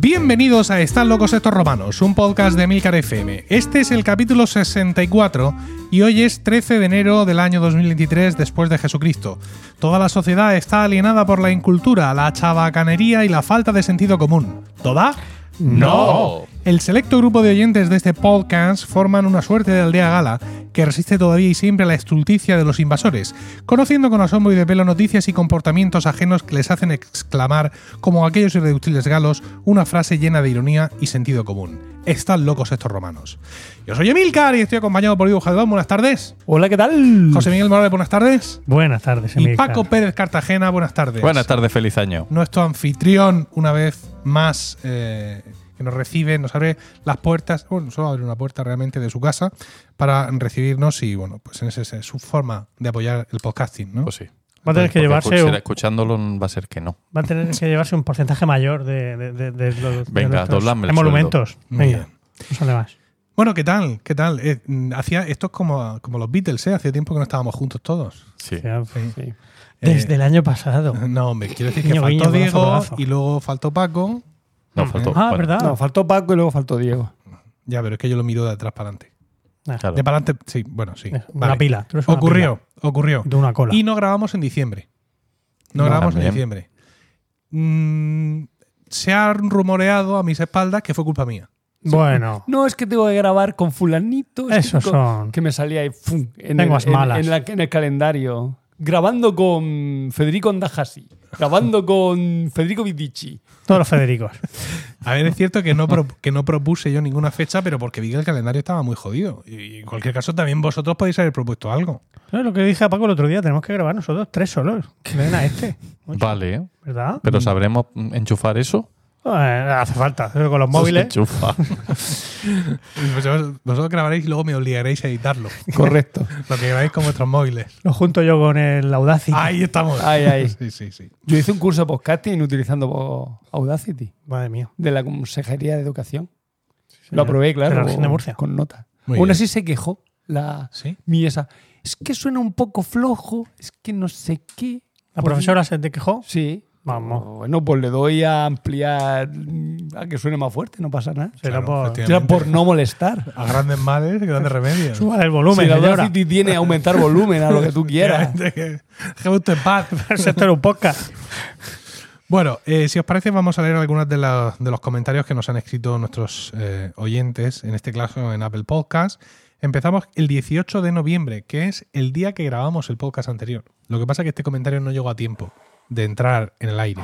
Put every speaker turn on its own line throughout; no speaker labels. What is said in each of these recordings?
Bienvenidos a Están locos estos romanos, un podcast de Milcar FM. Este es el capítulo 64 y hoy es 13 de enero del año 2023 después de Jesucristo. Toda la sociedad está alienada por la incultura, la chabacanería y la falta de sentido común. ¿Toda?
No.
El selecto grupo de oyentes de este podcast forman una suerte de aldea gala que resiste todavía y siempre a la estulticia de los invasores, conociendo con asombro y de pelo noticias y comportamientos ajenos que les hacen exclamar, como aquellos irreductibles galos, una frase llena de ironía y sentido común. Están locos estos romanos. Yo soy Emilcar y estoy acompañado por Diego Jaldón. Buenas tardes.
Hola, ¿qué tal?
José Miguel Morales, buenas tardes.
Buenas tardes,
Y
Emilcar.
Paco Pérez Cartagena, buenas tardes.
Buenas tardes, feliz año.
nuestro anfitrión una vez más eh, que nos recibe, nos abre las puertas, bueno, solo abre una puerta realmente de su casa para recibirnos y bueno, pues en esa es su forma de apoyar el podcasting, ¿no?
Pues sí.
Va a tener que
Porque
llevarse
escuchar-
un,
Escuchándolo va a ser que no.
va a tener que llevarse un porcentaje mayor de, de, de- de los de
Venga,
nuestros
dobladme el
emolumentos.
Muy
Venga,
bien.
no sale más.
Bueno, ¿qué tal? ¿Qué tal? Eh, mm, hacía esto es como, como los Beatles, ¿eh? Hacía tiempo que no estábamos juntos todos.
Sí.
O sea,
Sí.
pues, sí. Desde
Eh,
el año pasado.
No, hombre, quiero decir que
Guiño, guiño,
faltó
brazo,
Diego
brazo.
y luego faltó Paco.
No faltó.
ah,
bueno,
¿verdad?
No, faltó Paco y luego faltó Diego.
Ya, pero es que yo lo miro de atrás para adelante.
Ah,
claro.
De para adelante, sí, bueno, sí.
Una
Vale.
pila. tú eres una
Ocurrió, ocurrió.
pila de una cola.
Y no grabamos en diciembre. No,
No,
grabamos en
también.
diciembre. Mm, se ha rumoreado a mis espaldas que fue culpa mía.
bueno,
No, es que tengo que grabar con fulanito. es
esos
que,
son.
que me salía ahí fum, en,
Lenguas
el, en-
malas.
En, la- en el calendario. Grabando con Federico Andajasi. Grabando con Federico Vidici.
Todos los Federicos.
A ver, es cierto que no, pro- que no propuse yo ninguna fecha, pero porque vi que el calendario estaba muy jodido. Y en cualquier caso, también vosotros podéis haber propuesto algo.
¿Sabes lo que dije a Paco el otro día? Tenemos que grabar nosotros tres solos. Que le den a este. Mucho,
Vale, ¿eh?
¿Verdad?
pero ¿sabremos mm, enchufar eso?
Eh, hace falta. Pero con los
Eso
móviles.
se enchufa.
Y Vosotros, vosotros grabaréis y luego me obligaréis a editarlo.
Correcto.
Lo que grabáis con vuestros móviles.
Lo junto yo con el Audacity.
Ahí estamos.
Ay, ay.
Sí, sí, sí.
Yo hice un curso de podcasting utilizando po- Audacity
Madre mía.
de la Consejería de Educación.
señor.
Lo aprobé,
De la
claro.
región de Murcia.
Con nota.
Muy
Aún
bien.
así se quejó la
¿Sí?
mi esa. Es que suena un poco flojo. Es que no sé qué.
La
Por-
profesora se te quejó.
Sí.
Vamos.
Bueno, pues le doy a ampliar mm, a que suene más fuerte, no pasa nada.
Será
Claro,
por.
efectivamente.
Era por no molestar.
A grandes males, grandes remedios.
Suba el volumen.
si la
señora.
Audacity tiene aumentar volumen a lo que tú quieras.
Que gusto en paz.
Pues esto era un podcast.
Bueno, eh, si os parece, vamos a leer algunos de, la- de los comentarios que nos han escrito nuestros eh, oyentes, en este caso en Apple Podcast. Empezamos el 18 de noviembre, que es el día que grabamos el podcast anterior. Lo que pasa es que este comentario no llegó a tiempo de entrar en el aire.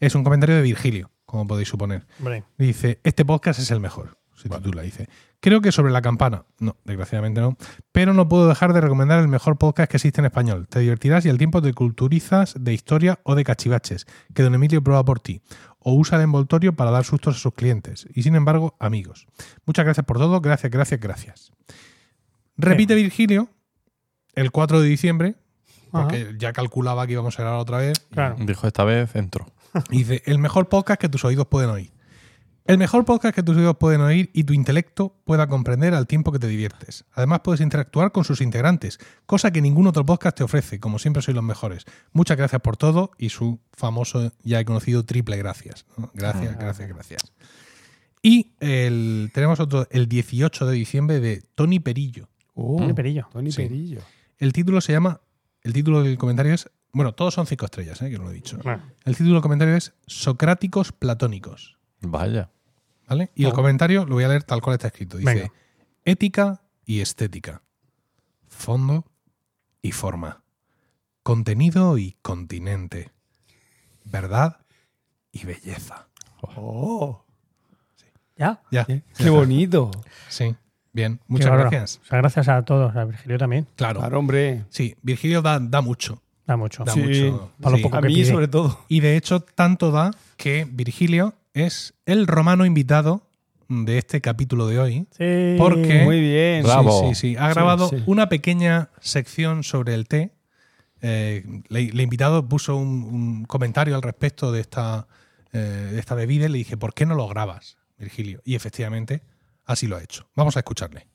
Es un comentario de Virgilio, como podéis suponer.
Hombre,
Dice, este podcast es el mejor. Se titula, dice. Creo que sobre la campana. No, desgraciadamente no. Pero no puedo dejar de recomendar el mejor podcast que existe en español. Te divertirás y al tiempo te culturizas de historia o de cachivaches, que don Emilio prueba por ti. O usa el envoltorio para dar sustos a sus clientes. Y sin embargo, amigos. Muchas gracias por todo. Gracias, gracias, gracias. Repite Virgilio el 4 de diciembre, porque ya calculaba que íbamos a grabar otra vez.
claro.
Dijo esta vez, entro.
Y Dice, el mejor podcast que tus oídos pueden oír. El mejor podcast que tus oídos pueden oír y tu intelecto pueda comprender al tiempo que te diviertes. Además puedes interactuar con sus integrantes, cosa que ningún otro podcast te ofrece. Como siempre sois los mejores. Muchas gracias por todo y su famoso, ya he conocido, triple gracias. ¿no? Gracias, gracias, gracias. Y el- tenemos otro, el 18 de diciembre de Tony Perillo.
Oh,
Tony Perillo.
Tony
Sí.
Perillo.
El título se llama, el título del comentario es, bueno, todos son cinco estrellas, ¿eh? que no lo he dicho.
Bueno,
El título del comentario es Socráticos Platónicos.
Vaya.
¿Vale? Y el comentario lo voy a leer tal cual está escrito. Dice,
Venga.
ética y estética. Fondo y forma. Contenido y continente. Verdad y belleza.
Oh,
ya.
Ya.
qué,
ya
qué
está.
bonito.
Sí. Bien.
Qué
Muchas
bárbaro.
gracias.
O sea, gracias a todos. A Virgilio también.
Claro.
Claro, hombre.
Sí, Virgilio da, da mucho.
Da mucho.
Da
Sí,
mucho.
para lo
Sí.
poco
A
que
mí
pide.
sobre todo.
Y de hecho, tanto da que Virgilio es el romano invitado de este capítulo de hoy.
Sí.
Porque- ¿Eh?
Muy bien.
Bravo.
Sí, sí, sí. Ha
Sí,
grabado
sí.
una pequeña sección sobre el té. Eh, le, le invitado puso un, un comentario al respecto de esta, eh, de esta bebida y le dije, ¿por qué no lo grabas, Virgilio? Y efectivamente, así lo ha hecho. Vamos a escucharle.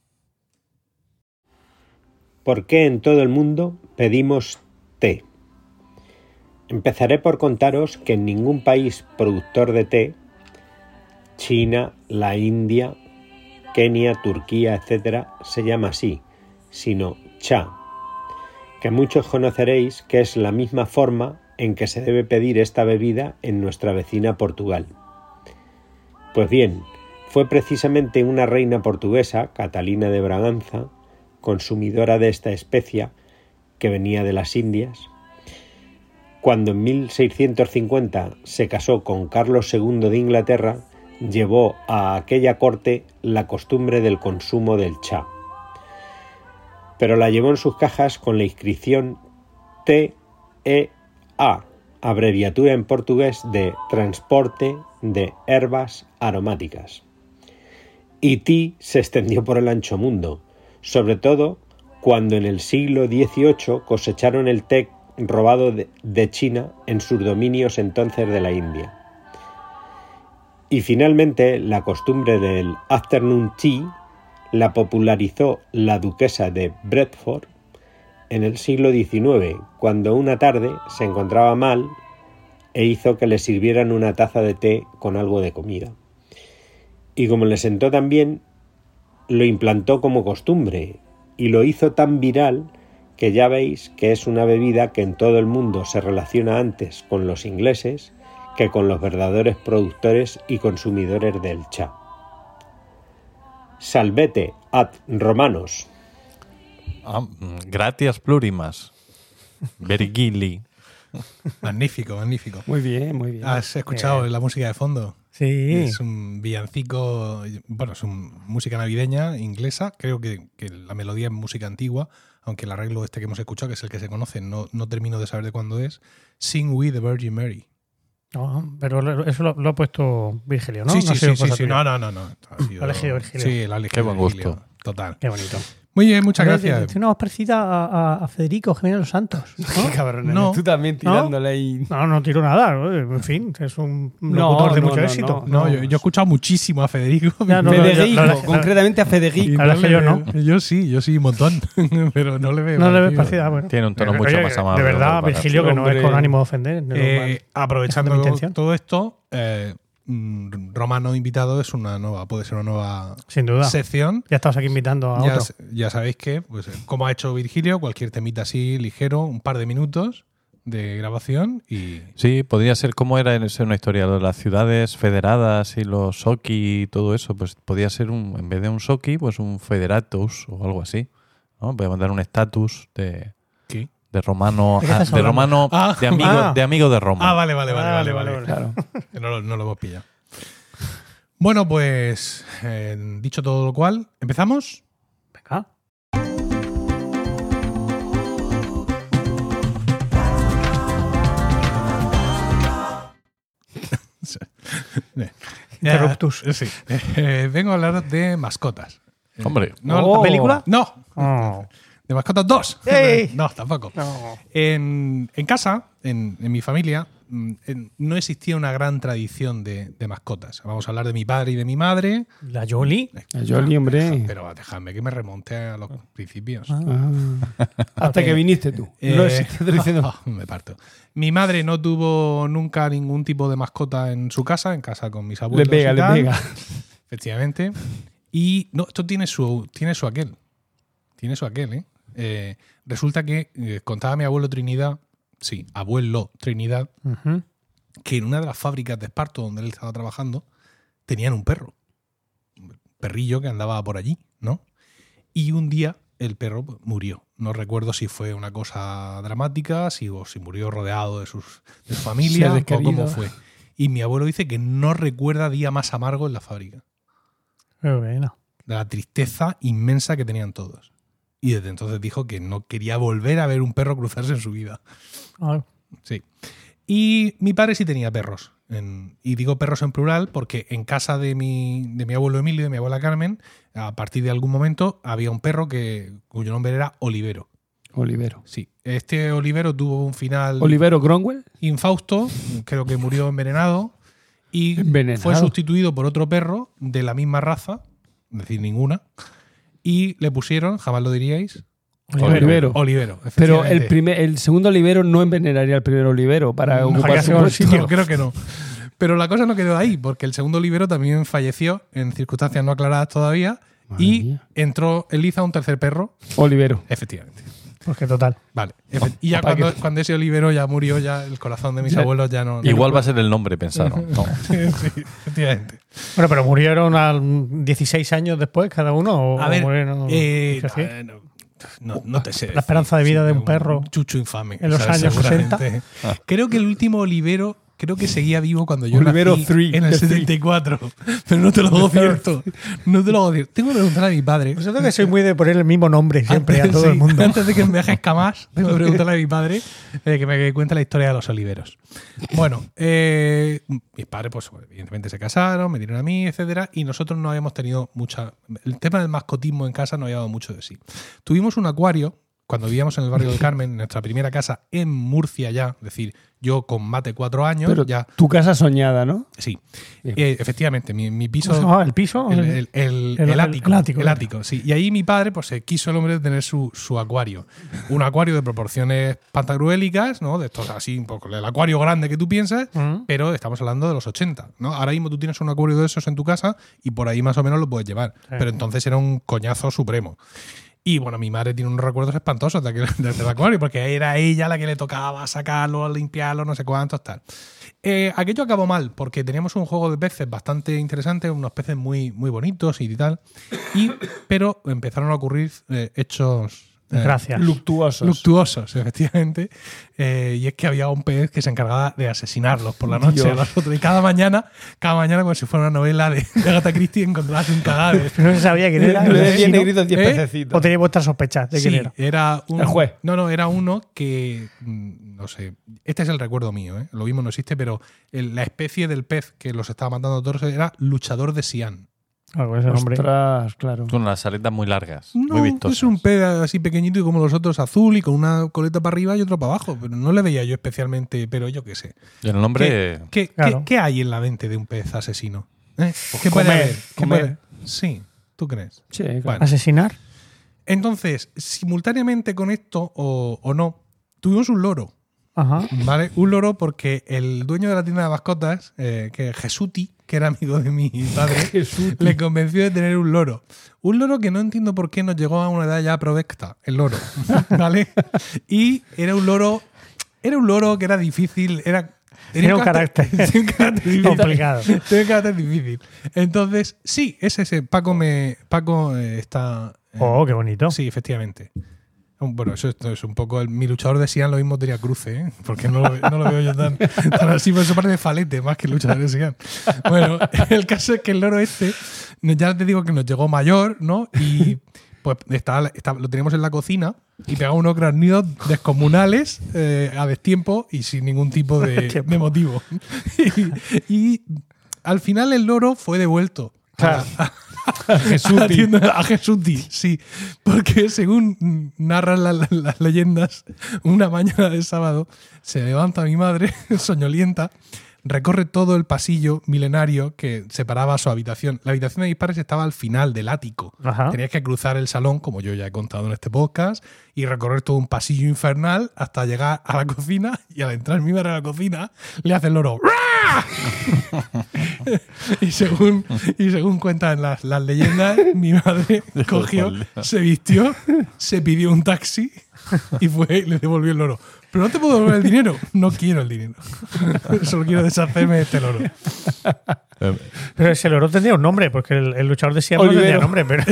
¿Por qué en todo el mundo pedimos té? Empezaré por contaros que en ningún país productor de té China, la India, Kenia, Turquía, etcétera, se llama así, sino cha, que muchos conoceréis que es la misma forma en que se debe pedir esta bebida en nuestra vecina Portugal. Pues bien, fue precisamente una reina portuguesa, Catalina de Braganza, consumidora de esta especia, que venía de las Indias, cuando en 1650 se casó con Carlos II de Inglaterra, llevó a aquella corte la costumbre del consumo del chá. Pero la llevó en sus cajas con la inscripción TEA, E abreviatura en portugués de Transporte de Herbas Aromáticas. Y ti se extendió por el ancho mundo, sobre todo cuando en el siglo XVIII cosecharon el té robado de, de China en sus dominios entonces de la India. Y finalmente la costumbre del afternoon tea la popularizó la duquesa de Bradford en el siglo XIX, cuando una tarde se encontraba mal e hizo que le sirvieran una taza de té con algo de comida. Y como le sentó tan bien, lo implantó como costumbre y lo hizo tan viral que ya veis que es una bebida que en todo el mundo se relaciona antes con los ingleses que con los verdaderos productores y consumidores del chá. Salvete ad romanos.
Ah, mm, gratias plurimas. Vergili.
Magnífico, magnífico.
Muy bien, muy bien.
¿Has escuchado la música de fondo?
Sí.
Es un villancico, bueno, es un- música navideña inglesa. Creo que, que la melodía es música antigua, aunque el arreglo este que hemos escuchado, que es el que se conoce, no, no termino de saber de cuándo es. Sing We the Virgin Mary.
No, pero lo- eso lo, lo ha puesto Virgilio, ¿no?
sí,
No
sí,
ha
sí,
sido
sí,
cosa
sí.
tuya.
No, no, no, no. Ha sido-
elegido Virgilio.
Sí, la ha elegido
Qué buen gusto.
Virgilio. Total.
Qué bonito.
Muy bien, muchas
Pero
gracias.
Tiene una voz parecida a, a- a Federico Jiménez los Santos. ¿no?
Qué cabrón,
No.
Tú también tirándole ahí.
No, no tiro nada. ¿no? En fin, es un
No,
locutor de
no,
mucho
no,
éxito.
No, yo, yo he escuchado muchísimo a Federico.
Ya, no, no,
Federico,
yo- la verdad es que-
concretamente a Federico.
La verdad es que yo no.
le- Yo sí, yo sí, un montón. pero no le veo.
No le ves
tío.
parecida. Bueno.
Tiene un tono mucho
Oye,
más amable.
De verdad,
Bárbara.
Virgilio, que no es
Hombre.
con ánimo de ofender. no
Eh,
mal.
aprovechando
Esa es mi intención.
todo esto, eh, mm, Romano invitado es una nueva, puede ser una nueva
Sin duda.
sección.
Ya estamos aquí invitando a
Ya,
otro.
s- ya sabéis que, pues, eh, como ha hecho Virgilio, cualquier temita así ligero, un par de minutos de grabación y
Sí, podría ser como era en ser una historia lo de las ciudades federadas y los soki y todo eso, pues podía ser un en vez de un soki, pues un federatus o algo así, ¿no? Podíamos dar un estatus de,
¿Qué?
de romano,
¿De qué estás
de
hablando?
romano
Ah,
de amigo
ah.
de amigo de Roma.
Ah, vale, vale, vale, vale, vale.
Claro.
Que No, lo- no lo hemos pillado. Bueno, pues eh, dicho todo lo cual, empezamos.
Venga. Interruptus.
Sí. Eh, vengo a hablar de mascotas.
Hombre,
No,
¿La película?
no,
Oh,
de mascotas dos.
¡Ey!
No, tampoco.
no.
En, en casa, en, en mi familia, mm, en- no existía una gran tradición de, de mascotas. Vamos a hablar de mi padre y de mi madre,
La Jolie.
Jolly, Ah, hombre. Ah.
pero dejadme que me remonte a los principios.
Ah.
Hasta que viniste tú.
Eh, Oh,
No es- te estoy diciendo.
me parto. Mi madre no tuvo nunca ningún tipo de mascota en su casa, en casa con mis
Le
abuelos.
pega,
y
le
tal,
pega.
Efectivamente. Y no, esto tiene su, tiene su aquel. Tiene su aquel, ¿eh? Eh, resulta que eh, contaba mi abuelo Trinidad, sí, abuelo Trinidad,
Ujú.
que en una de las fábricas de Esparto donde él estaba trabajando, tenían un perro. Un perrillo que andaba por allí, ¿no? Y un día el perro pues, murió. No recuerdo si fue una cosa dramática, si, o si murió rodeado de, sus, de su familia,
Seres
o cómo
queridos.
fue. Y mi abuelo dice que no recuerda día más amargo en la fábrica,
Qué bueno.
de la tristeza inmensa que tenían todos. Y desde entonces dijo que no quería volver a ver un perro cruzarse en su vida.
Ah,
Sí. Y mi padre sí tenía perros. En- y digo perros en plural porque en casa de mi, de mi abuelo Emilio y de mi abuela Carmen, a partir de algún momento había un perro que, cuyo nombre era Olivero.
Olivero.
Sí, este Olivero tuvo un final
Olivero Cromwell.
infausto, creo que murió envenenado, y
Envenenado.
fue sustituido por otro perro de la misma raza, es decir, ninguna, y le pusieron, jamás lo diríais,
Olivero.
Olivero.
Olivero.
Pero el,
efectivamente.
primer, el segundo Olivero no envenenaría al primer Olivero para
No,
ocupar
ya
su
se va al
puesto.
sitio, creo que no. Pero la cosa no quedó ahí, porque el segundo libero también falleció en circunstancias no aclaradas todavía. y
mía.
entró Eliza, un tercer perro,
Olivero.
efectivamente.
Porque pues total.
Vale. efe- y ya
papá,
cuando, cuando ese Olivero ya murió, ya el corazón de mis
Ya-
abuelos ya no.
Igual va a ser el nombre, pensaron. No.
sí, efectivamente.
Bueno, pero murieron al 16 años después cada uno. O
A ver,
murieron-
eh,
¿Es así?
a ver, no, no- no te sé.
La esperanza de
decir,
vida de un
sí,
perro
Chucho infame.
en los años
seguramente.
Ah.
Creo que el último Olivero, creo que seguía vivo cuando yo
Olivero
nací
three,
en el
the three.
74. Pero no te lo hago cierto. No te lo hago cierto. Tengo que preguntar a mi padre.
Vosotros que soy muy de poner el mismo nombre siempre
antes,
a todo
sí,
el mundo.
Antes de que me envejezca más, tengo que preguntarle a mi padre eh, que me cuente la historia de los oliveros. Bueno, eh, mis padres, pues evidentemente se casaron, me dieron a mí, etcétera, y nosotros no habíamos tenido mucha. El tema del mascotismo en casa no había dado mucho de sí. Tuvimos un acuario cuando vivíamos en el barrio del Carmen, en nuestra primera casa en Murcia ya, es decir, yo con más de cuatro años,
Pero
ya,
tu casa soñada, ¿no?
sí.
Bien.
Eh, efectivamente, mi, mi piso
¿Cómo se llamaba? Ah, ¿El piso?
el, el- el-
El-
el ático.
el ático,
el
claro.
ático, sí. Y ahí mi padre, pues se quiso el hombre tener su, su acuario. Un acuario de proporciones pantagruélicas, ¿no? De estos así, un poco, el acuario grande que tú piensas,
Mm.
pero estamos hablando de los 80, ¿no? Ahora mismo tú tienes un acuario de esos en tu casa y por ahí más o menos lo puedes llevar.
Sí.
Pero entonces era un coñazo supremo. Y bueno, mi madre tiene unos recuerdos espantosos de aquel, de- del acuario, porque era ella la que le tocaba sacarlo, limpiarlo, no sé cuántos, tal. Eh, aquello acabó mal, porque teníamos un juego de peces bastante interesante, unos peces muy, muy bonitos y tal. Y, pero empezaron a ocurrir eh, hechos. eh,
Gracias.
Luctuosos.
Luctuosos, efectivamente. Eh, y es que había un pez que se encargaba de asesinarlos por la noche
Dios.
a los otros. Y cada mañana, cada mañana, como si fuera una novela de, de Agatha Christie, encontrabas un cadáver.
No se sabía quién era.
Le
el
le
asesino,
decían negritos 10
¿Eh?
o
pececitos.
tenía vuestras sospechas de quién
Sí,
era.
un,
El juez.
No, no, era uno que, mm, no sé, este es el recuerdo mío, ¿eh? lo mismo no existe, pero el- la especie del pez que los estaba matando a todos era luchador de Siam.
Ah, con ese nombre.
Ostras, claro.
Con las aletas muy largas,
No,
muy vistosas.
es un pez así pequeñito y como los otros azul y con una coleta para arriba y otra para abajo, pero no le veía yo especialmente, pero yo qué sé.
El nombre.
¿Qué,
Claro.
qué- qué hay en la mente de un pez asesino? ¿Eh? ¿Qué
comer,
puede haber? ¿Qué
comer.
puede- Sí, ¿tú crees?
Sí, claro.
Bueno.
¿Asesinar?
Entonces, simultáneamente con esto o, o no, tuvimos un loro.
Ajá.
¿Vale? Un loro porque el dueño de la tienda de mascotas, eh, que es Jesuti, que era amigo de mi padre,
Jesús.
le convenció de tener un loro. Un loro que no entiendo por qué nos llegó a una edad ya provecta, el loro. ¿Vale? Y era un loro. Era un loro que era difícil, era.
Era un carácter.
tenía un carácter difícil.
Complicado.
Tenía un carácter difícil. Entonces, sí, es ese. Paco me. Paco eh, está. eh,
Oh, qué bonito.
Sí, efectivamente. Un- Bueno, eso, esto es un poco. el- mi luchador de Sian lo mismo tenía cruce, ¿eh? porque no lo, ve- no lo veo yo tan, tan así, pero eso parece falete más que luchador de Sian. Bueno, el caso es que el loro este, no- ya te digo que nos llegó mayor, ¿no? Y pues estaba, estaba- lo teníamos en la cocina y pegaba unos granidos descomunales eh, a destiempo y sin ningún tipo de, de motivo. Y, y al final el loro fue devuelto.
Claro.
A- a-
Jesuti.
Atiendo A Jesuti, sí. Porque según narran la- la- las leyendas, una mañana de sábado se levanta mi madre, soñolienta, recorre todo el pasillo milenario que separaba su habitación. La habitación de mis padres estaba al final del ático.
Ajá.
Tenías que cruzar el salón, como yo ya he contado en este podcast, y recorrer todo un pasillo infernal hasta llegar a la cocina. Y al entrar mi madre a la cocina, le hace el loro. "¡Ruah!". y, según, y según cuentan las, las leyendas, mi madre cogió, se vistió, se pidió un taxi y fue y le devolvió el loro. Pero no te puedo devolver el dinero. No quiero el dinero. Solo quiero deshacerme de este loro.
eh,
Pero ese loro tendría un nombre, porque el, el luchador de Siam no
Olivero.
tendría nombre, pero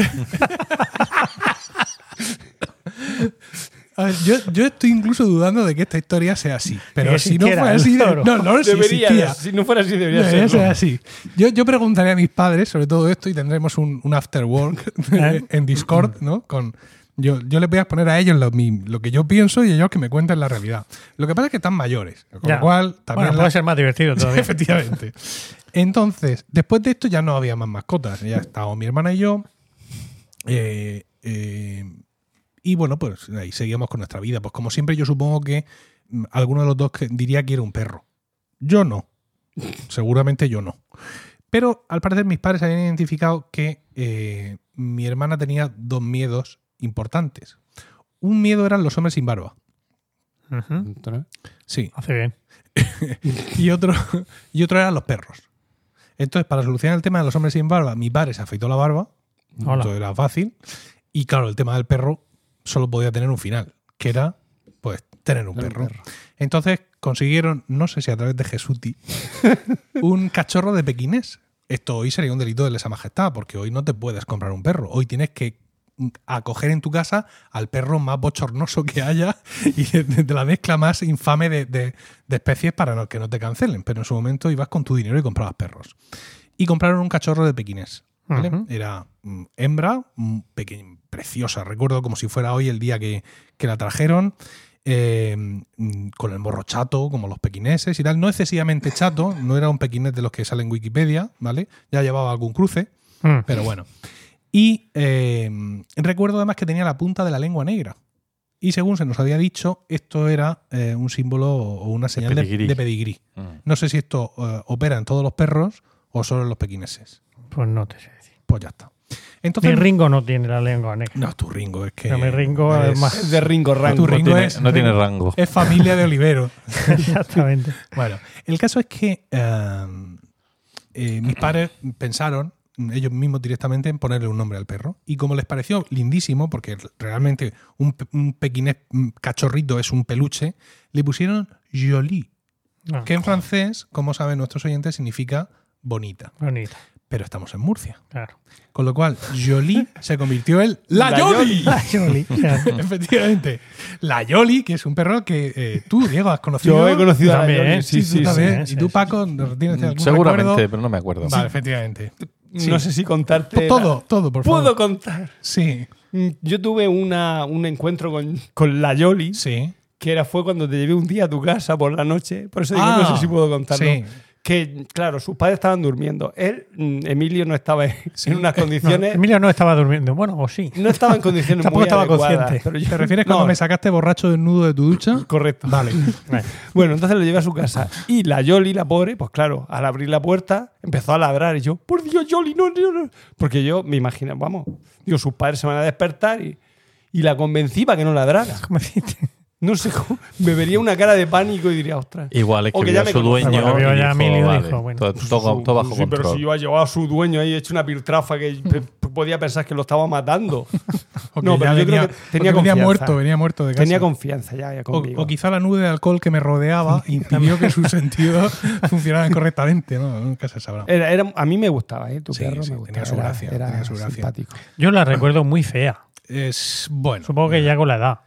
A ver, yo, yo estoy incluso dudando de que esta historia sea así. Pero
Que
si no
existiera
fuera
el
así, de-
loro.
no, el loro sí
Debería,
existía.
si no fuera así, debería
Debería ser
ser.
así. Yo, yo preguntaré a mis padres sobre todo esto y tendremos un, un after work en Discord, ¿no? Con, yo, yo les voy a exponer a ellos lo, mi- lo que yo pienso y ellos que me cuenten la realidad. Lo que pasa es que están mayores, con
Ya.
lo cual también
bueno,
la-
puede ser más divertido todavía.
Efectivamente. Entonces, después de esto ya no había más mascotas. Ya estábamos mi hermana y yo. Eh, eh, y bueno, pues ahí seguíamos con nuestra vida. Pues como siempre, yo supongo que mm, alguno de los dos que- diría que era un perro. Yo no. Seguramente yo no. Pero al parecer mis padres habían identificado que eh, mi hermana tenía dos miedos importantes. Un miedo eran los hombres sin barba.
Ujú.
Sí.
Hace bien.
y, otro, y otro eran los perros. Entonces, para solucionar el tema de los hombres sin barba, mi padre se afeitó la barba.
Hola.
Todo era fácil. Y claro, el tema del perro solo podía tener un final, que era, pues, tener un perro. Entonces consiguieron, no sé si a través de Jesuti, un cachorro de pequinés. Esto hoy sería un delito de lesa majestad, porque hoy no te puedes comprar un perro. Hoy tienes que acoger en tu casa al perro más bochornoso que haya y de, de la mezcla más infame de, de- de especies para no- que no te cancelen. Pero en su momento ibas con tu dinero y comprabas perros. Y compraron un cachorro de pequinés. ¿vale?
Ujú.
Era mm, hembra, mm, peque- preciosa. Recuerdo como si fuera hoy el día que, que la trajeron. eh, mm, con el morro chato, como los pequineses y tal. No excesivamente chato, no era un pequinés de los que sale en Wikipedia, ¿vale? Ya llevaba algún cruce,
Mm.
pero bueno. Y eh, recuerdo además que tenía la punta de la lengua negra. Y según se nos había dicho, esto era eh, un símbolo o una señal de de
pedigrí.
pedigrí.
Mm.
No sé si esto eh, opera en todos los perros o solo en los pequineses.
Pues no te sé decir.
Pues ya está.
Mi
Entonces,
Ringo no tiene la lengua negra.
no, tu Ringo es que.
No, mi Ringo es más-
De Ringo ¿eh?
tu
No
Rango.
Ringo
tiene,
es-
no tiene rango.
Es familia de Olivero.
Exactamente.
Bueno, el caso es que eh, eh, mis padres pensaron ellos mismos directamente en ponerle un nombre al perro. Y como les pareció lindísimo, porque realmente un, pe- un pequinés un cachorrito es un peluche, le pusieron Jolie,
Ah,
que en francés, como saben nuestros oyentes, significa bonita.
bonita,
Pero estamos en Murcia.
claro.
Con lo cual, Jolie se convirtió en La,
La
Jolie.
La Jolie. o sea,
Efectivamente. La Yoli, que es un perro que eh, tú, Diego, has conocido.
Yo he conocido a la
También,
Yoli,
¿eh?
sí,
Sí, tú
sí, sí. Mm,
también.
sí,
y tú,
sí,
Paco, ¿nos tienes algún
Seguramente,
recuerdo?
pero no me acuerdo.
Vale, efectivamente.
No
Sí.
sé si contarte.
Todo,
la-
todo, por
¿Puedo
favor.
contar?
Sí,
Mm, Yo tuve una, un encuentro con, con la Yoli,
sí.
que era, fue cuando te llevé un día a tu casa por la noche. Por eso digo,
Ah,
no sé si puedo contarlo.
sí.
Que, claro, sus padres estaban durmiendo. Él, mm, Emilio, no estaba en, en unas
no,
condiciones.
Emilio no estaba durmiendo. Bueno, o sí.
no estaba en condiciones
Tampoco
muy
estaba
adecuadas,
consciente.
pero yo-
¿Te refieres
No,
cuando me sacaste borracho desnudo de tu ducha?
Correcto.
Vale.
Bueno, entonces lo llevé a su casa. Y la Yoli, la pobre, pues claro, al abrir la puerta empezó a ladrar. Y yo, por Dios, Yoli, no, no, no. Porque yo me imagino, vamos, digo, sus padres se van a despertar y, y la convencí para que no ladrara.
¿Cómo dijiste?
No sé cómo. Me vería una cara de pánico y diría, ostras.
Igual es
O
que,
que
vio
ya
a
me
su
conoce.
dueño.
Bueno, vio
y
ya a
dijo,
Emilio y
vale,
dijo, bueno.
todo,
pues
todo- todo bajo
Sí, pero si
control.
yo llevaba a su dueño ahí hecho una pirtrafa que pe- podía pensar que lo estaba matando.
O que
No, pero
ya
yo creo que tenía
o que venía
confianza.
muerto, venía muerto de casa.
Tenía confianza ya, ya
o,
conmigo.
o quizá la nube de alcohol que me rodeaba impidió que sus sentidos funcionaran correctamente, ¿no? Nunca se sabrá.
Era- era- a mí me gustaba, ¿eh? Tu
Sí,
perro
sí,
me
tenía
gustaba.
su
era-
gracia,
era
tenía su gracia.
simpático.
Yo la recuerdo muy fea.
Eh,
Es bueno.
Supongo que ya con la edad.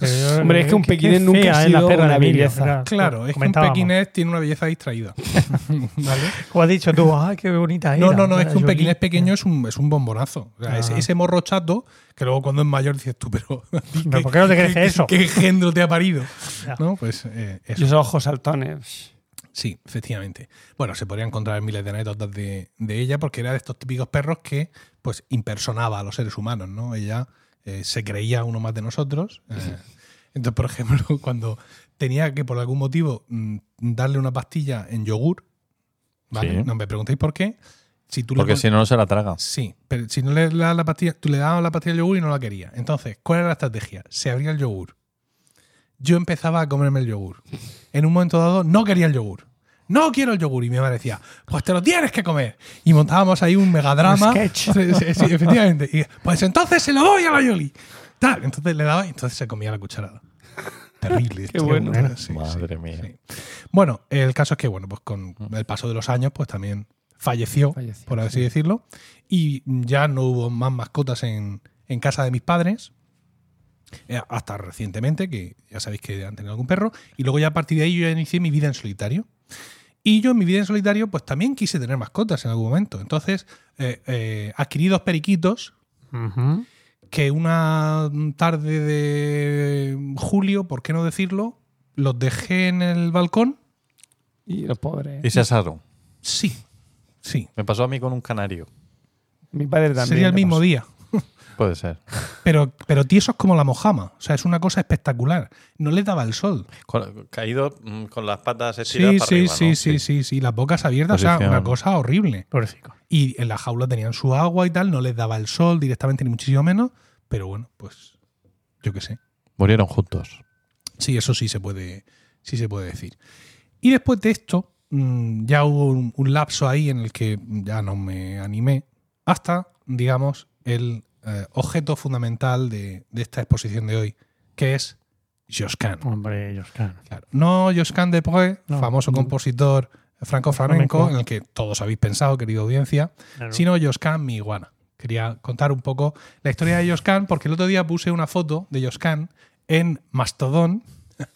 Pero-
Hombre, es que un
qué
pequinés nunca
fea
ha
es la
sido
perra
una
de Emilio,
belleza.
era-
Claro, es que un
comentábamos.
pequinés tiene una belleza distraída. ¿Vale?
Como has dicho tú, ¡ay, qué bonita
No,
era,
no, no, es
era
que un
Jolie".
pequinés pequeño es un, es un bombonazo. O sea,
Ah.
ese, ese morro chato, que luego cuando es mayor dices tú, pero.
Pero, ¿por qué no te crece eso?
¿Qué engendro te ha parido?
Ya.
¿No? Pues eh, eso.
Y esos ojos saltones.
Sí, efectivamente. Bueno, se podrían encontrar miles de anécdotas de, de ella porque era de estos típicos perros que pues impersonaba a los seres humanos, ¿no? Ella eh, se creía uno más de nosotros. eh. entonces, por ejemplo, cuando tenía que por algún motivo mm, darle una pastilla en yogur, ¿vale?
Sí.
No me preguntéis por qué. Si tú le
Porque
pon-
si no, no se la traga.
Sí, pero si no le dabas la pastilla, tú le dabas la pastilla de yogur y no la quería. Entonces, ¿cuál era la estrategia? Se abría el yogur. Yo empezaba a comerme el yogur. En un momento dado no quería el yogur. No quiero el yogur. Y mi madre decía, pues te lo tienes que comer. Y montábamos ahí un megadrama.
Un sketch.
Sí, sí, sí, efectivamente. Y, pues entonces se lo doy a la Yoli. Tal. Entonces le daba y entonces se comía la cucharada. Terrible. esto.
bueno.
Sí, sí.
Madre mía.
sí. Bueno, el caso es que, bueno, pues con el paso de los años, pues también falleció,
Falleció,
por así decirlo. Y ya no hubo más mascotas en, en casa de mis padres. eh, Hasta recientemente, que ya sabéis que han tenido algún perro. Y luego ya a partir de ahí yo ya inicié mi vida en solitario. Y yo en mi vida en solitario, pues también quise tener mascotas en algún momento. Entonces, eh, eh, adquirí dos periquitos
Ujú.
que una tarde de julio, ¿por qué no decirlo? Los dejé en el balcón.
Y los pobres.
Y se asaron.
Sí, sí.
Me pasó a mí con un canario.
Mi padre también.
Sería el
le
mismo
pasó.
día.
Puede ser.
Pero, pero tieso es como la mojama. O sea, es una cosa espectacular. No le daba el sol.
Con- caído mm, con las patas
Sí,
estiradas para
sí,
arriba,
sí,
¿no?
sí, sí, sí. Las bocas abiertas. O sea,
Posición.
una cosa horrible.
Pobrecito.
Y en la jaula tenían su agua y tal. No les daba el sol directamente, ni muchísimo menos. Pero bueno, pues yo qué sé.
Murieron juntos.
Sí, eso sí se puede, si se puede decir. Y después de esto, mm, ya hubo un, un lapso ahí en el que ya no me animé, hasta, digamos, el eh, objeto fundamental de, de esta exposición de hoy, que es Josquin.
Hombre, ellos, claro.
Claro. No Josquin de Poe,
Ah. No. Mm.
famoso compositor franco-flamenco,
Flamenco.
en el que todos habéis pensado, querida audiencia,
Claro.
sino Josquin mi iguana. Quería contar un poco la historia de Josquin, porque el otro día puse una foto de Josquin en Mastodon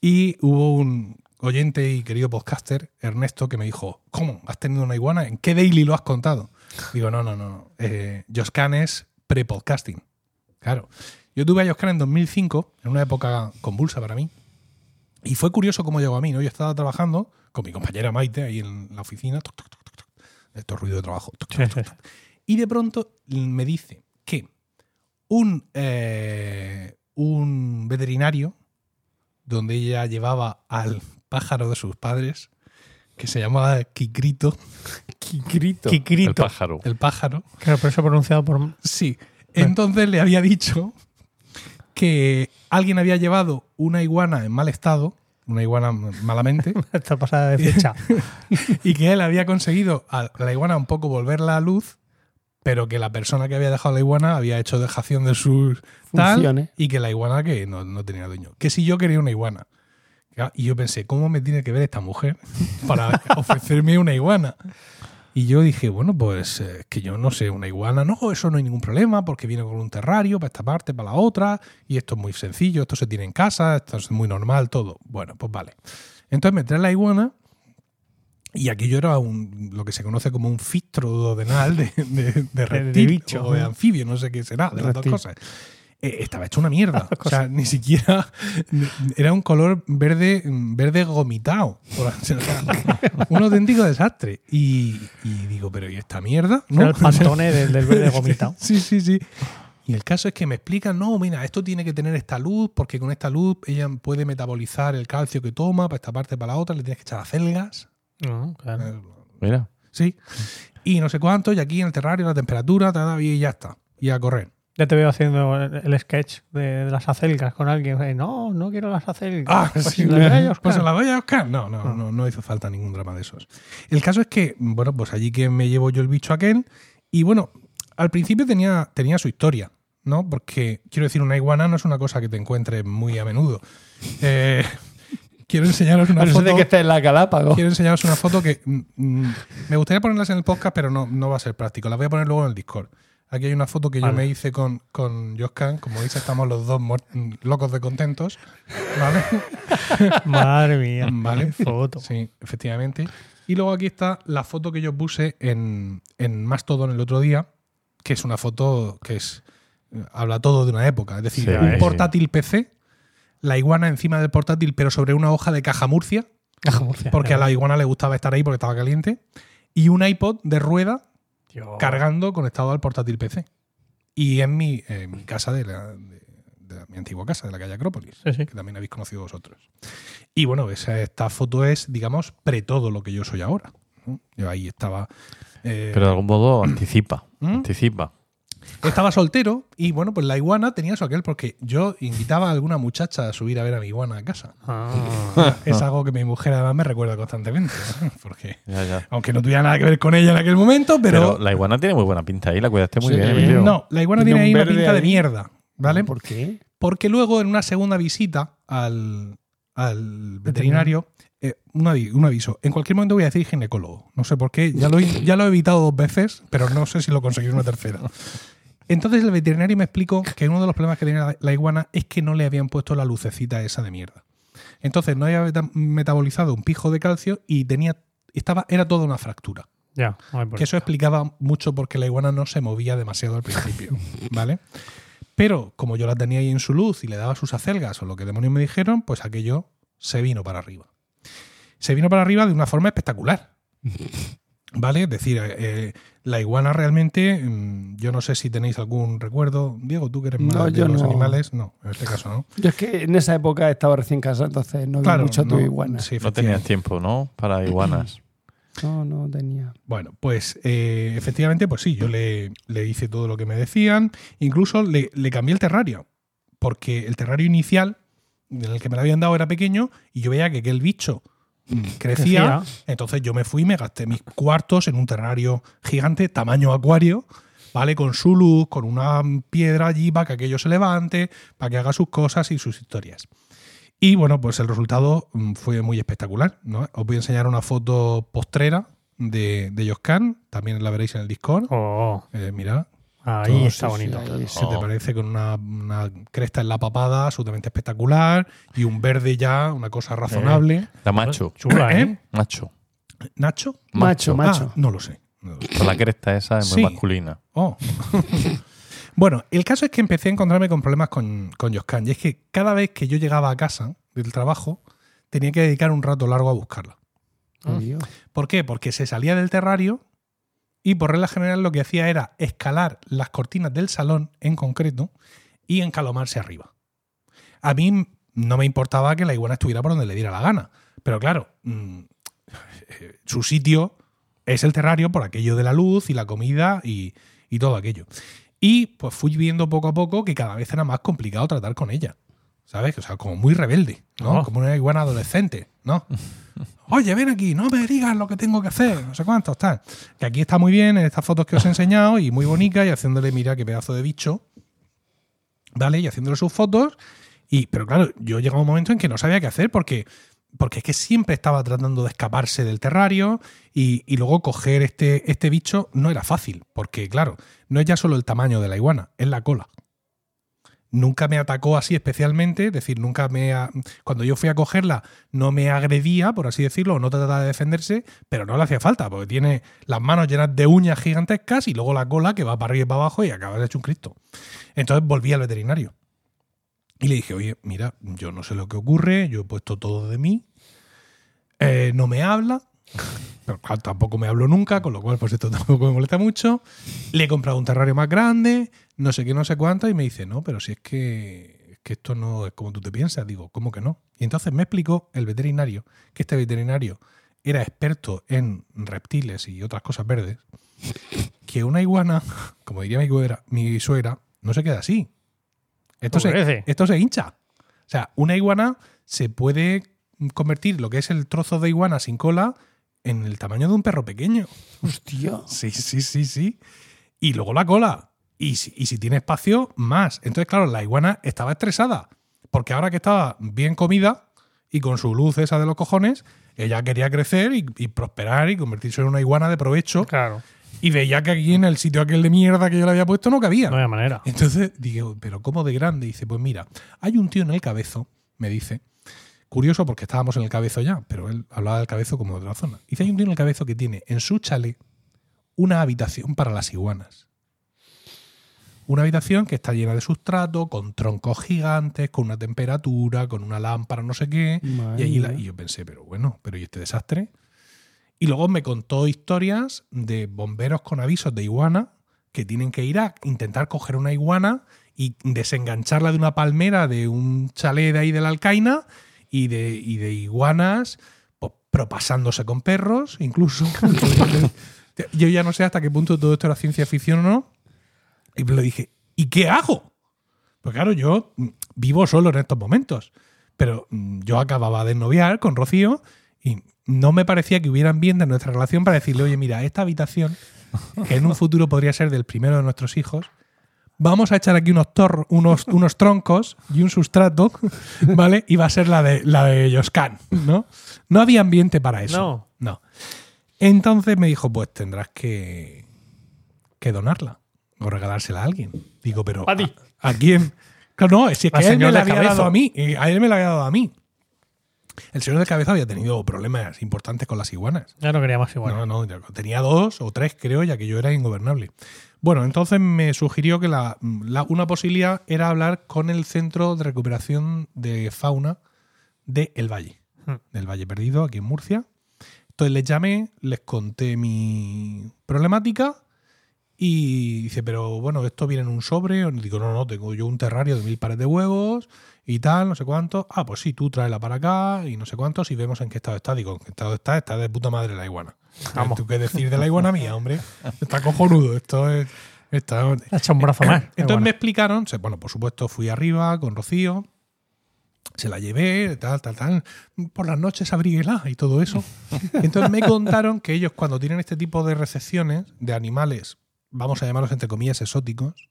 y hubo un oyente y querido podcaster, Ernesto, que me dijo, ¿cómo? ¿Has tenido una iguana? ¿En qué daily lo has contado? Digo, no, no, no. no. Eh, Josquin es pre-podcasting. Claro. Yo tuve a Josquin en 2005, en una época convulsa para mí. Y fue curioso cómo llegó a mí, ¿no? Yo estaba trabajando con mi compañera Maite ahí en la oficina, toc, toc, toc, toc, toc, esto ruido de trabajo. toc, toc,
Sí,
toc,
sí, sí.
toc. Y de pronto me dice que un, eh, un veterinario, donde ella llevaba al pájaro de sus padres, que se llamaba Kikrito,
Kikrito.
El
Kikirito.
pájaro.
el pájaro,
Claro, pero eso pronunciado por.
Sí. Entonces le había dicho que alguien había llevado una iguana en mal estado, una iguana malamente,
Esta pasada de fecha.
y que él había conseguido a la iguana un poco volverla a luz, pero que la persona que había dejado la iguana había hecho dejación de sus tal
Funciones.
y que la iguana que no, no tenía dueño. Que si yo quería una iguana. Y yo pensé, ¿cómo me tiene que ver esta mujer para ofrecerme una iguana? Y yo dije, bueno, pues eh, que yo no sé, una iguana, no, eso no hay ningún problema porque viene con un terrario para esta parte, para la otra, y esto es muy sencillo, esto se tiene en casa, esto es muy normal, todo. Bueno, pues vale. Entonces me trae la iguana y aquello era un, lo que se conoce como un fistro duodenal de, de, de reptil
bicho,
o de
¿no?
anfibio, no sé qué será, de las dos
Reptil.
cosas. Eh, estaba hecho una mierda. O sea, ni siquiera. Era un color verde, verde gomitado. O sea, un auténtico desastre. Y, y digo, pero ¿y esta mierda?
Era el pantone del, del verde gomitado.
Sí, sí, sí. Y el caso es que me explican, no, mira, esto tiene que tener esta luz, porque con esta luz ella puede metabolizar el calcio que toma para esta parte, para la otra, le tienes que echar acelgas.
No, claro.
Eh,
Mira.
Sí. Y no sé cuánto, y aquí en el terrario, la temperatura, ta, ta, y ya está. Y a correr.
Ya te veo haciendo el el sketch de, de las acelgas con alguien. Eh, No, no quiero las acelgas.
Ah,
Pues
sí,
si las veo,
pues
claro.
se la voy a buscar. No, no, no, no hizo falta ningún drama de esos. El caso es que, bueno, pues allí que me llevo yo el bicho aquel. Y bueno, al principio tenía, tenía su historia, ¿no? Porque quiero decir, una iguana no es una cosa que te encuentres muy a menudo. Eh, quiero enseñaros
A
una
no
foto.
ser de que esté en la Galápagos.
Quiero enseñaros una foto que mm, mm, me gustaría ponerlas en el podcast, pero no, no va a ser práctico. Las voy a poner luego en el Discord. Aquí hay una foto que yo me hice con, con Joscan. Como dice, estamos los dos muer- mm, locos de contentos. ¿Vale?
Madre mía.
Vale.
qué Foto.
Sí, efectivamente. Y luego aquí está la foto que yo puse en, en Mastodon el otro día, que es una foto que es eh, habla todo de una época. Es decir,
Sí,
un
sí.
portátil PC, la iguana encima del portátil, pero sobre una hoja de caja Ah, murcia, porque a la iguana le gustaba estar ahí porque estaba caliente, y un iPod de rueda
Dios.
cargando conectado al portátil PC. Y en mi, en mi casa, de, la, de- de la- mi antigua casa, de la calle Acrópolis,
Sí, sí.
que también habéis conocido vosotros. Y bueno, esa, esta foto es, digamos, pre todo lo que yo soy ahora. ¿no? Yo ahí estaba. eh,
Pero de algún modo anticipa.
¿Mm?
Anticipa.
estaba soltero y bueno, pues la iguana tenía eso aquel, porque yo invitaba a alguna muchacha a subir a ver a mi iguana a casa.
Ah,
Es algo que mi mujer además me recuerda constantemente. ¿no? Porque,
Ya, ya.
aunque no tuviera nada que ver con ella en aquel momento,
Pero, la iguana tiene muy buena pinta ahí, la cuidaste muy
Sí.
bien, Emilio.
No, la iguana tiene
Tiene un
ahí una
verde
pinta de
ahí.
mierda, ¿vale?
¿Por qué?
Porque luego en una segunda visita al, al veterinario, eh, un, avi- un aviso, en cualquier momento voy a decir ginecólogo. No sé por qué, ya lo, he, ya lo he evitado dos veces, pero no sé si lo conseguiré una tercera. Entonces el veterinario me explicó que uno de los problemas que tenía la, la iguana es que no le habían puesto la lucecita esa de mierda. Entonces no había meta- metabolizado un pijo de calcio y tenía estaba era toda una fractura.
Ya, ay, por
Que eso explicaba mucho porque la iguana no se movía demasiado al principio, ¿vale? Pero como yo la tenía ahí en su luz y le daba sus acelgas o lo que demonios me dijeron, pues aquello se vino para arriba. Se vino para arriba de una forma espectacular. ¿Vale? Es decir, eh, eh, la iguana realmente, mm, yo no sé si tenéis algún recuerdo. Diego, tú que eres más
No,
de
yo
los
no.
animales. No, en este caso no.
Yo es que en esa época estaba recién casado, entonces no vi mucho
no,
tu iguana.
sí,
No
efectivamente.
tenías tiempo, ¿no? Para iguanas.
No, no tenía.
Bueno, pues eh, efectivamente, pues sí, yo le, le hice todo lo que me decían. Incluso le, le cambié el terrario, porque el terrario inicial en el que me lo habían dado era pequeño y yo veía que aquel bicho mm, crecía.
Crecía.
Entonces yo me fui y me gasté mis cuartos en un terrario gigante, tamaño acuario, ¿vale? Con su luz, con una piedra allí para que aquello se levante, para que haga sus cosas y sus historias. Y bueno, pues el resultado mm, fue muy espectacular. ¿no? Os voy a enseñar una foto postrera de, de Yoscan, también la veréis en el Discord.
Oh,
Eh, mirad,
ahí
todo,
está
Oh, sí,
bonito. Oh.
sí, ahí se te parece con una, una cresta en la papada absolutamente espectacular y un verde ya, una cosa razonable.
La macho.
Chula, ¿eh?
¿Eh?
Macho.
¿Nacho?
Macho,
Ah,
macho.
no lo sé. No lo sé.
Con la cresta esa es
Sí.
muy masculina.
Oh. bueno, el caso es que empecé a encontrarme con problemas con, con Yoscan. Y es que cada vez que yo llegaba a casa del trabajo, tenía que dedicar un rato largo a buscarla. ah,
Oh, Dios.
¿Por qué? Porque se salía del terrario y por regla general lo que hacía era escalar las cortinas del salón en concreto y encalomarse arriba. A mí no me importaba que la iguana estuviera por donde le diera la gana, pero claro, mm, eh, su sitio es el terrario por aquello de la luz y la comida y, y todo aquello. Y pues fui viendo poco a poco que cada vez era más complicado tratar con ella. ¿Sabes? O sea, como muy rebelde, ¿no?
Oh.
Como una iguana adolescente, ¿no? Oye, ven aquí, no me digas lo que tengo que hacer, no sé cuánto, tal. Que aquí está muy bien en estas fotos que os he enseñado y muy bonita y haciéndole, mira qué pedazo de bicho, ¿vale? Y haciéndole sus fotos. Y, pero claro, yo llegaba un momento en que no sabía qué hacer porque, porque es que siempre estaba tratando de escaparse del terrario y, y luego coger este, este bicho no era fácil, porque claro, no es ya solo el tamaño de la iguana, es la cola. Nunca me atacó así especialmente, es decir, nunca me... a- Cuando yo fui a cogerla no me agredía, por así decirlo, o no trataba de defenderse, pero no le hacía falta, porque tiene las manos llenas de uñas gigantescas y luego la cola que va para arriba y para abajo y acabas hecho un cristo. Entonces volví al veterinario. Y le dije, oye, mira, yo no sé lo que ocurre, yo he puesto todo de mí, eh, no me habla, pero claro, tampoco me hablo nunca, con lo cual pues esto tampoco me molesta mucho. Le he comprado un terrario más grande, no sé qué, no sé cuánto, y me dice, no, pero si es que, es que esto no es como tú te piensas, digo, ¿cómo que no? Y entonces me explicó el veterinario, que este veterinario era experto en reptiles y otras cosas verdes, que una iguana, como diría mi suegra, mi suegra no se queda así. Esto se,
Pobrece.
esto se hincha. O sea, una iguana se puede convertir lo que es el trozo de iguana sin cola en el tamaño de un perro pequeño.
Hostia.
Sí, sí, sí, sí. Y luego la cola. Y si, y si tiene espacio, más. Entonces, claro, la iguana estaba estresada. Porque ahora que estaba bien comida y con su luz esa de los cojones, ella quería crecer y, y prosperar y convertirse en una iguana de provecho.
Claro,
Y veía que aquí en el sitio aquel de mierda que yo le había puesto no cabía.
no hay manera.
Entonces digo, ¿pero cómo de grande? dice, pues mira, hay un tío en el cabezo, me dice. Curioso porque estábamos en el cabezo ya, pero él hablaba del cabezo como de otra zona. Dice, hay un tío en el cabezo que tiene en su chalet una habitación para las iguanas. Una habitación que está llena de sustrato, con troncos gigantes, con una temperatura, con una lámpara, no sé qué. Y,
Madre
allí la-
mía.
y yo pensé, pero bueno, pero ¿y este desastre? Y luego me contó historias de bomberos con avisos de iguana que tienen que ir a intentar coger una iguana y desengancharla de una palmera de un chalet de ahí de la alcaina y de, y de iguanas pues, propasándose con perros, incluso. Yo ya no sé hasta qué punto todo esto era ciencia ficción o no. Y le dije, ¿y qué hago? Pues claro, yo mm, vivo solo en estos momentos. Pero mm, yo acababa de noviar con Rocío y no me parecía que hubiera ambiente en nuestra relación para decirle, oye, mira, esta habitación, que en un futuro podría ser del primero de nuestros hijos, vamos a echar aquí unos, tor- unos, unos troncos y un sustrato, ¿vale? Y va a ser la de, la de Yoscan, ¿no? No había ambiente para eso.
No.
No. Entonces me dijo, pues tendrás que, que donarla o regalársela a alguien. Digo, pero
A ti.
¿a quién? Claro, no, si es que
Al
él me
señor
la
del
había
cabezo.
dado a mí. eh, A él me la había dado a mí. El señor del cabeza había tenido problemas importantes con las iguanas.
Ya no quería más igual.
No, no, ya- tenía dos o tres, creo, ya que yo era ingobernable. Bueno, entonces me sugirió que la, la- una posibilidad era hablar con el Centro de Recuperación de Fauna de El Valle,
Hmm.
del Valle Perdido, aquí en Murcia. Entonces les llamé, les conté mi problemática y dice, pero bueno, esto viene en un sobre. Y digo, no, no, tengo yo un terrario de mil pares de huevos y tal, no sé cuánto. Ah, pues sí, tú tráela para acá y no sé cuántos y vemos en qué estado está. Digo, en qué estado está, está de puta madre la iguana.
Vamos.
¿Tú qué decir de la iguana mía, hombre? Está cojonudo, esto es... está-
Ha hecho un brazo más.
entonces me explicaron, se- bueno, por supuesto fui arriba con Rocío, se la llevé, tal, tal, tal, por las noches abríguela y todo eso. Entonces me contaron que ellos cuando tienen este tipo de recepciones de animales, vamos a llamarlos entre comillas exóticos,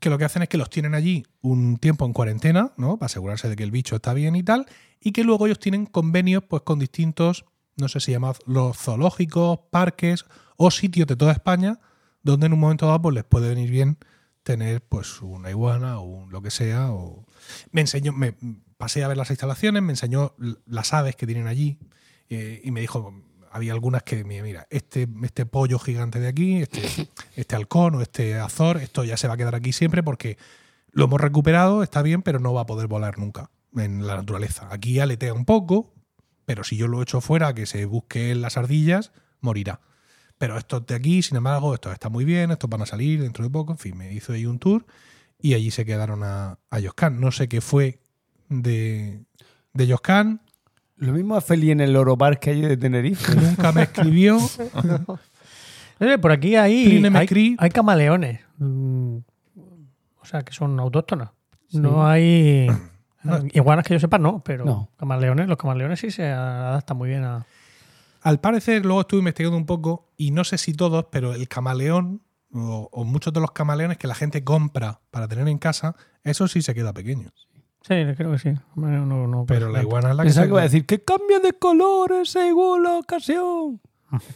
que lo que hacen es que los tienen allí un tiempo en cuarentena, ¿no? Para asegurarse de que el bicho está bien y tal, y que luego ellos tienen convenios pues con distintos, no sé si llamados los zoológicos, parques o sitios de toda España, donde en un momento dado pues les puede venir bien tener pues una iguana o un lo que sea o me enseñó me pasé a ver las instalaciones me enseñó l- las aves que tienen allí eh, y me dijo había algunas que mira, mira este este pollo gigante de aquí este este halcón o este azor esto ya se va a quedar aquí siempre porque lo hemos recuperado está bien pero no va a poder volar nunca en la naturaleza aquí aletea un poco pero si yo lo echo fuera a que se busque en las ardillas morirá pero estos de aquí, sin embargo, estos están muy bien, estos van a salir dentro de poco, en fin, me hizo ahí un tour y allí se quedaron a, a Yoscan. No sé qué fue de, de Yoscan,
Lo mismo a Feli en el Oro Bar que hay de Tenerife.
nunca me escribió,
Eh, Por aquí hay,
Pline me
hay,
cri.
hay camaleones. mm, O sea, que son autóctonas. No hay.
No.
Iguanas que yo sepa, no, pero
No.
camaleones, los camaleones sí se adaptan muy bien a.
Al parecer, luego estuve investigando un poco, y no sé si todos, pero el camaleón, o, o muchos de los camaleones que la gente compra para tener en casa, eso sí se queda pequeño.
Sí, creo que sí. Camaleón no- no- pues,
Pero la iguana es la que
Pensaba
se-
que iba a decir que cambia de colores según la ocasión.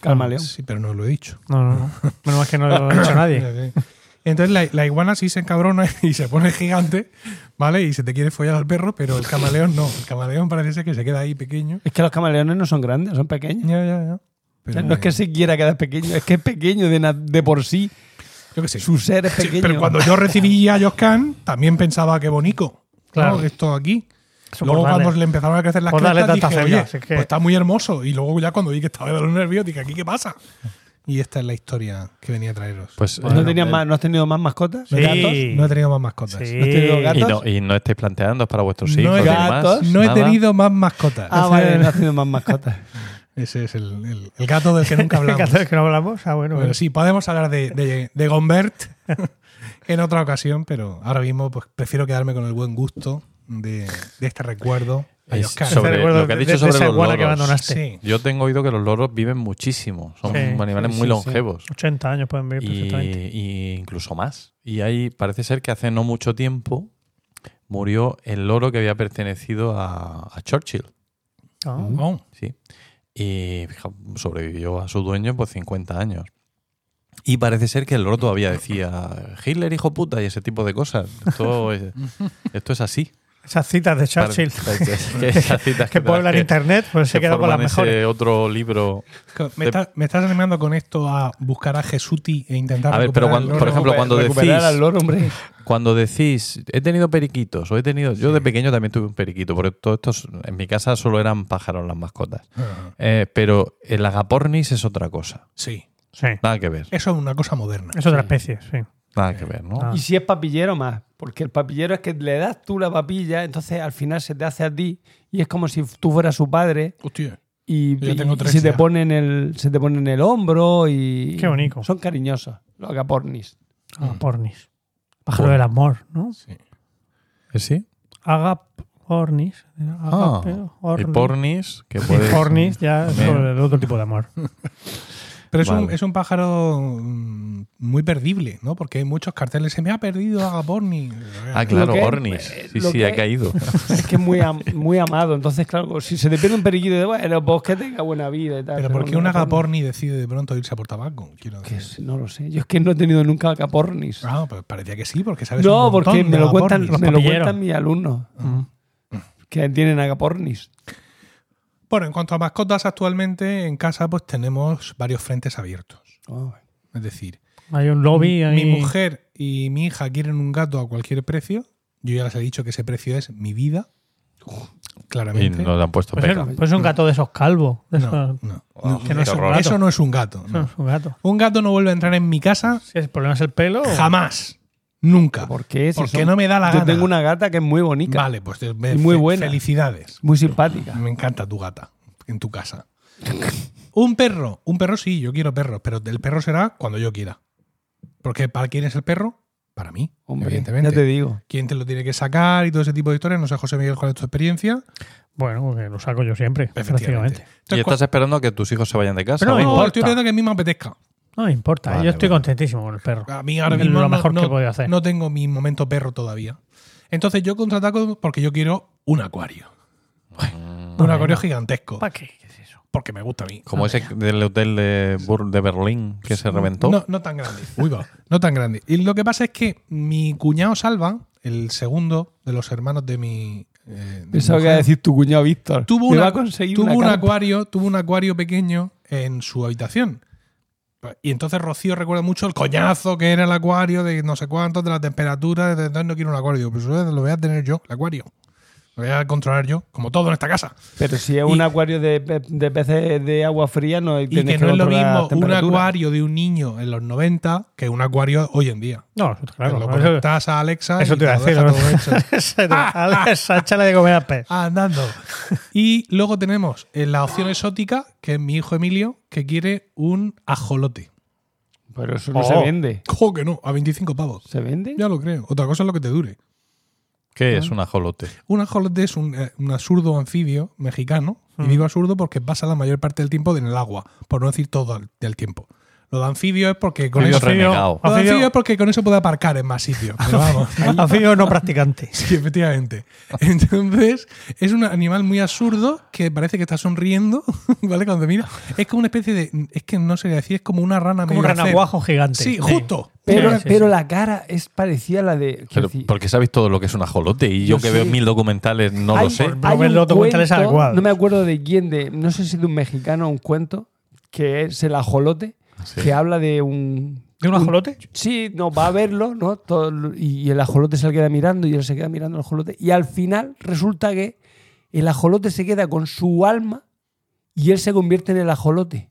Camaleón.
Sí, pero no lo he dicho.
No, no, no. Menos mal que no lo ha dicho nadie.
Entonces la, la iguana sí se encabrona y se pone gigante, ¿vale? Y se te quiere follar al perro, pero el camaleón no. El camaleón parece ser que se queda ahí pequeño.
Es que los camaleones no son grandes, son pequeños.
Ya, ya, ya. Pero,
no es que se quiera quedar pequeño, es que es pequeño de, na- de por sí.
Yo que sé.
Su ser es pequeño.
Pero cuando yo recibí a Joscan, también pensaba que bonito.
Claro.
Claro. Esto aquí.
Eso pues
luego
por darle-
cuando le empezaron a crecer las
por darle
crestas, dije,
tanta cebra,
"Oye,
si es que-
pues está muy hermoso. Y luego ya cuando vi que estaba de los nervios, dije, ¿aquí qué pasa? Y esta es la historia que venía a traeros.
Pues,
¿No,
eh,
tenías
eh,
más, ¿No has tenido más mascotas?
Sí.
¿Gatos?
No he tenido más mascotas.
Sí.
¿No has tenido
Y
gatos?
no, y no estáis planteando para vuestros
No
hijos.
he-
ni
Gatos.
pues más,
No he
nada.
tenido más mascotas.
Ah, vale, no has tenido más mascotas.
Ese es el, el- el gato del que nunca hablamos.
Cada vez que no hablamos, ah, bueno.
Bueno,
bueno.
sí, podemos hablar de, de, de Gombert en otra ocasión, pero ahora mismo pues, prefiero quedarme con el buen gusto de, de este recuerdo. de
Ay,
Oscar.
sobre-
Te recuerdo
lo que has
de-
dicho
de
sobre
esa
los
iguana que
loros.
abandonaste.
Sí.
Yo tengo oído que los loros viven muchísimo. Son
Sí,
animales
sí,
muy
sí, sí.
longevos.
80 años pueden vivir
y,
perfectamente.
y incluso más. Y ahí parece ser que hace no mucho tiempo murió el loro que había pertenecido a, a Churchill.
Ah,
Oh,
Sí. Y fija- sobrevivió a su dueño por 50 años. Y parece ser que el loro todavía decía Hitler, hijo puta, y ese tipo de cosas. Esto es, esto es así.
Esas citas de Churchill
Parece que esas citas
que
te
pueblan
das
internet, pues se
que
quedan con las
forman ese
mejores.
otro libro.
me, está- me estás animando con esto a buscar a Jesuti e intentar.
A ver,
recuperar
pero
el
cuando- por
oro?
ejemplo, cuando
Recuperar
decís-
al loro, hombre.
Cuando decís, he tenido periquitos, o he tenido. Yo de pequeño también tuve un periquito, porque todos estos. En mi casa solo eran pájaros las mascotas.
Ajá.
Eh, pero el agapornis es otra cosa.
Sí,
Sí.
Nada que ver.
eso es una cosa moderna.
Es otra especie, sí.
Nada que ver, ¿no?
Ah.
Y si es papillero más, porque el papillero es que le das tú la papilla, entonces al final se te hace a ti y es como si tú fueras su padre
Hostia.
y,
Yo ya tengo
y
tres
se, te
ya.
pone en el, se te pone en el hombro y...
Qué bonito.
Son cariñosos, los agapornis.
Ah, Pornis. Pájaro del amor, ¿no?
¿Eh, ¿Sí?
Agap Pornis.
Ah,
Agape,
y
ornis.
pornis, que
Y
puede.
Pornis ya es
También.
sobre otro tipo de amor.
Pero es, un,
Vale.
es un pájaro mm, muy perdible, ¿no? Porque hay muchos carteles. Se me ha perdido Agaporni.
Ah, claro,
Lo que-
ornis. Sí,
lo
sí,
que-
ha caído.
Es que es muy, am- muy amado, entonces claro, si se te pierde un periquito, de, bueno, pues que tenga buena vida y tal.
Pero ¿por qué
no,
un
no,
Agaporni decide de pronto irse a por tabaco? Quiero
que
decir.
es- No lo sé, yo es que no he tenido nunca agapornis.
Ah, pues parecía que sí, porque sabes
No,
un montón
porque
de
me lo, cuentan,
agapornis. Mm.
me lo
papilleros.
cuentan mis alumnos. Que tienen agapornis.
Bueno, en cuanto a mascotas, actualmente en casa pues tenemos varios frentes abiertos. Es decir,
Hay un lobby ahí.
mi mujer y mi hija quieren un gato a cualquier precio. Yo ya les he dicho que ese precio es mi vida.
y
Claramente.
no le han puesto
Pues
pega.
es, pues es un gato de esos calvos. de
No,
Ah.
esos-
no.
Wow,
No,
qué
eso,
horror.
eso no es un gato.
eso
no.
es un gato.
Un gato no vuelve a entrar en mi casa
Si el problema es el pelo.
jamás. Nunca.
Oh. ¿Por qué? Si
Porque
son-
no me da la
Yo
gana.
tengo una gata que es muy bonita,
Vale, pues te- me-
muy
fe-
buena.
felicidades.
muy simpática.
Me encanta tu gata en tu casa. Un perro, un perro sí, yo quiero perros, pero el perro será cuando yo quiera. Porque ¿para quién es el perro? Para mí,
Hombre,
evidentemente.
Ya te digo.
¿Quién te lo tiene que sacar y todo ese tipo de historias? No sé, José Miguel, cuál es tu experiencia.
Bueno, porque lo saco yo siempre,
Efectivamente.
prácticamente.
Y
Entonces,
estás esperando a que tus hijos se vayan de casa.
Pero
No,
no importa.
estoy viendo que a mí me apetezca.
No me importa,
Vale,
yo estoy
vale.
contentísimo con el perro.
A mí ahora
Es
mismo no-
lo mejor
no,
que puede hacer.
no tengo mi momento perro todavía. Entonces yo contraataco porque yo quiero un acuario. un
Vale,
acuario
no.
gigantesco.
¿Para qué? ¿Qué es eso?
Porque me gusta a mí.
Como ese del hotel de, Bur- de Berlín que se reventó.
No, no tan grande. Uy, va. No tan grande. Y lo que pasa es que mi cuñado Salva, el segundo de los hermanos de mi. eh, de mi
Pensaba que iba a
mujer,
decir tu cuñado Víctor.
tuvo,
Me
una-
va a conseguir
tuvo
una
un
carpa.
acuario, tuvo un acuario pequeño en su habitación. Y entonces Rocío recuerda mucho el coñazo que era el acuario de no sé cuánto, de la temperatura, de entonces no quiero un acuario. Digo, Pues eso lo voy a tener yo, el acuario. Lo voy a controlar yo, como todo en esta casa.
Pero si es
Y-
un acuario de, pe- de peces de agua fría, no
Y que
tienes
no es lo
controlar la
mismo un
temperatura.
acuario de un niño en los 90 que un acuario hoy en día.
No, eso está claro.
lo
Eso-
conectas a Alexa
Eso
y
te iba a
lo
decir.
deja
¿no?
todo hecho. Ah,
Se te- Alex, échale de comer al pez.
andando. Y luego tenemos eh, la opción exótica, que es mi hijo Emilio, que quiere un ajolote.
Pero eso no
Oh.
se vende.
¡Jo, que no! A 25 pavos.
¿Se vende?
Ya lo creo. Otra cosa es lo que te dure.
¿Qué es un ajolote?
Un ajolote es un, eh, un absurdo anfibio mexicano. Y digo absurdo porque pasa la mayor parte del tiempo en el agua, por no decir todo el, del tiempo. Lo de anfibio es porque con
Anfibio
eso.
renegado.
Lo de anfibio
Anfibio,
es porque con eso puede aparcar en más sitios. Pero vamos.
anfibio no practicante.
Sí, efectivamente. Entonces, es un animal muy absurdo que parece que está sonriendo, ¿vale? Cuando te mira. Es como una especie de. Es que no sé decir, es como una rana
Como un
medio hacer.
ranaguajo gigante.
Sí, justo.
Pero,
Sí, sí,
pero
sí.
la cara es parecida a la de. quiero
Pero,
decir,
porque sabéis todo lo que es un ajolote y yo,
Yo
que
sí.
veo mil documentales no
hay-
lo sé.
Por- ver
un
los documentales
cuento,
adecuados.
No me acuerdo de quién, de, no sé si de un mexicano o un cuento, que es el ajolote,
Sí.
que habla de un.
¿De un ajolote?
Sí, no, va a verlo, ¿no? Todo lo- y, y el ajolote se le queda mirando y él se queda mirando al ajolote. Y al final resulta que el ajolote se queda con su alma y él se convierte en el ajolote.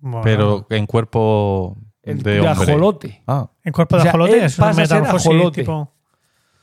Bueno,
Pero en cuerpo
El
de
de
hombre.
ajolote.
Ah,
En cuerpo de
O sea,
ajolote
él
es una
pasa a ser
metamorfosis
ajolote.
tipo.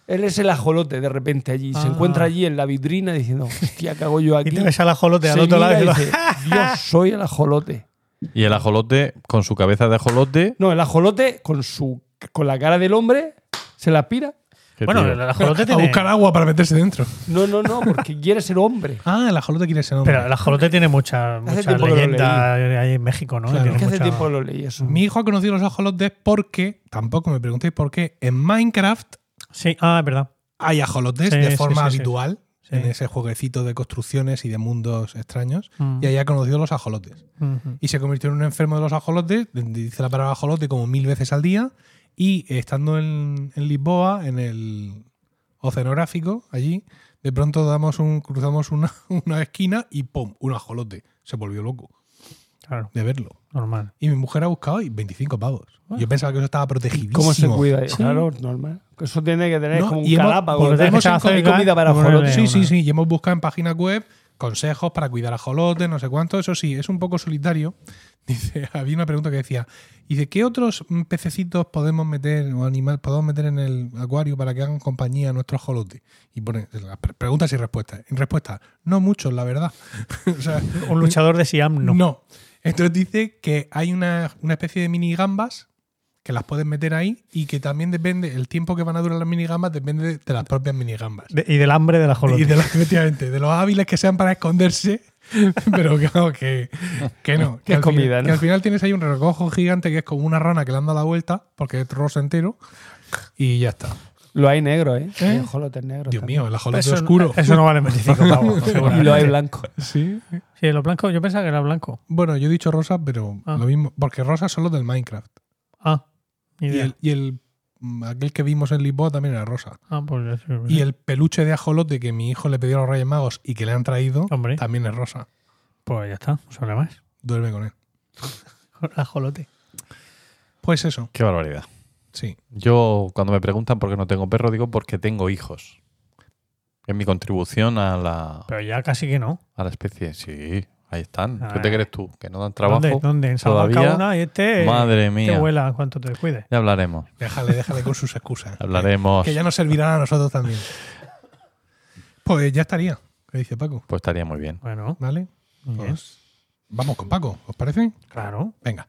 Él es el ajolote de repente allí. Se
Ah.
encuentra allí en la vitrina diciendo, hostia, ¿qué hago yo aquí?
Y te ves al ajolote al
Se
otro lado
mira
y "Ah".
y
dices,
dice, yo soy el ajolote.
y el ajolote con su cabeza de ajolote.
No, el ajolote con su con la cara del hombre se la aspira.
que
Bueno,
tío,
el ajolote
A
tiene.
buscar agua para meterse dentro.
No, no, no, porque quiere ser hombre.
Ah, el ajolote quiere ser hombre.
Pero el ajolote tiene mucha, mucha
tiempo que lo
leyenda ahí en México, ¿no?
Claro.
Tiene
Es que hace
mucha-
tiempo lo leí eso.
Mi hijo ha conocido los ajolotes porque, tampoco me preguntéis por qué, en Minecraft
Sí, ah, es verdad.
hay ajolotes
Sí,
de
sí,
forma
sí, sí.
habitual
Sí.
en ese jueguecito de construcciones y de mundos extraños.
Mm.
Y ahí ha conocido los ajolotes.
Ujú.
y se convirtió en un enfermo de los ajolotes, dice la palabra ajolote como mil veces al día, y estando en, en Lisboa, en el oceanográfico, allí, de pronto damos un, cruzamos una, una esquina y ¡pum! Un ajolote. Se volvió loco
Claro,
de verlo.
normal.
Y mi mujer ha buscado y 25 pavos. Yo pensaba que eso estaba protegidísimo.
Ah. ¿Cómo se cuida?
Sí.
Claro, normal. Eso tiene que tener
No,
como
y
un
hemos-
calápago.
porque
¿verdad?
hemos
Hay
encontrado-
comida para
Bueno,
ajolotes.
Sí, sí,
una-
sí. Y hemos buscado en páginas web consejos para cuidar ajolotes, no sé cuánto. Eso sí, es un poco solitario. Dice, había una pregunta que decía, dice, ¿qué otros mm, pececitos podemos meter o animal podemos meter en el acuario para que hagan compañía a nuestro ajolote? Y pone las pre- preguntas y respuestas. En respuesta, no muchos, la verdad. o sea,
Un luchador de Siam no.
no. Entonces dice que hay una, una especie de mini gambas que las puedes meter ahí y que también depende, el tiempo que van a durar las minigambas depende de, de las propias minigambas.
De- y del hambre del ajolote.
Y de los, efectivamente, de los hábiles que sean para esconderse, pero que, no, que, que no.
Que es
al final-
comida, ¿no?
que al final tienes ahí un recojo gigante que es como una rana que le han dado la vuelta, porque es rosa entero, y ya está.
Lo hay negro, ¿eh?
¿Eh?
Hay ajolotes negros.
Dios
también.
mío, el ajolote
eso,
oscuro.
eso no vale 25 pavos.
Y lo hay
seguramente.
blanco.
Sí.
Sí, lo blanco, yo pensaba que era blanco.
Bueno, yo he dicho rosa, pero
Ah.
lo mismo. Porque rosa solo del Minecraft.
Ah, ni
Y
idea.
el, y el- mm, aquel que vimos en Lisboa también era rosa.
ah, pues ya sé.
Y el peluche de ajolote que mi hijo le pidió a los Reyes Magos y que le han traído
Hombre.
también es rosa.
Pues ya está, no se habla más.
Duerme con él.
Ajolote.
Pues eso,
Qué barbaridad.
sí.
Yo, cuando me preguntan por qué no tengo perro, digo porque tengo hijos. Es mi contribución a la,
Pero ya casi que no.
a la especie. Sí, ahí están. ¿Qué
Ah.
te crees tú? Que no dan trabajo.
¿Dónde? ¿Dónde? En Salamanca
todavía.
una y este.
Madre
Te
mía.
vuela cuanto te cuides.
Ya hablaremos.
Déjale, déjale con sus excusas.
Hablaremos.
Que ya nos servirán a nosotros también. Pues ya estaría, que dice Paco.
Pues estaría muy bien.
Bueno,
¿Vale?
muy bien.
Pues vamos con Paco, ¿os parece?
claro.
Venga.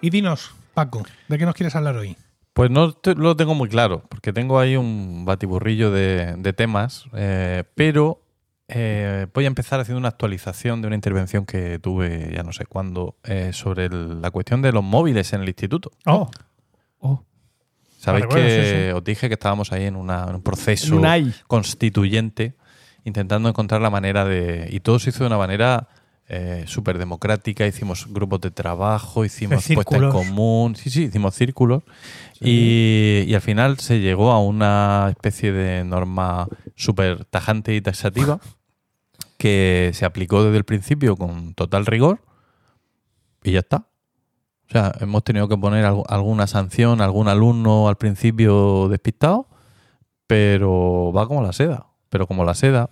Y dinos, Paco, ¿de qué nos quieres hablar hoy?
Pues no te- lo tengo muy claro, porque tengo ahí un batiburrillo de, de temas, eh, pero eh, voy a empezar haciendo una actualización de una intervención que tuve ya no sé cuándo eh, sobre el- la cuestión de los móviles en el instituto.
Oh,
Sabéis
Vale, bueno,
que
sí, sí.
os dije que estábamos ahí en, una- en un proceso
Unai.
constituyente intentando encontrar la manera de... Y todo se hizo de una manera eh, súper democrática, hicimos grupos de trabajo, hicimos
Círculos.
puestas en común, sí, sí, hicimos círculos. Y, y al final se llegó a una especie de norma súper tajante y taxativa que se aplicó desde el principio con total rigor y ya está. O sea, hemos tenido que poner algu- alguna sanción, algún alumno al principio despistado, pero va como la seda. Pero como la seda,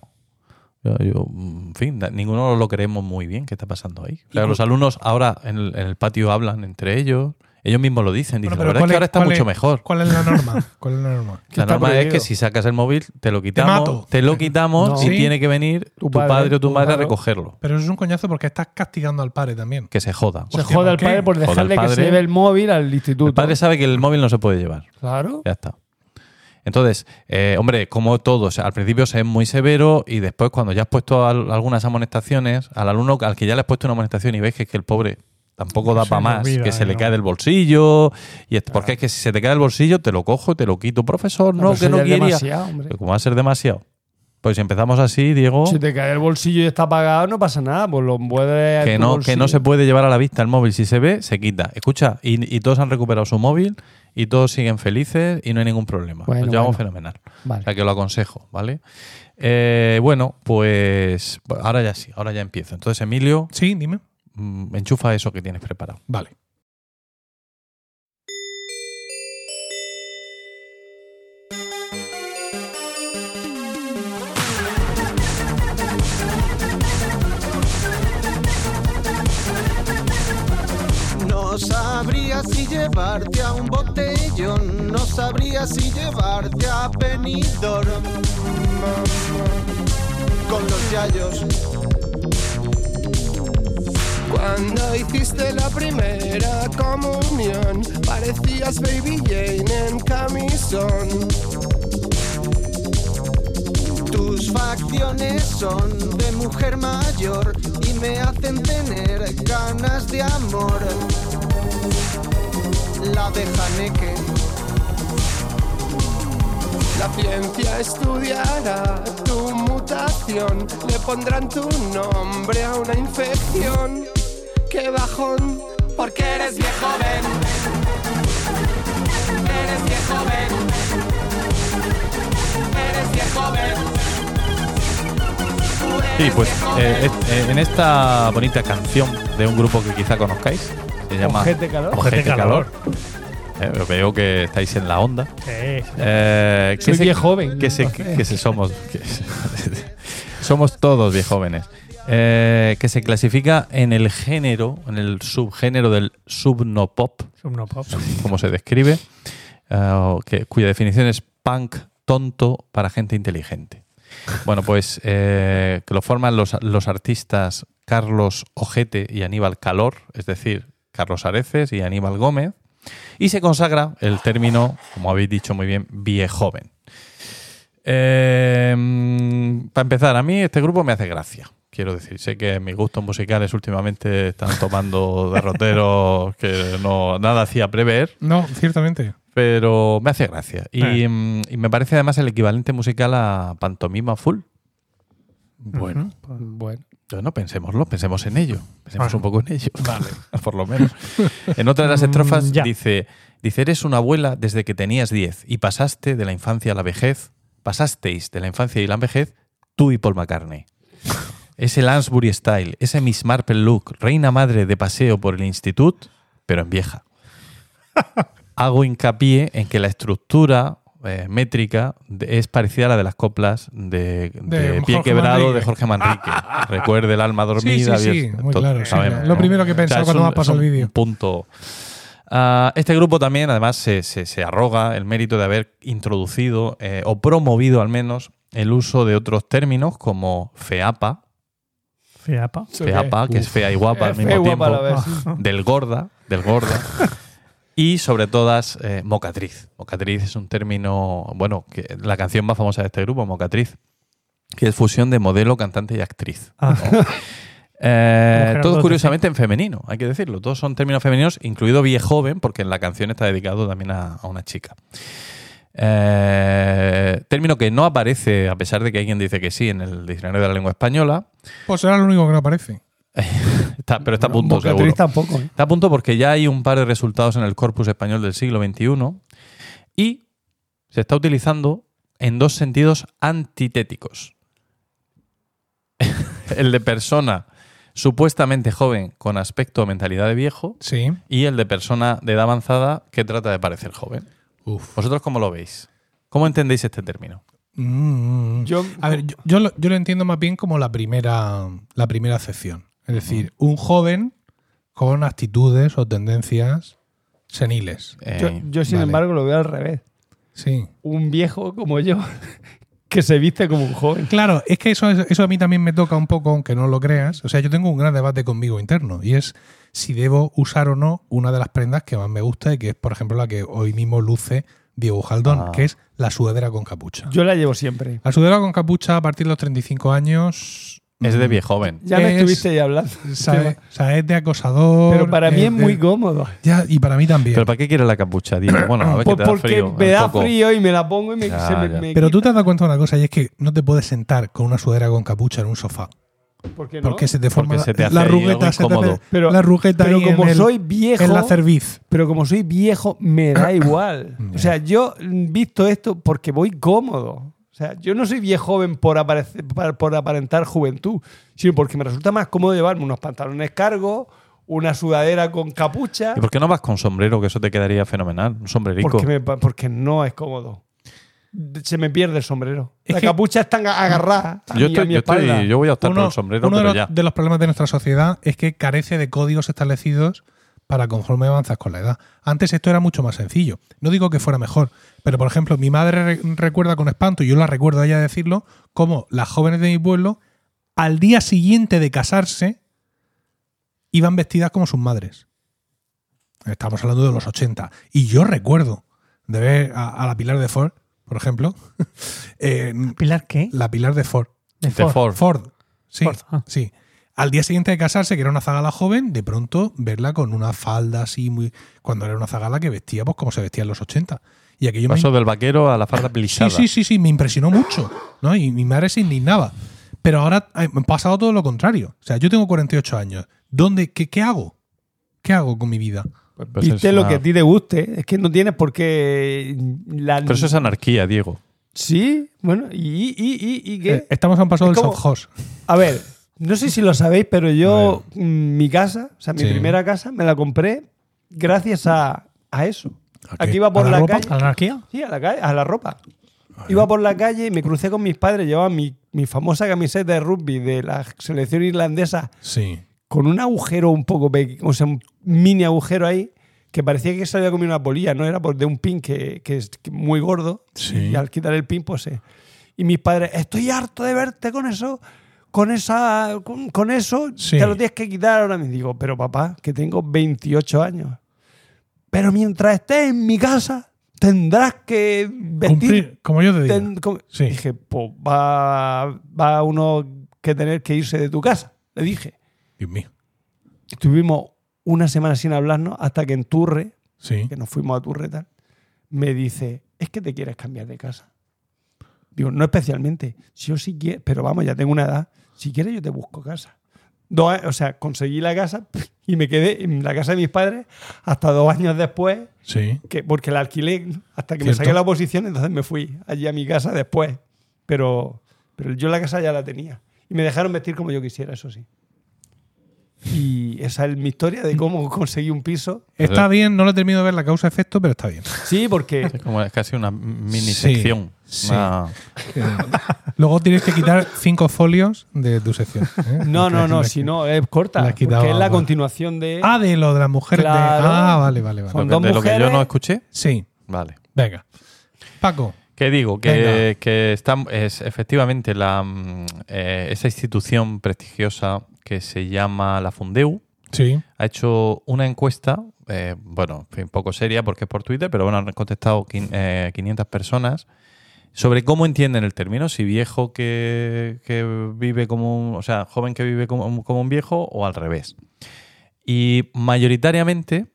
yo- yo, mm, en fin, da- ninguno lo creemos muy bien qué está pasando ahí. O sea, los alumnos ahora en el, en el patio hablan entre ellos, ellos mismos lo dicen, dicen,
Bueno, pero
la verdad es que
¿cuál
ahora está
cuál
mucho mejor.
¿Cuál es la norma? ¿Cuál es la norma?
¿Qué
La
está
norma es que
prohibido?
si sacas el móvil, te lo quitamos,
mato.
te lo quitamos
No.
y
Sí.
tiene que venir tu, padre, o tu madre a recogerlo.
Pero eso es un coñazo porque estás castigando al padre también.
Que se joda.
Se
Hostia,
jode al
¿por qué?
padre por
Joder,
dejarle
el
que se
padre.
lleve el móvil al instituto.
El padre sabe que el móvil no se puede llevar.
Claro.
Ya está. Entonces, eh, hombre, como todos, al principio se es muy severo y después cuando ya has puesto al- algunas amonestaciones, al alumno al que ya le has puesto una amonestación y ves que, es que el pobre tampoco da
Se
para
le
más,
olvida,
que se le
¿no?
cae del bolsillo, y es- porque es que si se te cae del bolsillo te lo cojo, te lo quito, profesor, no,
Pero eso
que no
ya es
quería.
demasiado, hombre.
Pero como va a ser demasiado. Pues si empezamos así, Diego,
Si te cae el bolsillo y está apagado, no pasa nada. Pues lo puedes.
que
tu
no, que no
bolsillo.
se puede llevar a la vista el móvil, si se ve, se quita. Escucha, y, y todos han recuperado su móvil y todos siguen felices y no hay ningún problema.
Bueno,
Nos llevamos
bueno.
fenomenal.
Vale.
O sea que lo aconsejo, ¿vale? Eh, bueno, pues ahora ya sí, ahora ya empiezo. Entonces, Emilio,
Sí, dime.
mm, enchufa eso que tienes preparado.
Vale.
No sabría si llevarte a un botellón, no sabría si llevarte a Benidorm. Con los yayos. Cuando hiciste la primera comunión, parecías Baby Jane en camisón. Tus facciones son de mujer mayor y me hacen tener ganas de amor. La de Haneke. La ciencia estudiará tu mutación, le pondrán tu nombre a una infección. ¡Qué bajón! Porque eres viejo, ven. Eres viejo, ven. Eres viejo, ven.
Sí, pues eh, es- eh, en esta bonita canción de un grupo que quizá conozcáis, se llama
Ojete Calor.
Ojete
Ojete
Calor. Eh, veo que estáis en la onda.
sí, sí.
Eh,
Soy
se-
viejo joven.
Que, se, que se somos. que se- somos todos viejo jóvenes. Eh, que se clasifica en el género, en el subgénero del subnopop,
Subnopop.
como se describe, eh, o que, cuya definición es punk tonto para gente inteligente. Bueno, pues eh, que lo forman los, los artistas Carlos Ojete y Aníbal Calor, es decir, Carlos Areces y Aníbal Gómez, y se consagra el término, como habéis dicho muy bien, viejoven. Eh, mm, para empezar, a mí este grupo me hace gracia. Quiero decir, sé que mis gustos musicales últimamente están tomando derroteros que no, nada hacía prever,
No, ciertamente.
pero me hace gracia. Y,
Eh.
mm, y me parece además el equivalente musical a Pantomima Full.
Bueno.
Bueno.
Entonces, no pensémoslo, pensemos en ello. Pensemos
Ah.
un poco en ello. Vale. Por lo menos. En otra de las estrofas
Mm, ya.
dice, dice, eres una abuela desde que tenías 10 y pasaste de la infancia a la vejez, pasasteis de la infancia y la vejez, tú y Paul McCartney. Ese Lansbury Style, ese Miss Marple look, reina madre de paseo por el instituto, pero en vieja. Hago hincapié en que la estructura eh, métrica de- es parecida a la de las coplas de, de
De
Pie
Jorge
Quebrado de
Manrique.
Jorge Manrique. Recuerde el alma dormida.
Sí, sí, sí,
bien,
muy
todo-
claro, sí,
sabemos,
claro. Lo primero que he pensado
es
cuando
un-
me has pasado
es
el
un
vídeo.
Punto. Ah, este grupo también, además, se, se- se arroga el mérito de haber introducido eh, o promovido al menos el uso de otros términos como feapa,
Fiapa.
feapa, que es fea y guapa al mismo
Guapa, la
tiempo,
vez.
Ah,
del gorda, del gordo. Y sobre todas, eh, mocatriz. Mocatriz es un término, bueno, que la canción más famosa de este grupo, mocatriz, que es fusión de modelo, cantante y actriz.
Ah.
¿no? Eh,
Mujer
todos
adolescente.
curiosamente en femenino, hay que decirlo. Todos son términos femeninos, incluido viejoven, porque en la canción está dedicado también a, a una chica. Eh, término que no aparece, a pesar de que alguien dice que sí, en el diccionario de la lengua española,
Pues será lo único que no aparece.
Está- pero está a punto,
Mocatriz
seguro.
tampoco. ¿eh?
Está a punto porque ya hay un par de resultados en el corpus español del siglo XXI y se está utilizando en dos sentidos antitéticos. el de persona supuestamente joven con aspecto o mentalidad de viejo
Sí.
y el de persona de edad avanzada que trata de parecer joven.
Uf.
¿Vosotros cómo lo veis? ¿Cómo entendéis este término?
Mm, mm.
Yo,
A ver, yo, yo lo, yo lo entiendo más bien como la primera, la primera acepción. Es decir, un joven con actitudes o tendencias seniles.
Eh,
yo, yo, sin
vale.
embargo, lo veo al revés.
Sí.
Un viejo como yo que se viste como un joven.
Claro, es que eso, es- eso a mí también me toca un poco, aunque no lo creas. O sea, yo tengo un gran debate conmigo interno y es si debo usar o no una de las prendas que más me gusta y que es, por ejemplo, la que hoy mismo luce Diego Jaldón,
Ah.
que es la sudadera con capucha.
Yo la llevo siempre.
La sudadera con capucha a partir de los 35 años
Eh,
es de viejoven.
Ya me
Es-
estuviste ahí hablando.
¿Sabes? O sea, es de acosador.
Pero para mí es
de-
muy cómodo.
Ya, y para mí también.
¿Pero
Pero,
para qué quiere la capucha? Dime, bueno, a ver que
Pues
te da
porque
frío.
me
un
da
poco.
frío y me la pongo y me,
Ya,
se me-
ya.
me
tú te
quita.
has dado cuenta de una cosa, y es que no te puedes sentar con una sudadera con capucha en un sofá.
¿Por qué no?
Porque se te forma
Porque se te
la-
hace
la
ahí
rugeta.
algo
Se te
incómodo.
hace
Pero-
la rugeta
pero
ahí en
como
el-
soy viejo,
En la cerviz.
pero como soy viejo, me da igual. O sea, yo mm, visto esto porque voy cómodo. O sea, yo no soy viejo joven por, aparecer- par- por aparentar juventud, sino porque me resulta más cómodo llevarme unos pantalones cargos, una sudadera con capucha,
¿Y por qué no vas con sombrero? Que eso te quedaría fenomenal. Un sombrerico.
porque, me- porque no es cómodo. Se me pierde el sombrero.
Es
La
que-
capucha está agarrada a
yo,
mi- a
estoy,
mi
yo, estoy-
espalda.
yo voy a optar por
Uno,
el sombrero,
uno de,
pero
los,
ya.
de los problemas de nuestra sociedad es que carece de códigos establecidos para conforme avanzas con la edad. Antes esto era mucho más sencillo. No digo que fuera mejor, pero por ejemplo, mi madre re- recuerda con espanto, y yo la recuerdo a ella decirlo, como las jóvenes de mi pueblo, al día siguiente de casarse, iban vestidas como sus madres. Estamos hablando de los 80. Y yo recuerdo de ver a, a la Pilar de Ford, por ejemplo, eh,
¿Pilar qué?
la Pilar de Ford.
De
De
Ford.
Ford.
Ford. Sí,
Ford, ah.
sí. Al día siguiente de casarse, que era una zagala joven, de pronto verla con una falda así muy. Cuando era una zagala que vestía pues como se vestía en los 80. Y aquello me.
Paso del vaquero a la farda
Sí,
plisada.
sí, sí, sí, me impresionó mucho. ¿no? Y mi madre se indignaba. Pero ahora eh, ha pasado todo lo contrario. O sea, yo tengo 48 años. ¿Dónde, qué, qué hago? ¿Qué hago con mi vida?
Pues
Viste
es
lo
una-
que a ti te guste. Es que no tienes por qué. mm, La...
Pero eso es anarquía, Diego.
Sí, bueno, ¿y, y, y, y qué?
Eh, Estamos a un paso
Es
del
como-
soft
A ver, no sé si lo sabéis, pero yo, mm, mi casa, o sea, mi
Sí.
primera casa, me la compré gracias a, a eso.
¿A
Aquí
qué?
iba por
¿A la
la,
ropa?
calle.
¿A la anarquía?
Sí, a la, calle, a la ropa. Iba por la calle y me crucé con mis padres, llevaba mi, mi famosa camiseta de rugby de la selección irlandesa
Sí.
con un agujero un poco pequeño, o sea, un mini agujero ahí, que parecía que se había comido una bolilla, ¿no? Era por- de un pin que, que es muy gordo.
Sí.
Y al quitar el pin, pues se- Y mis padres, estoy harto de verte con eso, con esa con, con eso,
Sí.
te lo tienes que quitar ahora. Me digo, pero papá, que tengo 28 años. Pero mientras estés en mi casa, tendrás que vestir.
Cumplir, como yo te digo.
ten- com-".
Sí.
Dije, pues va, va uno que tener que irse de tu casa. Le dije.
Dios mío.
Estuvimos una semana sin hablarnos hasta que en Turre,
Sí.
que nos fuimos a Turre tal, me dice, es que te quieres cambiar de casa. Digo, no especialmente. Si yo sí quiero, pero vamos, ya tengo una edad. Si quieres, yo te busco casa. Dos a- o sea, conseguí la casa y me quedé en la casa de mis padres hasta dos años después,
Sí.
que, porque la alquilé ¿no? hasta que me
Cierto.
saqué la oposición, entonces me fui allí a mi casa después. Pero, pero yo la casa ya la tenía. Y me dejaron vestir como yo quisiera, eso sí. Y esa es mi historia de cómo conseguí un piso.
Está bien, no lo he terminado de ver la causa-efecto, pero está bien.
Sí, porque
Es como es casi una mini
Sí,
sección.
sí.
Una-
Eh, Luego tienes que quitar cinco folios de tu sección. ¿eh?
No, no, no,
La-
si no, es corta.
la
porque
quitaba,
es la
bueno.
continuación de.
Ah, de lo de las mujeres. de-
Claro.
Ah, vale, vale,
lo
vale.
Son
que-
dos
de lo que yo
mujeres.
no escuché.
Sí,
Vale.
venga. Paco,
¿Qué digo?
Venga.
Que, que está- es efectivamente la, mm, eh, esa institución prestigiosa que se llama la Fundeu,
Sí.
ha hecho una encuesta, eh, bueno, en fin, poco seria porque es por Twitter, pero bueno, han contestado quin- eh, 500 personas sobre cómo entienden el término, si viejo que, que vive como un, o sea, joven que vive como, un- como un viejo o al revés. Y mayoritariamente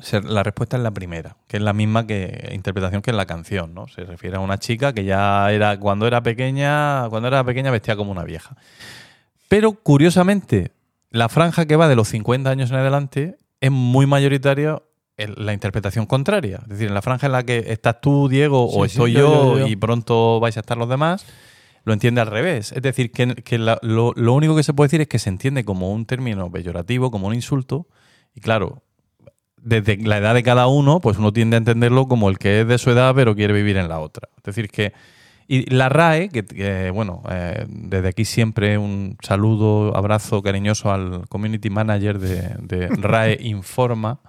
se- la respuesta es la primera, que es la misma que interpretación que en la canción, ¿no? Se refiere a una chica que ya era cuando era pequeña, cuando era pequeña vestía como una vieja. Pero curiosamente, la franja que va de los 50 años en adelante es muy mayoritaria en la interpretación contraria. Es decir, en la franja en la que estás tú, Diego, o
Sí, sí,
estoy
yo,
yo,
yo, yo.
y pronto vais a estar los demás, lo entiende al revés. Es decir, que, que la- lo, lo único que se puede decir es que se entiende como un término peyorativo, como un insulto, y claro, desde la edad de cada uno, pues uno tiende a entenderlo como el que es de su edad pero quiere vivir en la otra. Es decir, que... Y la RAE, que, que, bueno, eh, desde aquí siempre un saludo, abrazo cariñoso al community manager de, de RAE Informa,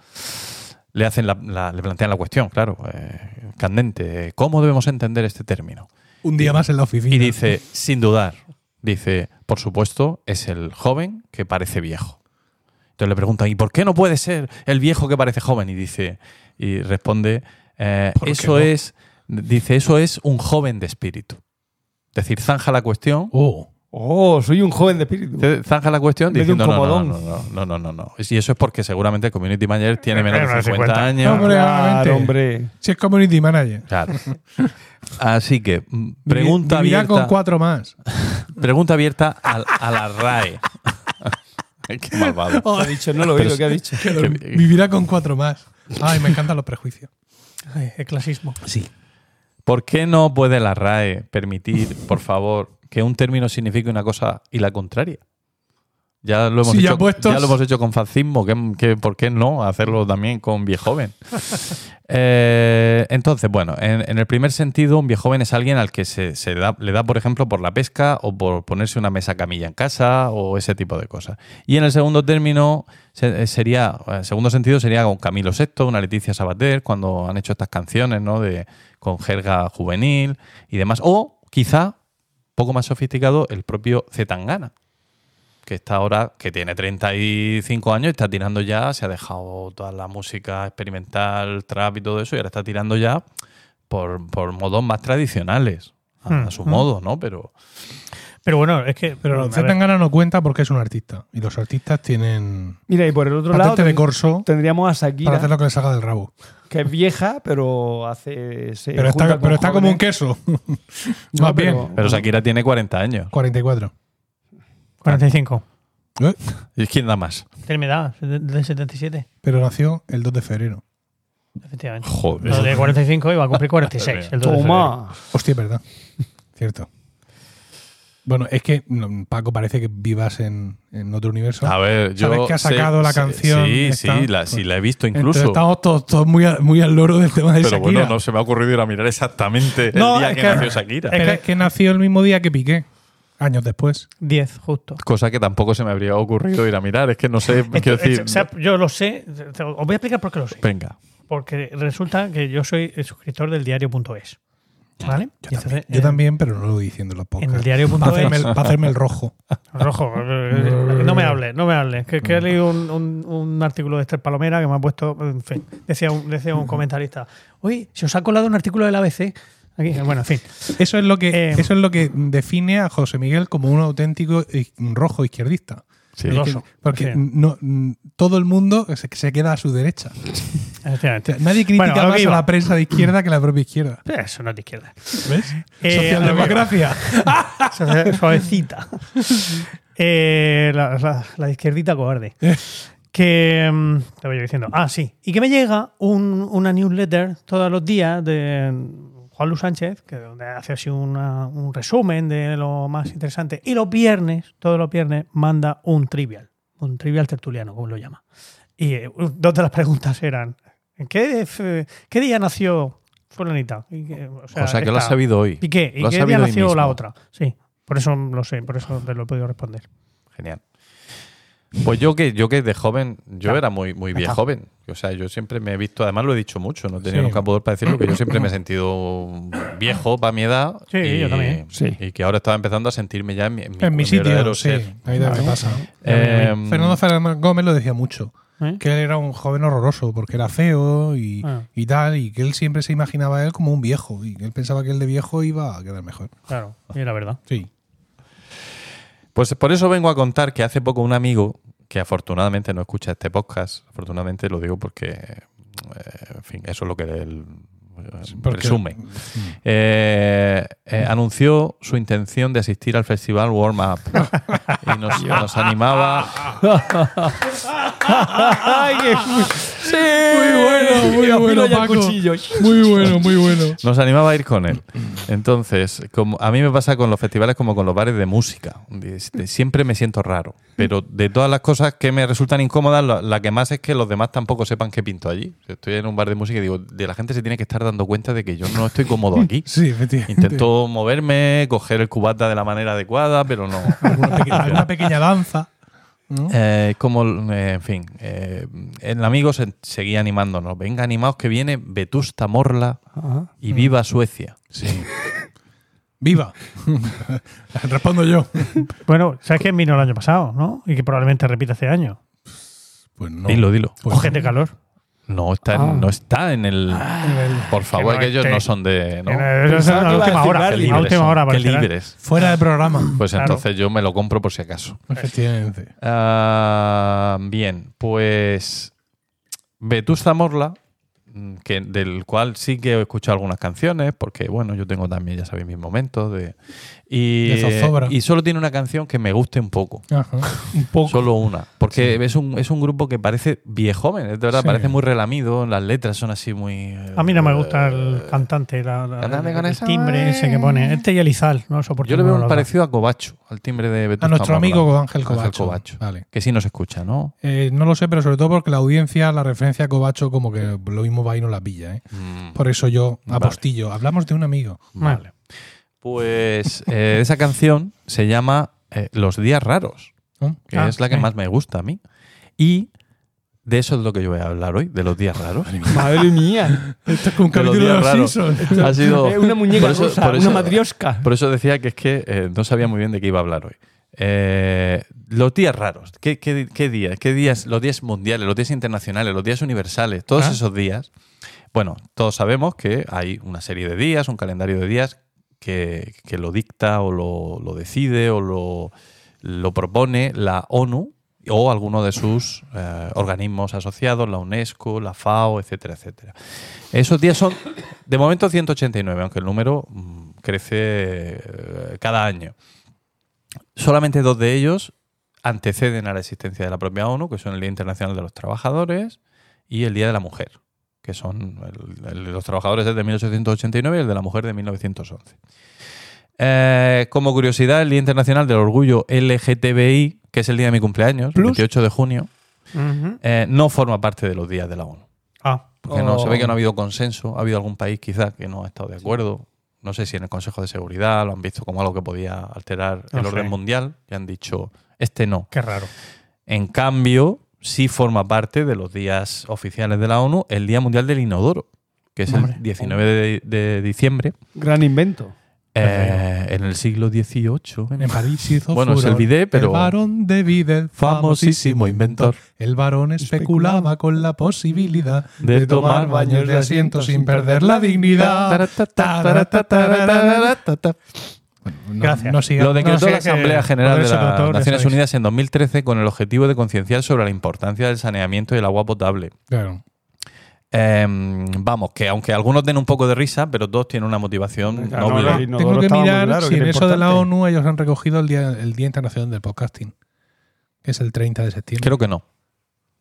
le, hacen la- la- le plantean la cuestión, claro, eh, candente, eh, ¿cómo debemos entender este término?
Un día más en la oficina.
Y dice, sin dudar, dice, por supuesto, es el joven que parece viejo. Entonces le preguntan, ¿y por qué no puede ser el viejo que parece joven? Y dice, y responde, eh,
¿Por qué
eso
no?
es, dice, eso es un joven de espíritu. Es decir, zanja la cuestión.
Oh.
Oh, soy un joven de espíritu.
Te zanja la cuestión
En vez de un
diciendo no, no,
comodón".
no, no, no, no, no, no. Y eso es porque seguramente el community manager tiene menos de 50, años.
Hombre, obviamente.
Claro, hombre.
Si es community manager.
Claro. Así que, mm, pregunta
Vivirá
abierta.
con cuatro más.
Pregunta abierta a, a la RAE. Qué malvado.
¿Qué ha dicho? No lo he oído, ¿qué ha dicho?
Vivirá con cuatro más. Ay, me encantan los prejuicios.
Ay, el clasismo.
¿Por qué no puede la RAE permitir, por favor, que un término signifique una cosa y la contraria? Ya lo hemos,
Sí, ya
hecho,
puestos.
ya lo hemos hecho con fascismo. ¿qué- qué- por qué no hacerlo también con viejoven? Eh, entonces, bueno, en, en el primer sentido, un viejoven es alguien al que se, se da- le da, por ejemplo, por la pesca o por ponerse una mesa camilla en casa o ese tipo de cosas. Y en el segundo término, se- eh, sería, en segundo sentido, sería con Camilo VI, una Leticia Sabater, cuando han hecho estas canciones, ¿no? De, con jerga juvenil y demás. O quizá, poco más sofisticado, el propio Zetangana que está ahora, que tiene 35 años, está tirando ya, se ha dejado toda la música experimental, trap y todo eso, y ahora está tirando ya por, por modos más tradicionales, a,
Hmm.
a su modo, ¿no? Pero
Pero bueno, es que.
Pero
a ver,
Zetangana no cuenta porque es un artista. Y los artistas tienen
Mira, y por el otro lado
patente de
ten-
corso
tendríamos
para
a
hacer
Shakira,
lo que le salga del rabo.
que es vieja, pero hace... se
Pero
junta
está,
con
pero está como
jóvenes.
un queso.
No,
Más
pero-
bien.
pero Shakira tiene 40 años.
44.
45.
¿Eh?
¿Y quién da más?
Tiene mi edad, del 77.
Pero nació el 2 de febrero.
Efectivamente.
Joder.
Lo de 45 iba a cumplir 46. el dos de febrero.
Toma.
Hostia, es verdad. Cierto. Bueno, es que no, Paco parece que vivas en, en otro universo.
A ver, yo.
Sabes que ha
sé-
sacado la
sé-
canción
Sí,
esta.
sí, la, sí, la he visto
Entonces
incluso.
estamos todos, todos muy, a- muy al loro del tema de
Pero
Shakira.
bueno, no se me ha ocurrido ir a mirar exactamente el
No,
día
es
que,
que-
nació Shakira.
Pero es que nació el mismo día que Piqué, años después.
10, justo.
Cosa que tampoco se me habría ocurrido ir a mirar. Es que no sé,
Esto-
quiero decir.
esto- o sea, yo lo sé. te- Os voy a explicar por qué lo sé.
Venga.
Porque resulta que yo soy el suscriptor del diario.es. ¿Vale?
Yo,
Y
también,
entonces,
yo
en-
también, pero no lo voy diciendo en los
En el
podcasts. Para hacerme, el,
diario.es.
pa' hacerme el rojo.
Rojo. eh, No me hables, no me hables. Que, que he leído un, un- un artículo de Esther Palomera que me ha puesto. En fin, decía un, decía un comentarista. Oye, se os ha colado un artículo del ABC. Aquí, bueno, en fin.
Eso es lo que
Eh,
eso es lo que define a José Miguel como un auténtico i- rojo izquierdista.
Sí.
Es que-
Roso.
porque
Sí.
no, mm, todo el mundo se, se queda a su derecha. O
Efectivamente.
sea, nadie critica
Bueno, a lo
más
que
a
iba.
la prensa de izquierda que la propia izquierda.
Eh, Eso no es de izquierda.
¿Ves?
Eh,
Socialdemocracia.
Suave- Suavecita. Eh, la, la- la izquierdita cobarde.
Eh.
Que. mm, Te voy yo diciendo. Ah, sí. Y que me llega un- una newsletter todos los días de Juan Luis Sánchez, que donde hace así una- un resumen de lo más interesante. Y los viernes, todos los viernes, manda un trivial. Un trivial tertuliano, como lo llama. Y eh, dos de las preguntas eran: ¿en ¿Qué, f- qué día nació Fulanita? Y que,
O sea, que lo has
esta-
sabido hoy.
¿Y qué? ¿Y
Lo has
qué día
sabido hoy
nació la
mismo.
otra? Sí, por eso lo sé, por eso te lo he podido responder.
Genial. Pues yo que, yo que de joven, yo era muy, muy bien
está.
joven. O sea, yo siempre me he visto, además lo he dicho mucho, no tenía
Sí.
nunca poder para decirlo, que yo siempre me he sentido viejo para mi edad.
Sí,
y,
yo también.
Sí.
Y que ahora estaba empezando a sentirme ya en mi, en mi-
En mi sitio,
verdadero
sí.
ser.
A mí también me pasa.
Eh,
Fernando Fernández Gómez lo decía mucho.
¿Eh?
Que él era un joven horroroso porque era feo y,
Ah.
y tal, y que él siempre se imaginaba a él como un viejo y que él pensaba que el de viejo iba a quedar mejor.
Claro, y la verdad.
Sí.
Pues por eso vengo a contar que hace poco un amigo, que afortunadamente no escucha este podcast, afortunadamente lo digo porque, eh, en fin, eso es lo que él eh,
porque-
presume, eh, eh, anunció su intención de asistir al festival Warm Up y nos, nos animaba
¡Ay, qué- ¡Sí! Muy
bueno, muy bueno, Paco. Muy bueno, muy bueno.
Nos animaba a ir con él. Entonces, como a mí me pasa con los festivales como con los bares de música. De- de- siempre me siento raro. Pero de todas las cosas que me resultan incómodas, la, la que más es que los demás tampoco sepan qué pinto allí. Estoy en un bar de música y digo, de la gente se tiene que estar dando cuenta de que yo no estoy cómodo aquí.
Sí, efectivamente.
Intento moverme, coger el cubata de la manera adecuada, pero no.
Alguna peque- alguna pequeña danza. ¿no?
Eh, como, eh, en fin, eh, el amigo se- seguía animándonos. Venga, animaos que viene Vetusta Morla y viva Suecia.
¡Viva! Respondo yo.
Bueno, ¿sabes quién vino el año pasado, no? Y que probablemente repita este año.
Pues no.
Dilo, dilo.
Pues
Ojete calor.
No está,
Ah.
en- no está en el. Por favor, que,
no
ellos
esté.
no son de. ¿no?
Que no, eso es
Pensaba
a
que iba a
última hora.
decir
Qué
Barbie.
A
libres
última
son,
hora,
qué
aparecerá.
libres.
Fuera de programa.
Pues
Claro.
entonces yo me lo compro por si acaso.
Efectivamente.
Ah, bien, pues. Vetusta Morla, mm, que, del cual sí que he escuchado algunas canciones, porque bueno, yo tengo también, ya sabéis, mis momentos de. Y,
De zozobra.
y solo tiene una canción que me guste un poco.
Ajá.
Un poco.
Solo una. Porque es, un, es un grupo que parece viejoven, es de verdad,
Sí.
parece muy relamido, las letras son así muy. eh,
A mí no me gusta el cantante, la- la-
Cantante
el,
con esa
timbre
voz.
ese que pone. Este y Elizal, no lo soporto.
Yo le veo
ninguno
un
de los
parecido a Covacho, al timbre de Vetusta
A nuestro
Morla.
amigo Ángel
Ángel
Cobacho.
Covacho.
Vale.
Que sí nos escucha, ¿no?
Eh, no lo sé, pero sobre todo porque la audiencia, la referencia a Cobacho, como que lo mismo va y no la pilla. ¿eh?
Pues,
Por eso yo
Vale.
apostillo. Hablamos de un amigo.
dos. Vale.
Pues eh, esa canción se llama eh, Los días raros,
¿no?
que
Ah,
es la que
sí.
más me gusta a mí. Y de eso es lo que yo voy a hablar hoy, de los días raros.
Madre mía.
Esto es un
De los
capítulo de
días
los
raros.
Simpsons.
Ha sido
Eh, una muñeca
por eso-
rusa,
por eso-
una matriosca.
Por eso decía que es que eh, no sabía muy bien de qué iba a hablar hoy. Eh, los días raros. ¿Qué, qué, qué días? ¿Qué días? Los días mundiales, los días internacionales, los días universales, todos
Ah.
esos días. Bueno, todos sabemos que hay una serie de días, un calendario de días que, que lo dicta o lo, lo decide o lo, lo propone la ONU o alguno de sus eh, organismos asociados, la UNESCO, la FAO, etcétera, etcétera. Esos días son, de momento, 189, aunque el número mm, crece eh, cada año. Solamente dos de ellos anteceden a la existencia de la propia ONU, que son el Día Internacional de los Trabajadores y el Día de la Mujer, que son el- el de los trabajadores es de 1889 y el de la mujer de 1911. Eh, como curiosidad, el Día Internacional del Orgullo LGTBI, que es el día de mi cumpleaños, el
Plus.
28 de junio,
Ujú.
eh, no forma parte de los días de la ONU.
Ah,
Porque no, se ve que
Oh.
no ha habido consenso, ha habido algún país quizás que no ha estado de acuerdo. No sé si en el Consejo de Seguridad lo han visto como algo que podía alterar
No
el
sé.
orden mundial y han dicho, este no.
qué raro.
En cambio, sí forma parte de los días oficiales de la ONU el Día Mundial del Inodoro, que es
Hombre.
el 19 de, de diciembre,
Gran invento.
eh, en el siglo XVIII.
En París hizo
Bueno, es el
furor
bidet, pero-
El varón de Bidet, famosísimo inventor. El varón especulaba con la posibilidad de, tomar baños de asiento sin perder la dignidad. No-
Gracias.
no siga-
Lo
no
decretó
siga
la
que-
Asamblea General de
poderes
las
autoritarios
Naciones
sois.
Unidas en 2013 con el objetivo de concienciar sobre la importancia del saneamiento y el agua potable.
Claro.
Eh, vamos, que aunque algunos den un poco de risa, pero todos tienen una motivación
Claro,
noble.
no, no, no.
Tengo
Inodoro
que
estaba muy
mirar
claro,
si
que
en
era
eso de la
importante.
ONU ellos han recogido el Día, el día Internacional del Podcasting, que es el 30 de septiembre.
Creo que no.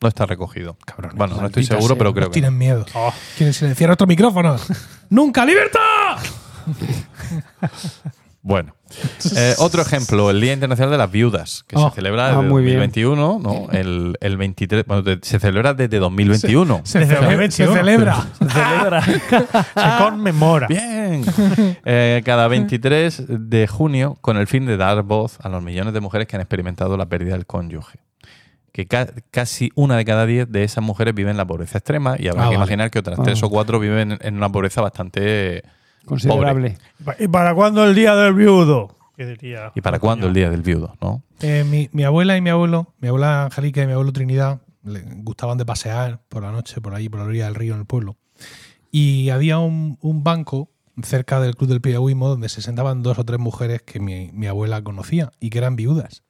No está recogido.
Cabrones,
bueno, no estoy
maldita
seguro,
sea,
pero
nos
creo que
Tienen miedo.
Oh.
Quieren silenciar otros micrófonos. ¡Nunca libertad!
Bueno, Eh, otro ejemplo, el Día Internacional de las Viudas, que
Oh,
se celebra
ah,
desde
muy bien.
2021, ¿no? El, el 23, bueno, de- se celebra desde 2021.
Se,
Desde
celebra-
2021.
se celebra.
Se celebra. se conmemora.
Bien. Eh, cada 23 de junio, con el fin de dar voz a los millones de mujeres que han experimentado la pérdida del cónyuge. que ca- casi una de cada diez de esas mujeres viven en la pobreza extrema y habrá
Ah, vale.
que imaginar que otras
Ah.
tres o cuatro viven en una pobreza bastante...
Considerable.
¿Y para cuándo el día del viudo? ¿Qué diría?
¿Y para cuándo el día del viudo? ¿no?
Eh, mi, mi abuela y mi abuelo, mi abuela Angélica y mi abuelo Trinidad, le gustaban de pasear por la noche, por ahí, por la orilla del río, en el pueblo. Y había un, un banco cerca del Club del Piragüismo donde se sentaban dos o tres mujeres que mi, mi abuela conocía y que eran viudas.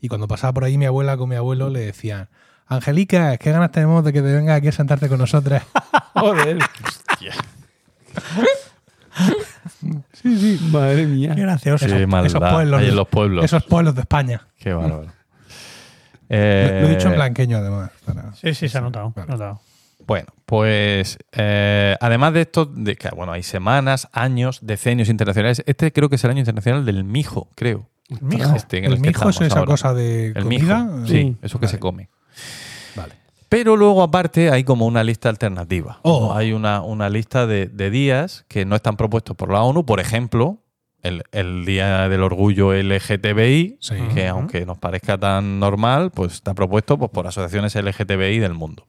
Y cuando pasaba por ahí mi abuela con mi abuelo le decían, Angélica, qué ganas tenemos de que te vengas aquí a sentarte con nosotras.
Joder. sí, sí. Madre mía.
Qué gracioso.
Qué maldad hay en los pueblos.
Esos pueblos de España.
Qué bárbaro.
Lo he dicho en
Eh,
blanqueño además. para-
Sí, sí, se ha notado.
Vale.
notado.
Bueno, pues eh, además de esto, de que, bueno, hay semanas, años, decenios internacionales. Este creo que es el año internacional del mijo, creo.
mijo.
Este en
El
que
mijo es
estamos
esa
ahora.
cosa de
El
comida.
mijo,
eh,
sí, eso que se come.
Vale.
Pero luego, aparte, hay como una lista alternativa.
Oh.
¿no? Hay una, una lista de, de días que no están propuestos por la ONU. Por ejemplo, el, el Día del Orgullo LGTBI,
Sí.
que aunque nos parezca tan normal, pues está propuesto pues, por asociaciones LGTBI del mundo.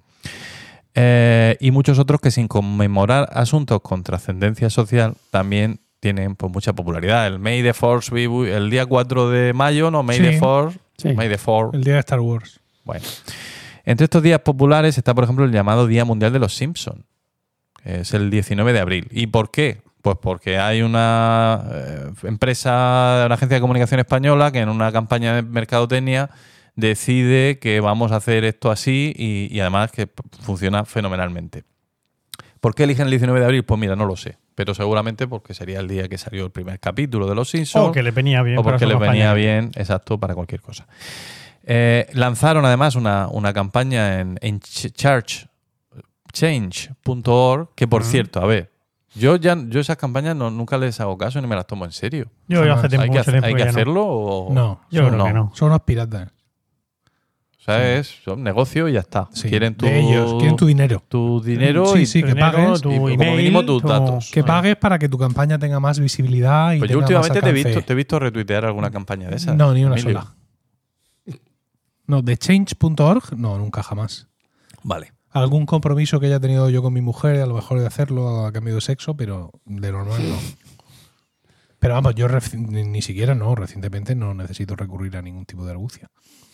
Eh, y muchos otros que sin conmemorar asuntos con trascendencia social también tienen pues, mucha popularidad. El May the Force be with- el día 4 de mayo, no, May
Sí.
the Force,
Sí.
May the Fourth.
El día de Star Wars.
Bueno. Entre estos días populares está, por ejemplo, el llamado Día Mundial de los Simpson. que Es el 19 de abril. ¿Y por qué? Pues porque hay una eh, empresa, una agencia de comunicación española que en una campaña de mercadotecnia decide que vamos a hacer esto así y, y además que p- funciona fenomenalmente. ¿Por qué eligen el 19 de abril? Pues mira, no lo sé. Pero seguramente porque sería el día que salió el primer capítulo de Los Simpsons
O que le venía bien.
o
para
porque
su
les venía
campaña.
bien, exacto, para cualquier cosa. Eh, lanzaron además una, una campaña en, en ch- church- change.org, que por cierto, a ver, yo ya yo esas campañas no, nunca les hago caso ni me las tomo en serio.
Yo ya hace tiempo
¿Hay que,
mucho
hacer-
tiempo
hay que
ya no.
hacerlo o
No,
Yo
o
creo que no.
Son unos piratas.
O sea, es son negocio y ya está.
Sí.
Quieren tu,
De ellos, quieren tu dinero.
tu dinero
Sí,
y,
sí,
Tu
que
dinero,
pagues.
tu
y como
email,
mínimo tus
tu-
datos.
Que pagues para que tu campaña tenga más visibilidad y
Pues yo
tenga
últimamente
más
te he
alcance.
visto, te he visto retuitear alguna campaña de esas.
No, ni una
Emilio.
sola. No, de change.org, no, nunca jamás.
Vale.
Algún compromiso que haya tenido yo con mi mujer, a lo mejor de hacerlo a cambio de sexo, pero de normal no. Pero vamos, yo reci- ni, ni siquiera, no, recientemente no necesito recurrir a ningún tipo de argucia.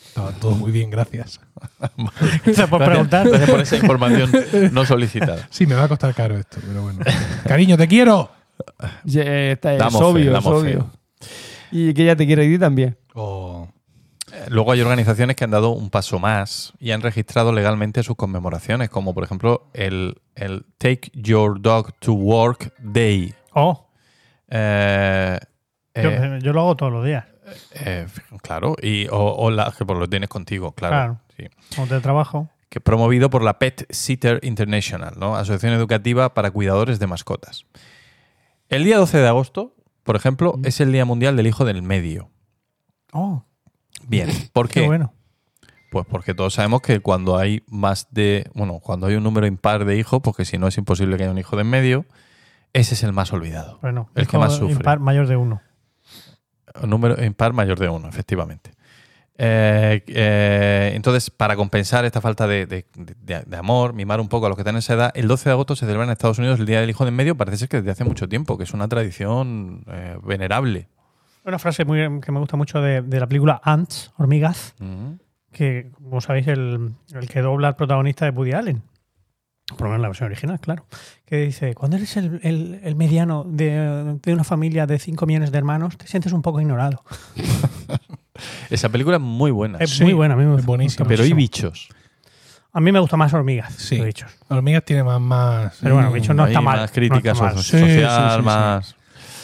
Estaba todo muy bien, gracias.
Se puede preguntar.
Gracias por esa información no solicitada.
Sí, me va a costar caro esto, pero bueno. Cariño, te quiero.
Ya, eh, está- es
Damos fe,
obvio, es
damos
obvio. Y que ella te quiere ir también.
O-
Luego hay organizaciones que han dado un paso más y han registrado legalmente sus conmemoraciones, como por ejemplo el, el Take Your Dog to Work Day.
Oh,
Eh,
yo,
eh,
yo lo hago todos los días.
eh, claro, y, o, o la- que por lo tienes contigo, claro.
Claro.
sí.
Cuando te trabajo.
Que promovido por la Pet Sitter International, ¿no? Asociación Educativa para Cuidadores de Mascotas. El día 12 de agosto, por ejemplo,
Mm.
es el Día Mundial del Hijo del Medio.
Oh,
Bien, ¿por
qué,
qué?
bueno.
Pues porque todos sabemos que cuando hay más de. Bueno, cuando hay un número impar de hijos, porque si no es imposible que haya un hijo de en medio, ese es el más olvidado.
Bueno,
El que
hijo
más sufre.
impar mayor de uno.
Un número impar mayor de uno, efectivamente. Eh, eh, entonces, para compensar esta falta de, de- de- de amor, mimar un poco a los que están en esa edad, el 12 de agosto se celebra en Estados Unidos el Día del Hijo de en medio, parece ser que desde hace mucho tiempo, que es una tradición eh, venerable.
Una frase muy, que me gusta mucho de, de la película Ants, hormigas, que, como sabéis, el, el que dobla al protagonista de Woody Allen. Por lo menos en la versión original, claro. Que dice, cuando eres el, el- el mediano de, de una familia de 5 millones de hermanos, te sientes un poco ignorado.
Esa película es muy buena.
Es
Sí,
muy buena, a mí me
es
gusta
buenísima.
pero hay
Eh, muchísimo.
bichos.
A mí me gusta más hormigas
Sí.
que bichos.
Hormigas tiene más. más mm,
Pero bueno, bichos no
Hay
está mal.
Más críticas
no está mal.
so- social,
Sí, sí, sí, sí.
más.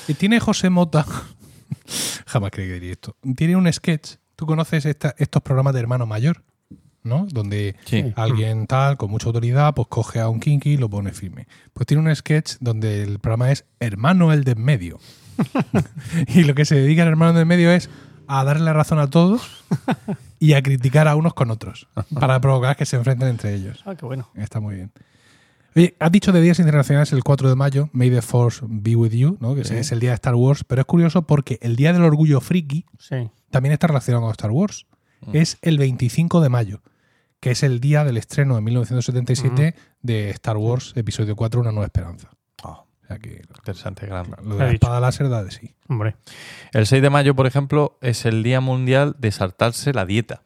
Y tiene José Mota. Jamás creí que diría esto. Tiene un sketch. Tú conoces esta- estos programas de hermano mayor, ¿no? Donde
Sí.
alguien tal, con mucha autoridad, pues coge a un kinky y lo pone firme. Pues tiene un sketch donde el programa es Hermano el de en medio. y lo que se dedica el hermano de en medio es a darle la razón a todos y a criticar a unos con otros para provocar que se enfrenten entre ellos.
Ah, qué bueno.
Está muy bien. Oye, has dicho de días internacionales el 4 de mayo, May the Force be with you, ¿no? que es- es el día de Star Wars, pero es curioso porque el día del orgullo friki
Sí.
Mm.
también está relacionado con Star Wars. Es el 25 de mayo. que es el día del estreno de 1977
Mm.
de Star Wars Episodio 4, Una Nueva Esperanza.
Ah.
O sea que
Interesante, gran.
lo
Ha
de la
dicho.
espada láser da de sí.
Hombre.
El 6 de mayo, por ejemplo, es el Día Mundial de saltarse la dieta.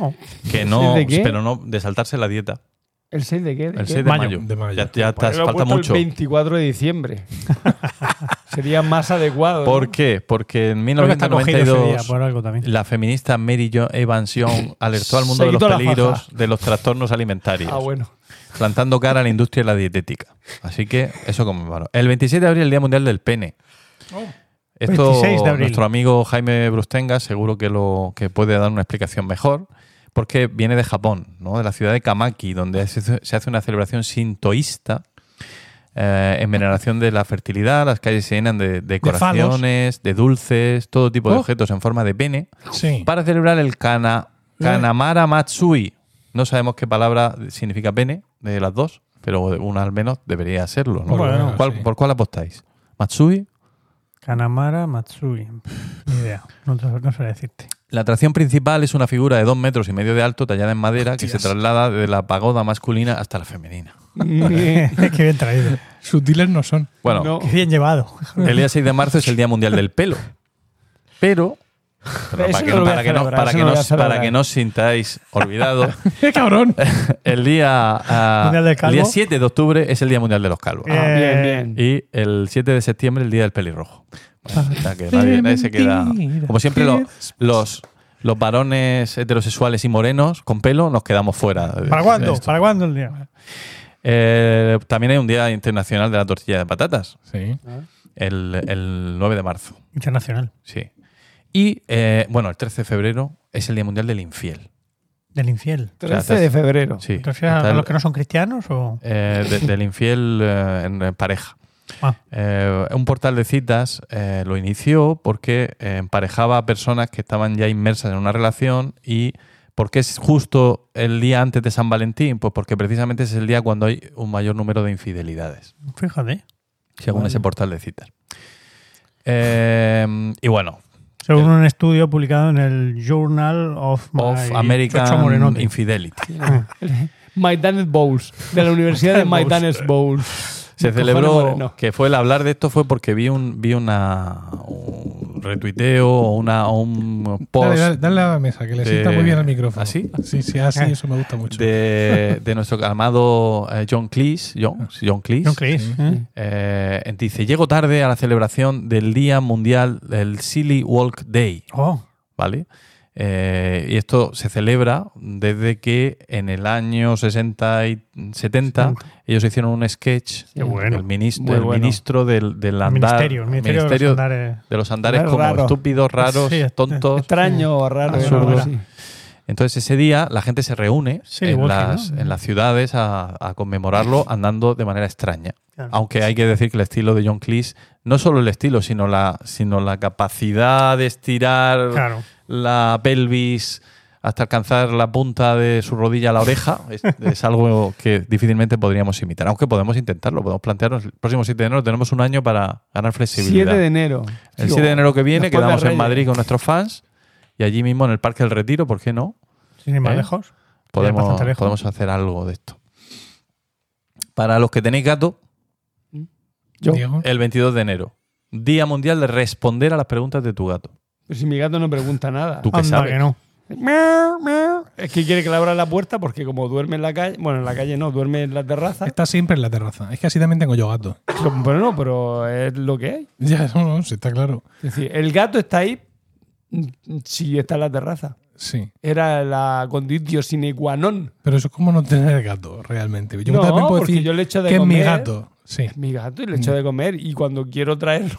Oh.
Que no,
¿De qué?
pero no, de saltarse la dieta.
¿El 6 de qué?
El 6 de mayo.
De mayo.
Ya, ya te-
Pues lo he
falta
puesto
mucho.
El 24 de diciembre. Sería más adecuado.
¿Por qué? Porque en
Creo que está cogido ese día
1992
por algo también.
la feminista Mary Jo Evans Young alertó al mundo
Se
de los
quitó la
peligros
faja.
de los trastornos alimentarios,
Ah, bueno.
plantando cara a la industria de la dietética. Así que eso como malo. El 27 de abril, el Día Mundial del Pene. Esto
26 de abril.
nuestro amigo Jaime Brustenga seguro que lo que puede dar una explicación mejor, porque viene de Japón, ¿no? de la ciudad de Kamaki, donde se hace- se hace una celebración sintoísta eh, en veneración de la fertilidad. Las calles se llenan de decoraciones, de, dulces, todo tipo de
Oh.
objetos en forma de pene,
Sí.
para celebrar el kana, Kanamara Matsui. No sabemos qué palabra significa pene de las dos, pero una al menos debería serlo. ¿no?
Por lo menos,
¿Cuál-
sí.
¿Por cuál apostáis? ¿Matsui?
Kanamara Matsui. Pff, Ni idea. No, te- no sabría decirte.
La atracción principal es una figura de dos metros y medio de alto tallada en madera que
Hostias.
se traslada de la pagoda masculina hasta la femenina.
Qué bien traído.
Sutiles no son.
Bueno,
No.
Qué bien llevado.
el día 6 de marzo es el Día Mundial del Pelo. Pero, pero
Eso
para, que,
no lo voy a
para que no,
celebrar,
para
eso
que
no lo
no
voy a
os- para
celebrar.
que no os sintáis olvidados,
¡Qué cabrón!
el día, ah,
Mundial del
el día
calvo.
7 de octubre es el Día Mundial de los Calvos.
Eh.
Ah, bien, bien.
Y el 7 de septiembre el Día del Pelirrojo. O sea que nadie, nadie se queda. Como siempre, lo- los, los varones heterosexuales y morenos con pelo nos quedamos fuera. de-
¿Para
de
cuándo?
esto.
¿Para cuándo el día?
Eh, también hay un Día Internacional de la Tortilla de Patatas,
Sí.
el, el 9 de marzo,
Internacional.
sí. Y, eh, bueno, el 13 de febrero es el Día Mundial del Infiel.
Del infiel.
13 Este de febrero. ah,
Sí.
¿Te refieres
Está
a
el-
los que no son cristianos o
eh, de- del infiel eh, en en pareja.
Ah.
Eh, un portal de citas eh, lo inició porque eh, emparejaba a personas que estaban ya inmersas en una relación y ¿por qué es justo el día antes de San Valentín? Pues porque precisamente es el día cuando hay un mayor número de infidelidades.
fíjate,
según ese portal de citas. Eh, y bueno,
según un estudio publicado en el Journal of,
of
My- Chocho
American
Morenotti.
Infidelity.
Maidanet Bowls, de la Universidad de Maidanet Bowls.
Se
Cojones
celebró
moreno.
que fue el hablar de esto fue porque vi un vi una un retuiteo o una o un
Dale,
post
dale, dale a la mesa, que le
de-
sienta muy bien al micrófono.
Pues, eh, ¿Así?
Sí, sí, así, eso me gusta mucho.
de, de nuestro amado eh, John Cleese,
Ah,
John, John Cleese,
¿No creéis? ¿Eh?
eh, dice, llego tarde a la celebración del Día Mundial del Silly Walk Day.
Oh,
¿vale? Eh, y esto se celebra desde que en el año 60 y 70 ellos hicieron un sketch,
Qué bueno.
el ministro,
Muy
el
bueno.
ministro del, del andar,
ministerio, el ministerio,
ministerio
de los andares.
de los andares
Raro,
como
raro.
estúpidos, raros,
Sí,
tontos.
Extraño o raro.
Absurdo.
algo así.
Entonces ese día la gente se reúne
Sí,
en,
igual que
las,
no.
en las ciudades a, a conmemorarlo andando de manera extraña.
Claro.
Aunque hay que decir que el estilo de John Cleese, no solo el estilo, sino la, sino la capacidad de estirar
Claro.
la pelvis hasta alcanzar la punta de su rodilla a la oreja, es, es algo que difícilmente podríamos imitar. Aunque podemos intentarlo, podemos plantearnos. El próximo 7 de enero tenemos un año para ganar
7
flexibilidad.
de enero.
el 7 de enero que viene
Después de
quedamos en
Reyes.
Madrid con nuestros fans y allí mismo en el Parque del Retiro, ¿por qué no?
Sin ir más
¿Eh?
lejos.
Podemos,
bastante lejos.
podemos hacer algo de esto. Para los que tenéis gato,
Yo.
Diego.
el 22 de enero, Día Mundial de Responder a las Preguntas de tu gato.
Pero si mi gato no pregunta nada.
Tú que
Anda,
sabes.
que no.
Miau, miau. Es que quiere que le abra la puerta porque como duerme en la calle, bueno, en la calle no, duerme en la terraza.
Está siempre en la terraza. Es que así también tengo yo gato.
Pero no, pero es lo que hay.
Ya, no, no, sí, está claro.
Es decir, el gato está ahí mm, si está en la terraza.
Sí.
Era la conditio sine qua non.
Pero eso es como no tener gato, realmente. Yo
No,
también puedo
porque
decir
yo le echo de
que es mi
comer.
gato. Sí.
Mi gato y le echo de comer y cuando quiero traerlo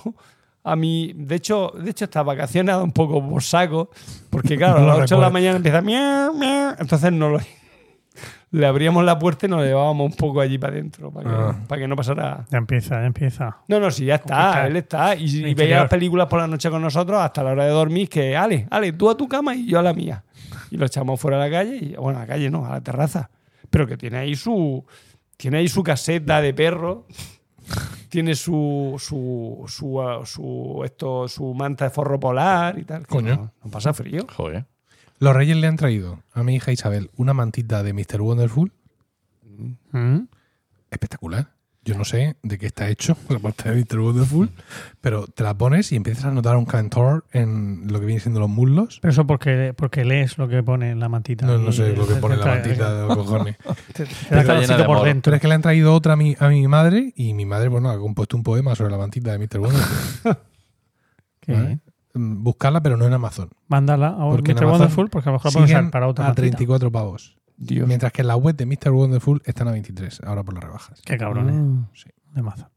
a mí, de hecho, de hecho estas vacaciones ha dado un poco por saco porque
No
claro, a
lo
las 8 de la
recuerdo.
mañana empieza miau, miau, entonces no lo le abríamos la puerta y nos lo llevábamos un poco allí para adentro para que,
Ah.
para que no pasara
Ya empieza, ya empieza.
No, no, sí, ya
Conquistar.
está, él está. Y, y veía
interior.
las películas por la noche con nosotros hasta la hora de dormir, que, Ale, Ale, tú a tu cama y yo a la mía. Y lo echamos fuera a la calle, y, bueno, a la calle no, a la terraza. Pero que tiene ahí su, tiene ahí su caseta de perro, tiene su, su, su, ah, su- esto, su manta de forro polar y tal. que
Coño.
No, no pasa frío.
Joder.
Los reyes le han traído a mi hija Isabel una mantita de Mr. Wonderful
Mm.
espectacular. Yo no sé de qué está hecho la parte de Mr. Wonderful, pero te la pones y empiezas a notar un cantor en lo que viene siendo los muslos.
Pero eso porque, porque lees lo que pone en la mantita.
No, no sé
Y-
lo que pone la
te-
mantita de los cojones.
Te, te
Está
da
llena
calorcito
de
por
amor.
dentro.
Pero es que le han traído otra a mi, a mi madre y mi madre, bueno, ha compuesto un poema sobre la mantita de Mr. Wonderful.
Qué
¿vale?
bien.
Mm, Buscarla, pero no en Amazon.
Mándala a
Porque en
Mr.
Amazon
Wonderful porque a lo mejor la puedes
Siguen
usar para otra
a
mantita.
34 pavos.
Dios.
Mientras que en la web de Mr. Wonderful están a 23, ahora por las rebajas.
Qué cabrones.
Mm.
De mazo.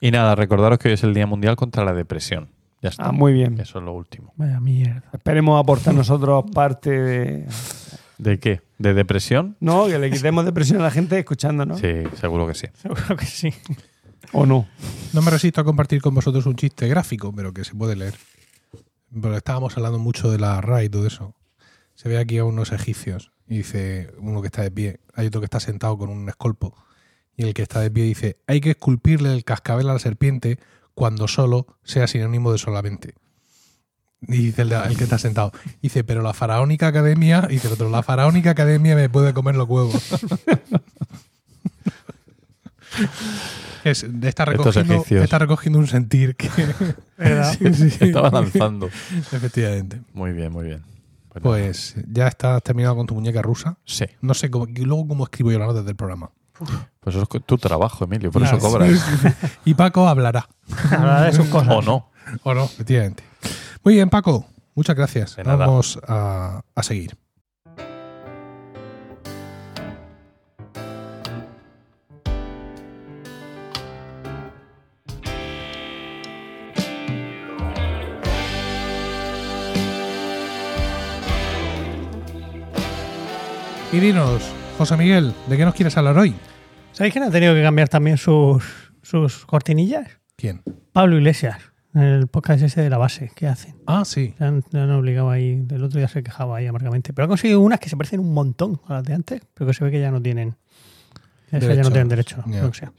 Y nada, recordaros que hoy es el Día Mundial contra la Depresión. Ya está.
Ah, muy bien.
Eso es lo último.
Vaya mierda.
Esperemos aportar nosotros parte de.
¿De qué? ¿De depresión?
No, que le quitemos depresión a la gente escuchándonos.
Sí, seguro que sí.
Seguro que sí.
¿O no?
No me resisto a compartir con vosotros un chiste gráfico, pero que se puede leer. Pero estábamos hablando mucho de la RAI y todo eso. Se ve aquí a unos egipcios y dice uno que está de pie, hay otro que está sentado con un escolpo. Y el que está de pie dice, hay que esculpirle el cascabel a la serpiente cuando solo sea sinónimo de solamente. Y dice el, de- el que está sentado, dice, pero la faraónica academia, dice el otro, la faraónica academia me puede comer los huevos. Es- está,
Estos
recogiendo,
egipcios.
está recogiendo un sentir que...
¿Verdad?
Estaba lanzando.
Efectivamente.
Muy bien, muy bien. Bueno,
Pues ya estás terminado con tu muñeca rusa.
Sí.
No sé cómo, y luego cómo escribo yo las notas del programa.
Pues eso es co- tu trabajo, Emilio. Por eso
Claro.
cobras.
Y Paco hablará.
Hablará de sus cosas.
o no.
¿O no? Efectivamente. Muy bien, Paco. Muchas gracias.
De nada.
Vamos a, a seguir. Y dinos, José Miguel, ¿de qué nos quieres hablar hoy?
¿Sabéis quién ha tenido que cambiar también sus, sus cortinillas?
¿Quién?
Pablo Iglesias, en el podcast ese de la base que hacen.
Ah, sí.
Le han, le han obligado ahí, el otro día se quejaba ahí amargamente. Pero ha conseguido unas que se parecen un montón a las de antes, pero que se ve que ya no tienen. esas ya
Derechos.
no tienen derecho. ¿no?
Ya.
Lo que sea.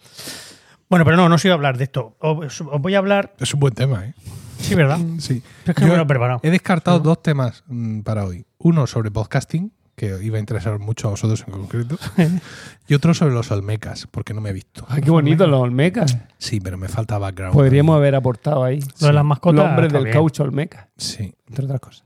Bueno, pero no, no os iba a hablar de esto. Os, os voy a hablar.
Es un buen tema, ¿eh?
Sí, ¿verdad?
Sí.
Es que no me lo he preparado.
He descartado dos temas mm, para hoy. Uno sobre podcasting, que iba a interesar mucho a vosotros en concreto. y otro sobre los olmecas, porque no me he visto.
Ay, Ah, qué bonito los Olmecas.
Sí, pero me falta background.
Podríamos haber aportado ahí.
Lo de las
Los
mascotas.
hombres del
también.
caucho Olmeca,
Sí.
entre otras cosas.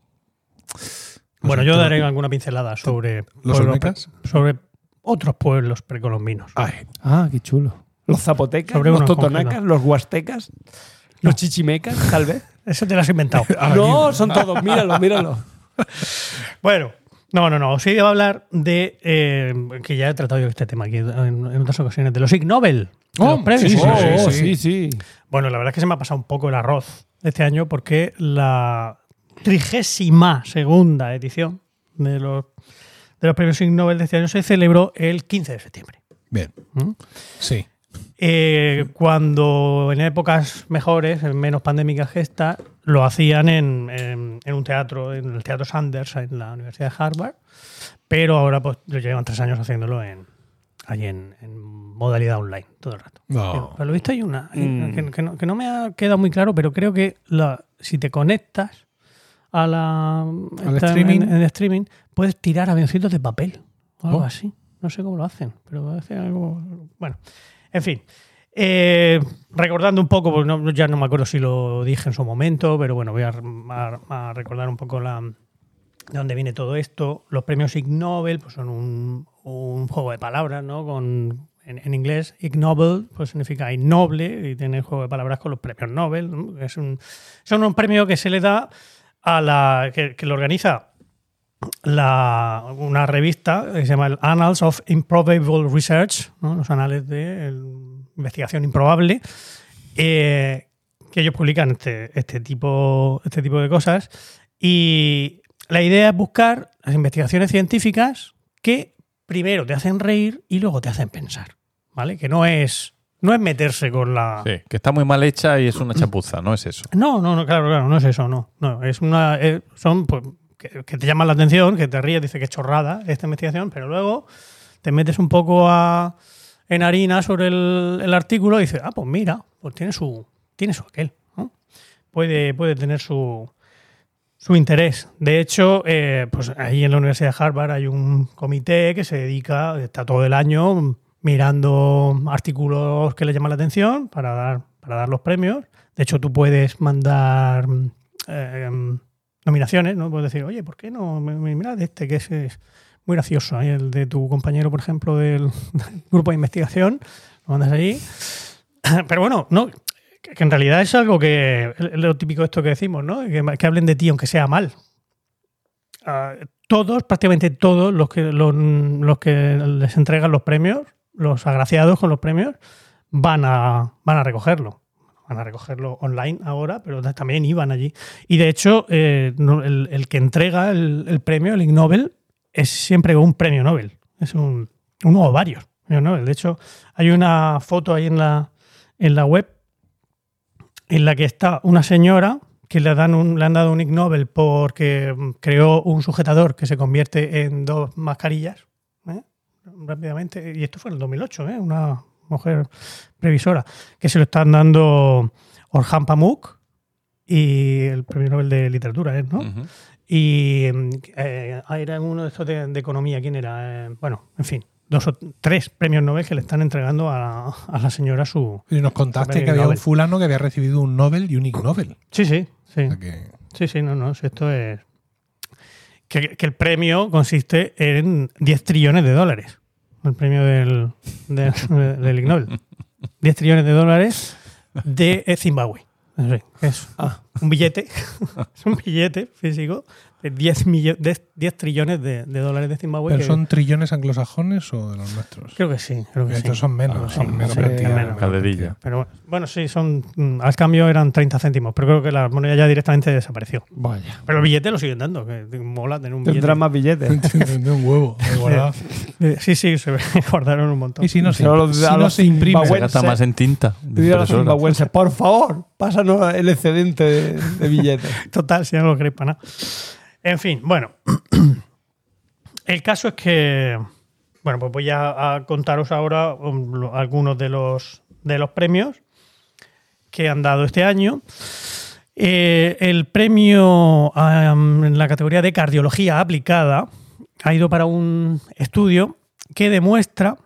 No
Bueno,
sé,
yo
te-
daré alguna pincelada sobre.
¿Los
pueblos
olmecas?
pre- Sobre otros pueblos precolombinos.
Ay,
Ah, qué chulo. Los zapotecas,
Sobre
los
unos
totonacas,
congelados.
los huastecas,
No.
los chichimecas, tal vez.
Eso te lo has inventado.
Ah, no, son todos. Míralo, míralo.
Bueno, no, no, no. Os iba a hablar de. eh, que ya he tratado yo este tema aquí en, en otras ocasiones, de los Ig Nobel. de los premios.
sí, sí,
Oh,
sí.
sí.
Bueno, la verdad es que se me ha pasado un poco el arroz este año porque la trigésima segunda edición de los, de los premios Ig Nobel de este año se celebró el 15 de septiembre.
bien.
¿Mm?
Sí.
Eh, cuando en épocas mejores, en menos pandémicas que esta, lo hacían en, en- en un teatro, en el Teatro Sanders, en la Universidad de Harvard, pero ahora pues lo llevan tres años haciéndolo en, allí en, en modalidad online todo el rato.
No.
Pero lo visto hay una hay una que, que no, que no me ha quedado muy claro, pero creo que la, si te conectas a la
Al
está en-
streaming.
en- en streaming, puedes tirar avioncitos de papel o algo
Oh.
así. No sé cómo lo hacen, pero hacen algo. Bueno, en fin. Eh, recordando un poco, porque no- ya no me acuerdo si lo dije en su momento, pero bueno, voy a, a- a recordar un poco la, de dónde viene todo esto. Los premios Ig Nobel pues son un, un juego de palabras, ¿no? Con, en, en inglés, Ig Nobel pues significa innoble y tiene el juego de palabras con los premios Nobel. ¿no? Es un, son un premio que se le da a la. que, que lo organiza la, una revista que se llama el Annals of Improbable Research, ¿no? los anales de el- investigación improbable, eh, que ellos publican este, este, tipo, este tipo de cosas. Y la idea es buscar las investigaciones científicas que primero te hacen reír y luego te hacen pensar. ¿Vale? Que no es, no es meterse con la.
Sí, que está muy mal hecha y es una chapuza, ¿no es eso?
No, no, no, claro, claro, no es eso, no. No, es una. eh, son pues, que, que te llaman la atención, que te ríes, dices que chorrada esta investigación, pero luego te metes un poco a- en harina sobre el, el artículo y dices, ah, pues mira, pues tiene su. tiene su aquel, ¿no? Puede, puede tener su, su interés. De hecho, eh, pues ahí en la Universidad de Harvard hay un comité que se dedica, está todo el año mirando artículos que le llaman la atención para dar, para dar los premios. De hecho, tú puedes mandar eh, nominaciones, ¿no? Puedes decir, oye, ¿por qué no? Mira de este que es, es muy gracioso, ¿eh? el de tu compañero, por ejemplo, del, del grupo de investigación, lo mandas allí. Pero bueno, no, que en realidad es algo que es lo típico de esto que decimos, ¿no? Que, que hablen de ti aunque sea mal. Ah, todos, prácticamente todos los que los, los que les entregan los premios, los agraciados con los premios, van a van a recogerlo. Van a recogerlo online ahora, pero también iban allí. Y de hecho, eh, no- el, el que entrega el, el premio, el Ig Nobel, es siempre un premio Nobel. Es un, uno o varios premios Nobel. De hecho, hay una foto ahí en la, en la web en la que está una señora que le, dan un- le han dado un Ig Nobel porque mm, creó un sujetador que se convierte en dos mascarillas ¿eh? rápidamente. Y esto fue en el 2008, ¿eh? una mujer previsora, que se lo están dando Orhan Pamuk y el premio Nobel de Literatura, ¿eh? ¿no?
Ujú.
Y mm, eh, ah, era uno de estos de, de economía, ¿quién era? Eh, bueno, en fin, dos o tres premios Nobel que le están entregando a, a la señora su...
Y nos contaste que había un
Nobel.
fulano que había recibido un Nobel y un Ig Nobel.
Sí, sí, sí.
O sea que-
Sí, sí, no, no, si esto es... Que, que el premio consiste en 10 trillones de dólares. El premio del, del, del Ig Nobel. 10 trillones de dólares de eh, Zimbabue. Es decir, que es
Ah.
un billete, es un billete físico de 10, millo- de 10 trillones de, de dólares de Zimbabue.
¿Pero
que-
son trillones anglosajones o de los nuestros?
Creo que sí, creo que sí.
Estos son menos,
Sí,
son menos
sí,
cantidad,
menos.
menos
Calderilla.
cantidad.
Pero bueno, bueno, sí, son mm, al cambio eran 30 céntimos, pero creo que la moneda ya directamente desapareció.
Vaya.
Pero el billete lo siguen dando, que mola tener un billete.
Tendrán más billetes.
De un huevo, de guardado.
Eh, Sí, sí, se guardaron un montón.
Y si no se,
Pero los-
si
a
no
los
se imprime,
Se
Bueno,
gasta
se-
más en tinta. de
Te digo a los
impresora.
zimbabuenses, por favor, pásanos el excedente de, de billetes.
Total, si ya no lo queréis para nada. En fin, bueno. El caso es que. Bueno, pues voy a, a contaros ahora um, lo- algunos de los, de los premios que han dado este año. Eh, el premio am, en la categoría de cardiología aplicada ha ido para un estudio que demuestra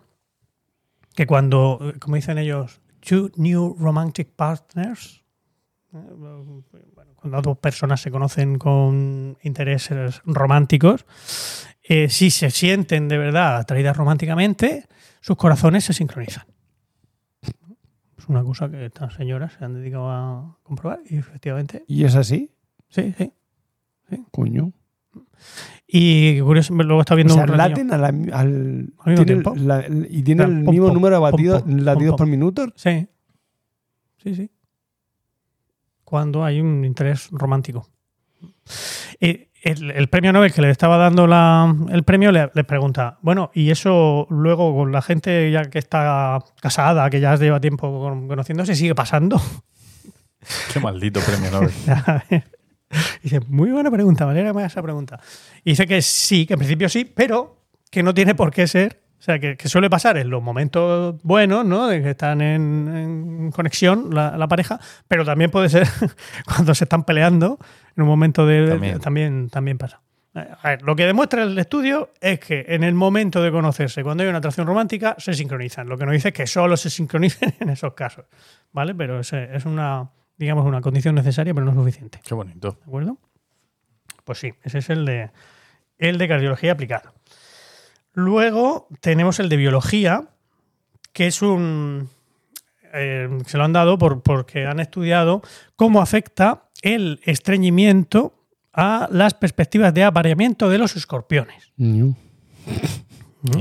que cuando, eh, como dicen ellos, two new romantic partners, cuando dos personas se conocen con intereses románticos, eh, si se sienten de verdad atraídas románticamente, sus corazones se sincronizan. Es una cosa que estas señoras se han dedicado a comprobar y efectivamente,
¿Y es así?
sí, sí.
Coño.
Y curioso, luego está
O
viendo
sea,
un ratillo-
laten a la- al,
mismo
tiene el-
tiempo.
la- el- y tiene
Pam,
el
pom,
mismo
pom,
número de
pom,
batidos,
pom,
latidos
pom,
por minuto.
Sí. Sí, sí. Cuando hay un interés romántico. Eh, el, el premio Nobel que le estaba dando la- el premio le, le pregunta, bueno, y eso luego con la gente ya que está casada, que ya lleva tiempo con- conociéndose, sigue pasando.
Qué maldito premio Nobel.
dice, muy buena pregunta, Valera me hace esa pregunta. Y dice que sí, que en principio sí, pero que no tiene por qué ser. O sea, que, que suele pasar en los momentos buenos, ¿no? De que están en, en conexión la, la pareja, pero también puede ser cuando se están peleando, en un momento de.
También.
También, también, pasa. Eh, A ver, lo que demuestra el estudio es que en el momento de conocerse, cuando hay una atracción romántica, se sincronizan. Lo que nos dice es que solo se sincronicen en esos casos, ¿vale? Pero es, es una, digamos, una condición necesaria, pero no suficiente.
Qué bonito.
¿De acuerdo? Pues sí, ese es el de, el de cardiología aplicada. Luego tenemos el de biología, que es un. eh, se lo han dado por, porque han estudiado cómo afecta el estreñimiento a las perspectivas de apareamiento de los escorpiones.
Y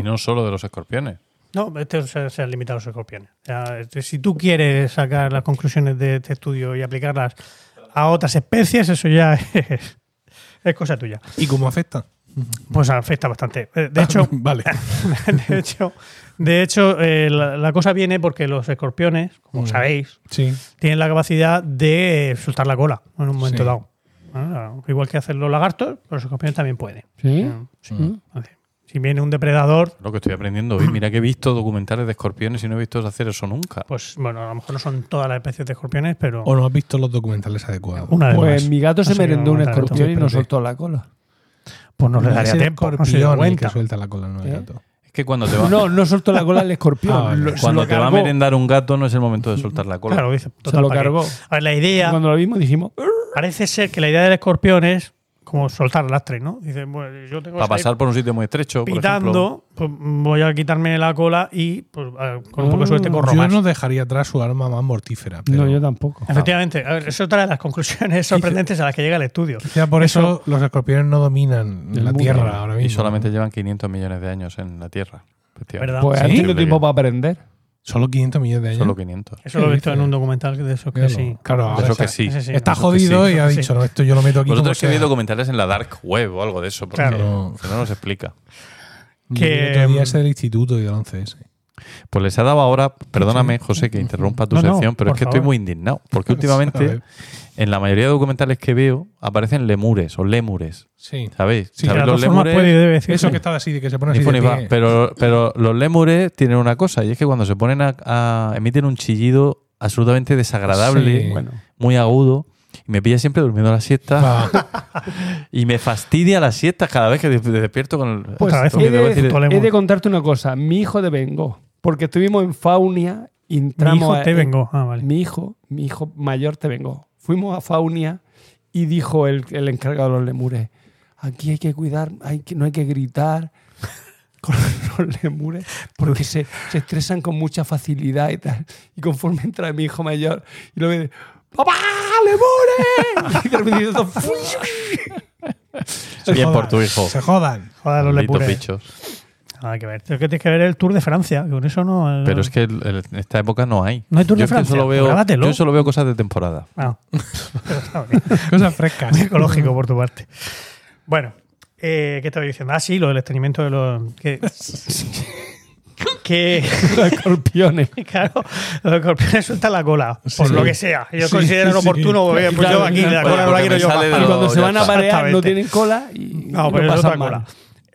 no solo de los escorpiones.
No, este se, se han limitado a los escorpiones. Ya, este, si tú quieres sacar las conclusiones de este estudio y aplicarlas a otras especies, eso ya es, es cosa tuya.
¿Y cómo afecta?
Pues afecta bastante. Eh, De hecho,
vale.
de hecho, de hecho eh, la, la cosa viene porque los escorpiones, como
Mm.
sabéis,
Sí.
tienen la capacidad de soltar la cola en un
Sí.
momento dado. Ah, Igual que hacen los lagartos, los escorpiones también pueden.
¿Sí?
Sí. Así. Si viene un depredador,
Lo que estoy aprendiendo hoy. Mira que he visto documentales de escorpiones y no he visto hacer eso nunca.
pues bueno, a lo mejor no son todas las especies de escorpiones, pero
O no has visto los documentales adecuados.
una de
Pues
más.
mi gato se
Así que
merendó un
vamos a ver
escorpión y
esto.
nos soltó la cola.
Pues no le daría
Es el
tiempo, no se dio
escorpión el que
cuenta.
suelta la cola, no el
¿Eh?
gato.
Es que cuando te va,
No, no soltó la cola el escorpión.
Ah, vale.
Lo- se
cuando
lo
te va a
cargó.
merendar un gato no es el momento de soltar la cola.
Claro, dice,
Se
total,
lo
¿para qué?
cargó.
A ver, la idea,
Cuando lo vimos dijimos,
parece ser que la idea del escorpión es como soltar lastre, ¿no? Dice, bueno, yo tengo
Para
que salir
pasar por un sitio muy estrecho, por ejemplo.
pitando, pues voy a quitarme la cola y pues, a- con un poco de suerte corro
Ah, Yo
más.
no dejaría atrás su arma más mortífera. Pero
no, yo tampoco.
Efectivamente, a ver, es otra de las conclusiones sorprendentes a las que llega el estudio.
Quizá por eso, los escorpiones no dominan
El
la
mundo.
Tierra ahora mismo.
Y solamente llevan 500 millones de años en la Tierra. efectivamente.
¿Verdad?
Pues
¿Sí?
han tenido tiempo para aprender.
Solo 500 millones de años.
Solo 500.
Eso lo he visto en un documental de esos que
Míralo.
sí.
Claro, ahora
Eso
está,
que sí.
Ese sí,
está
¿no?
jodido
Sí,
y ha
sí.
dicho, no, esto yo lo meto aquí.
Vosotros que
como
habéis
sea.
documentales en la dark web o algo de eso, porque
Claro.
si no nos explica.
El
Que,
otro día
mm,
ese del instituto y del 11S.
Pues les ha dado ahora, perdóname José que interrumpa tu
No, no,
sección, pero es
por
que estoy
favor.
muy indignado, porque
A
últimamente
ver.
en la mayoría de documentales que veo aparecen lemures o lémures,
Sí.
¿sabéis?
Sí,
que
¿Sabéis
las
los
dos formas
lémures?
puede y debe decirse.
Eso que estaba así, de que se pone así.
Ni fu
De
ni fa.
pie.
Pero, pero los lémures tienen una cosa, y es que cuando se ponen a, a- emiten un chillido absolutamente desagradable,
Sí.
Bueno,
muy agudo, y me pilla siempre durmiendo la siesta.
Va.
Y me fastidia las siestas cada vez que de- de- despierto con el.
pues
Otra vez
Esto que
he,
debo
de,
decir-
puto
he
lemur.
de contarte una cosa. Mi hijo devengó. Porque estuvimos en Faunia y
mi
entramos
hijo
a-
te vengo. Ah, vale.
Mi hijo, mi hijo mayor te vengó. Fuimos a Faunia y dijo el, el encargado de los lemures, aquí hay que cuidar, hay que, no hay que gritar con los lemures porque se, se estresan con mucha facilidad y tal. Y conforme entra mi hijo mayor y lo ve, ¡Papá, lemures! Y de repente dice todo,
Pues
"Fui".
Se
Bien por
jodan,
tu hijo.
Se jodan.
Joder, los
Malditos
lepures.
bichos.
Nada que ver. Es que tienes que ver el Tour de Francia, que con eso no.
Pero es que el- el- en esta época no hay.
No hay Tour
yo
de
es que
Francia.
Solo veo,
Grábatelo.
yo solo veo cosas de temporada.
Ah. Pero está bien.
Cosas frescas.
Muy ecológico por tu parte. Bueno, eh, ¿qué estaba diciendo? Ah, sí, lo del estreñimiento de los. Que, que
Los escorpiones.
claro, los escorpiones sueltan la cola, por
Sí.
lo que sea. Ellos
Sí,
consideran
sí.
oportuno, pues
Claro,
yo aquí la
claro,
cola no la
porque
quiero
me
yo.
sale
más.
de
Y cuando
ya
se van a
está.
parear no
Exactamente.
tienen cola y
No,
y
pero
lo
es
pasan
otra
mal.
cola.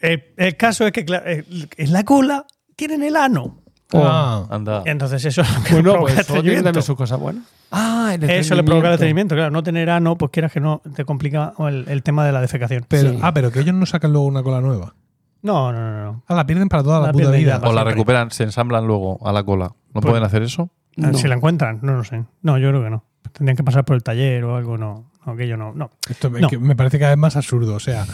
El, el caso es que claro, el- en la cola tienen el ano.
Oh.
Ah.
Anda.
Entonces eso es lo que
Bueno,
provoca el
pues eso tiene
estreñimiento.
también sus cosas buenas. Ah, el
Eso le provoca el estreñimiento, claro. No tener ano, pues quieras que no, te complica el, el tema de la defecación.
Pero-
Sí.
Ah, pero que ellos no sacan luego una cola nueva.
No, no, no, no.
Ah, la pierden para toda la,
La
puta
pierden ya
vida.
para
O la
siempre.
recuperan, se ensamblan luego a la cola. ¿No
Pues-
pueden hacer eso?
Ah,
No.
Si la encuentran, no lo sé. No, yo creo que no. Tendrían que pasar por el taller o algo, no. no, Aquello no. no.
Esto me-
No.
que me parece cada vez más absurdo. O sea,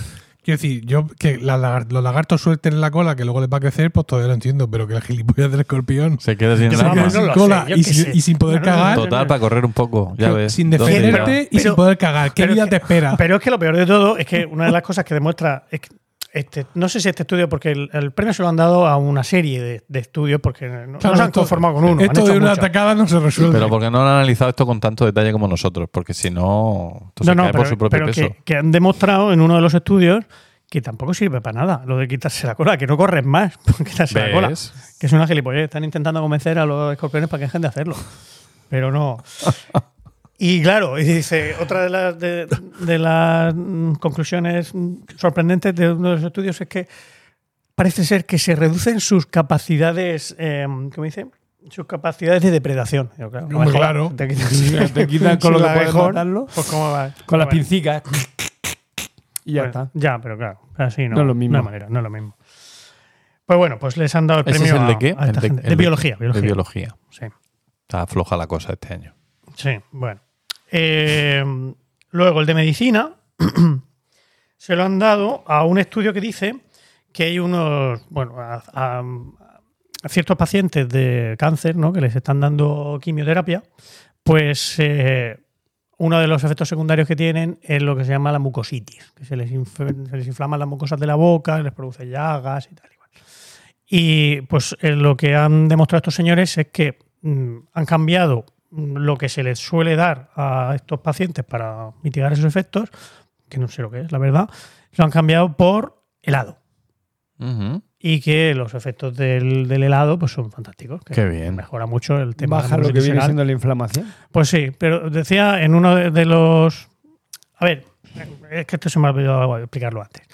quiero decir, yo que la lagar- los lagartos suelten la cola que luego les va a crecer, pues todavía lo entiendo, pero que la gilipollas del escorpión
Se queda sin
Yo
se quede
Vamos,
nada.
no
sin
lo
cola
sé, yo
y,
qué
sin,
sé.
y sin poder
No, no, no,
cagar,
Total, para correr un poco. Ya
que-
ves.
sin
¿Dónde
defender-
irá?
defenderte y
Pero-
sin poder cagar. ¿Qué
pero
vida
que-
te espera?
Pero es que lo peor de todo es que una de las cosas que demuestra es que este, no sé si este estudio, porque el, el premio se lo han dado a una serie de, de estudios, porque no,
Claro,
no se han
esto-
conformado con uno. han
Esto
hecho
de una
muchos.
atacada no se resuelve.
Pero porque no han analizado esto con tanto detalle como nosotros, porque si no, esto se
no, no,
cae
pero,
por su propio
pero
peso.
Que, que han demostrado en uno de los estudios que tampoco sirve para nada lo de quitarse la cola, que no corres más por quitarse la cola.
¿Ves?
Que es una gilipollez. Están intentando convencer a los escorpiones para que dejen de hacerlo. Pero no. Y claro, y dice, otra de las, de, de las mm, conclusiones mm, sorprendentes de uno de los estudios es que parece ser que se reducen sus capacidades, eh, ¿cómo dice? Sus capacidades de depredación. Yo, claro, no
Hombre,
me jodas,
claro.
Te quitan,
Te quitan con lo
sin
que
la
puedes
mejor,
matarlo.
Pues cómo va.
Con las
Bueno.
pincicas. Y ya
Bueno,
está.
Ya, pero claro, así no,
No es lo mismo.
no hay manera, no es lo mismo. Pues bueno, pues les han dado el
¿Ese
premio
es el
a-
de qué?
a
El
esta
de,
gente.
el
de biología,
De
biología.
biología.
Sí,
Está floja la cosa este año.
sí, bueno. Eh, luego el de medicina se lo han dado a un estudio que dice que hay unos, bueno, a, a- a ciertos pacientes de cáncer, ¿no? Que les están dando quimioterapia, pues eh, uno de los efectos secundarios que tienen es lo que se llama la mucositis, que se les, inf- se les inflaman las mucosas de la boca, les produce llagas y tal y cual. Y pues eh, lo que han demostrado estos señores es que mm, han cambiado mm, lo que se les suele dar a estos pacientes para mitigar esos efectos, que no sé lo que es, la verdad, lo han cambiado por helado.
Ujú.
Y que los efectos del, del helado pues son fantásticos. Que
Qué bien.
Mejora mucho el tema. de la
Baja lo que
mucositis
viene
oral.
siendo la inflamación.
Pues sí, pero decía en uno de, de los. A ver, es que esto se me ha olvidado explicarlo antes.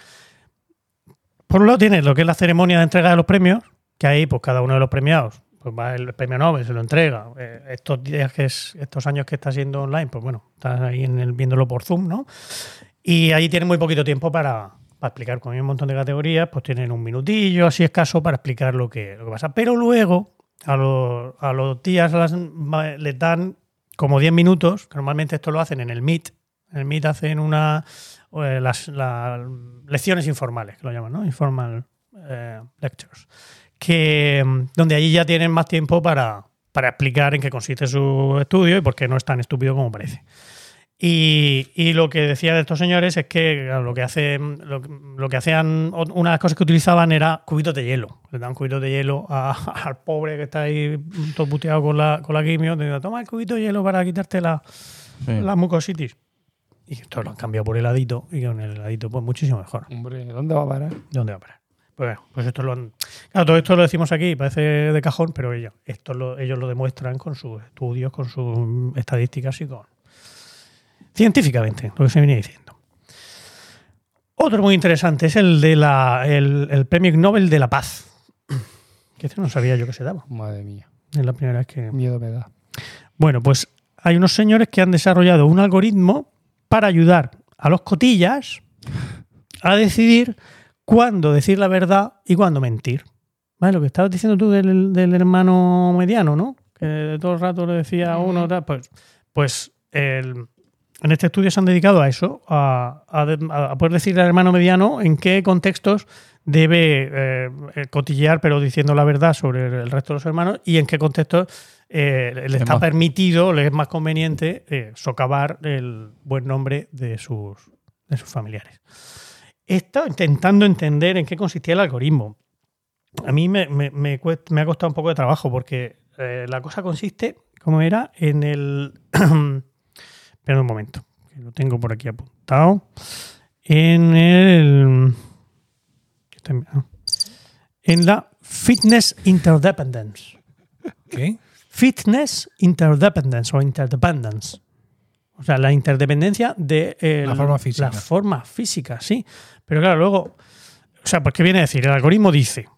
Por un lado tienes lo que es la ceremonia de entrega de los premios, que ahí pues cada uno de los premiados, pues va el premio Nobel, se lo entrega. Eh, estos días que es, estos años que está siendo online, pues bueno, estás ahí en el- viéndolo por Zoom, ¿no? Y ahí tienen muy poquito tiempo para, para explicar, como hay un montón de categorías, pues tienen un minutillo, así escaso, para explicar lo que, lo que pasa. Pero luego, a, los- a los días a las- ma- les dan como 10 minutos, que normalmente esto lo hacen en el Meet. En el Meet hacen una eh, las, las lecciones informales, que lo llaman, ¿no? Informal eh, lectures. Que, mm, donde allí ya tienen más tiempo para, para explicar en qué consiste su estudio y por qué no es tan estúpido como parece. Y, y lo que decía de estos señores es que claro, lo que hacen, lo, que- lo que hacían, o- una de las cosas que utilizaban era cubitos de hielo. Le dan cubitos de hielo a- al pobre que está ahí todo puteado con la, con la quimio. Te digo, toma el cubito de hielo para quitarte la,
Sí.
la mucositis. Y esto lo han cambiado por heladito y con el heladito pues muchísimo mejor.
Hombre, ¿dónde va a parar?
¿De dónde va a parar? Pues bueno, pues esto lo han... Claro, todo esto lo decimos aquí, parece de cajón, pero ellos, esto lo, ellos lo demuestran con sus estudios, con sus mm, estadísticas y con... Científicamente, lo que se venía diciendo. Otro muy interesante es el de la, el, el Premio Nobel de la Paz. Que este no sabía yo que se daba.
Madre mía,
Es la primera vez que...
miedo me da.
Bueno, pues hay unos señores que han desarrollado un algoritmo para ayudar a los cotillas a decidir cuándo decir la verdad y cuándo mentir. ¿Vale? Lo que estabas diciendo tú del, del hermano mediano, ¿no? Que todo el rato le decía a uno, tal, pues, pues el- en este estudio se han dedicado a eso, a, a de- a poder decirle al hermano mediano en qué contextos debe eh, eh, cotillear, pero diciendo la verdad sobre el- el resto de los hermanos y en qué contextos eh, le
Es
está
más-
permitido, le es más conveniente eh, socavar el buen nombre de sus, de sus familiares. He estado intentando entender en qué consistía el algoritmo. A mí me, me- me cuest- me ha costado un poco de trabajo porque eh, la cosa consiste, como era, en el... Espera un momento, que lo tengo por aquí apuntado. En el... estoy- ah. En la fitness interdependence.
¿Qué?
Fitness interdependence o interdependence. O sea, la interdependencia de eh,
La forma física.
La forma física, sí. Pero claro, luego. O sea, pues ¿qué viene a decir? El algoritmo dice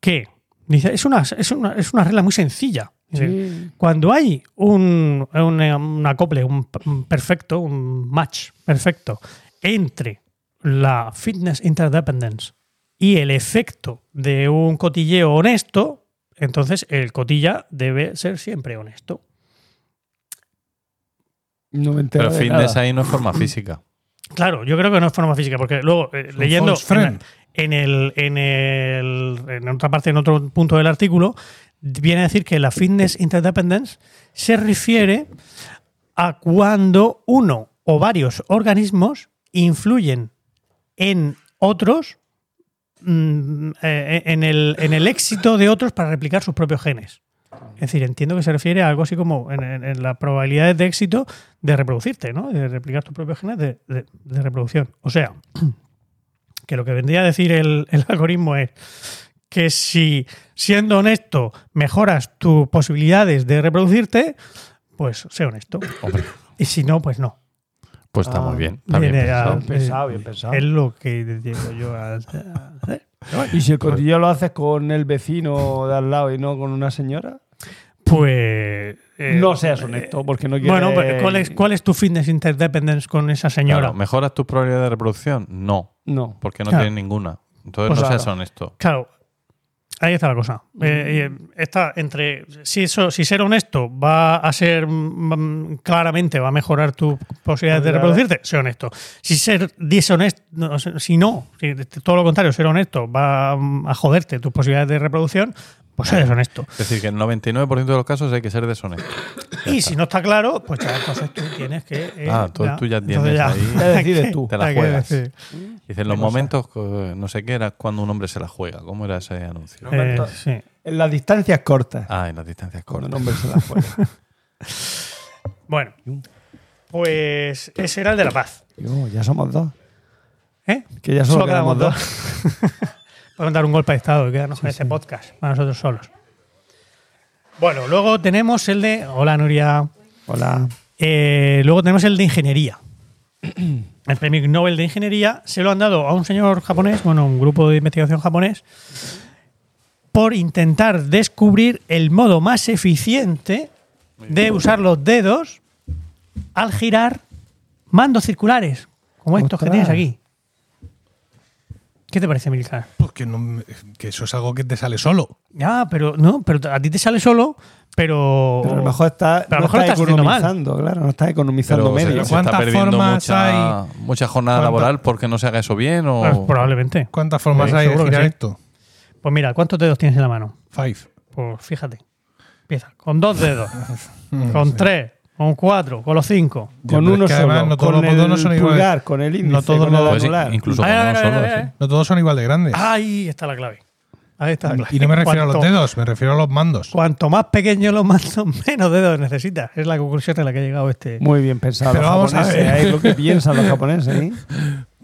que. Dice, es una, es una, es una regla muy sencilla. Dice,
Sí.
cuando hay un, un, eh, un acople, un p- un perfecto, un match perfecto entre la fitness interdependence y el efecto de un cotilleo honesto, entonces el cotilla debe ser siempre honesto.
No me entero
Pero
de
fitness
nada.
ahí no es forma física.
Claro, yo creo que no es forma física, porque luego eh,
un
leyendo
false friend.
en, el, en, el, en otra parte, en otro punto del artículo, viene a decir que la fitness interdependence se refiere a cuando uno o varios organismos influyen en otros, mm, eh, en, el, en el éxito de otros para replicar sus propios genes. Es decir, entiendo que se refiere a algo así como en, en- en las probabilidades de éxito de reproducirte, ¿no? De replicar tus propios genes de, de- de reproducción. O sea, que lo que vendría a decir el, el algoritmo es que si, siendo honesto, mejoras tus posibilidades de reproducirte, pues sé honesto.
Hombre,
Y si no, pues no.
pues está
Ah,
muy bien. Está bien
viene
pensado.
a-
Pensado, bien pensado.
Es lo que entiendo yo a- a hacer.
Y si el cotillo lo haces con el vecino de al lado y no con una señora,
Pues. eh,
no seas honesto, porque no quieres.
Bueno, pues, ¿cuál es, ¿cuál es tu fitness interdependence con esa
Claro,
señora? Claro,
¿Mejoras tu probabilidad de reproducción? No,
No.
porque no
Claro.
tienes ninguna. Entonces
Pues
no seas
claro.
honesto.
ahí está la cosa. Eh,
Mm.
eh, está entre. Si, eso, si ser honesto va a ser. mm, claramente va a mejorar tus posibilidades de
Claro.
reproducirte, sé honesto. Si ser deshonesto. no, si no, si todo lo contrario, ser honesto va mm, a joderte tus posibilidades de reproducción, pues eres honesto.
Es decir, que en el 99% de los casos hay que ser deshonesto.
Y si no está claro, pues ya, entonces tú tienes que. eh,
Ah, tú- tú ya tienes
entonces
Ya
ahí.
decides tú.
Te la
hay que
juegas.
decir.
Dice, en los momentos, eh, no sé qué, era cuando un hombre se la juega. ¿Cómo era ese anuncio?
Eh,
Roberto.
sí.
En las distancias cortas.
Ah, en las distancias
Cuando
cortas.
un hombre se la juega.
Bueno, pues ese era el de la paz.
Yo, ya somos dos.
¿Eh?
Que ya solo, quedamos dos.
Podemos dar un golpe de estado y quedarnos con este podcast para nosotros solos. Bueno, luego tenemos el de. Hola, Nuria.
Hola.
Eh, luego tenemos el de ingeniería. el premio Nobel de Ingeniería se lo han dado a un señor japonés, bueno, un grupo de investigación japonés, por intentar descubrir el modo más eficiente de usar los dedos al girar mandos circulares, como estos que
Ostras.
tienes aquí. ¿Qué te parece, Milcar?
Porque no me- que eso es algo que te sale solo.
Ya, pero no, pero a ti te sale solo, pero.
Oh. Pero a lo mejor está,
Pero a lo
no
mejor
está
lo estás haciendo mal.
economizando, claro, no está economizando
Pero se,
medio.
medios.
se está
¿Cuántas
perdiendo
formas
mucha,
hay?
mucha jornada
¿Cuántas?
laboral porque no se haga eso bien o
Pues probablemente.
¿Cuántas formas
Sí,
hay de
seguro que
girar
sí.
esto?
Pues mira, ¿cuántos dedos tienes en la mano?
Five.
Pues fíjate. Empieza con dos dedos, con tres, con cuatro, con los cinco.
Ya,
Con
pero es
uno
que además
solo,
no todos
con
los botones
el
son iguales.
pulgar, con el índice,
No todos
con el
los-
Pues sí,
anular.
incluso
A
con
ver, a
uno
ver, a
solo.
ver, a
sí.
ver.
No todos son igual de grandes.
Ahí está la clave. Ahí está la clave.
y no me refiero a los
Cuanto-
dedos, me refiero a los mandos.
Cuanto más pequeño los mandos, menos dedos necesitas. Es la conclusión a la que ha llegado este.
Muy bien pensado.
Pero
los
vamos a
japoneses,
ver.
Es lo que piensan los japoneses. ¿eh?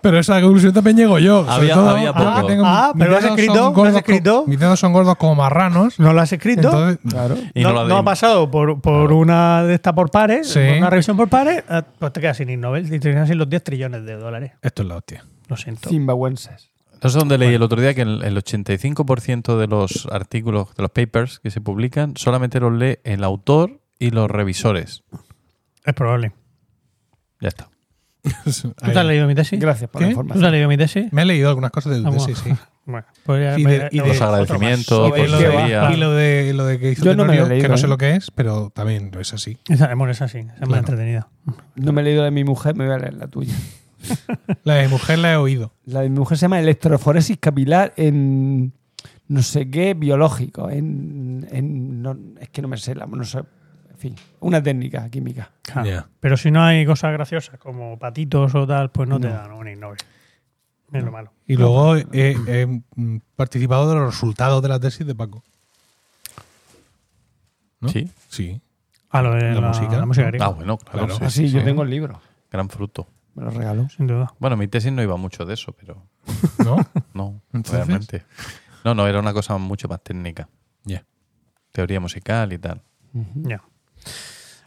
Pero esa conclusión también llego yo. sobre
Había-
todo
había
porque
poco.
tengo-
Ah,
mis
pero lo has
dedos son
escrito, lo has
gordos co-
escrito.
Mis dedos son gordos como marranos.
¿No lo has escrito?
Entonces,
Claro.
Y
no,
no la
no
de-
ha pasado por, por una de estas por pares,
Sí.
una revisión por pares, ah, pues te quedas sin Ig Nobel y te quedas sin los 10 trillones de dólares.
esto es la hostia.
Lo siento.
Zimbabuenses.
No sé dónde leí el otro día que el, el 85% de los artículos, de los papers que se publican, solamente los lee el autor y los revisores.
Es probable.
Ya está.
¿Tú te has leído mi tesis? ¿Eh?
Gracias por
¿Qué?
la
¿Tú te has
información.
leído mi tesis?
Me he leído algunas cosas de
Vamos.
sí, sí.
Bueno, pues ya
Y
me-
de- y
no,
de-
Los
otro más.
agradecimientos,
Sobre
por
lo que va,
sería.
Y lo de, lo de que hizo
Yo no me lo he
Tenorio, que
leído,
no sé
¿eh?
lo que es, pero también es así.
Esa, bueno, esa sí, esa es más
Claro.
entretenida.
No me he leído la de mi mujer, me voy a leer la tuya.
La de mujer la he oído.
La de mi mujer se llama electroforesis capilar en no sé qué biológico. En, en- no- es que no me sé, la, no sé. En fin, una técnica química.
Claro.
Ya.
Pero si no hay cosas graciosas como patitos o tal, pues no, te dan un Ig Nobel. Es lo malo.
Y luego he, he, mm, participado de los resultados de la tesis de Paco. ¿No?
Sí.
Sí.
A lo de
¿La
la,
música?
la música griega,
Ah, bueno, claro.
Claro.
sí,
Así,
sí,
yo
sí.
tengo el libro.
Gran fruto.
Me lo regaló.
sin duda.
Bueno, mi tesis no iba mucho de eso, pero
¿No?
no,
¿Entonces?
realmente. No, no, era una cosa mucho más técnica.
Ya.
Teoría musical y tal.
Ya.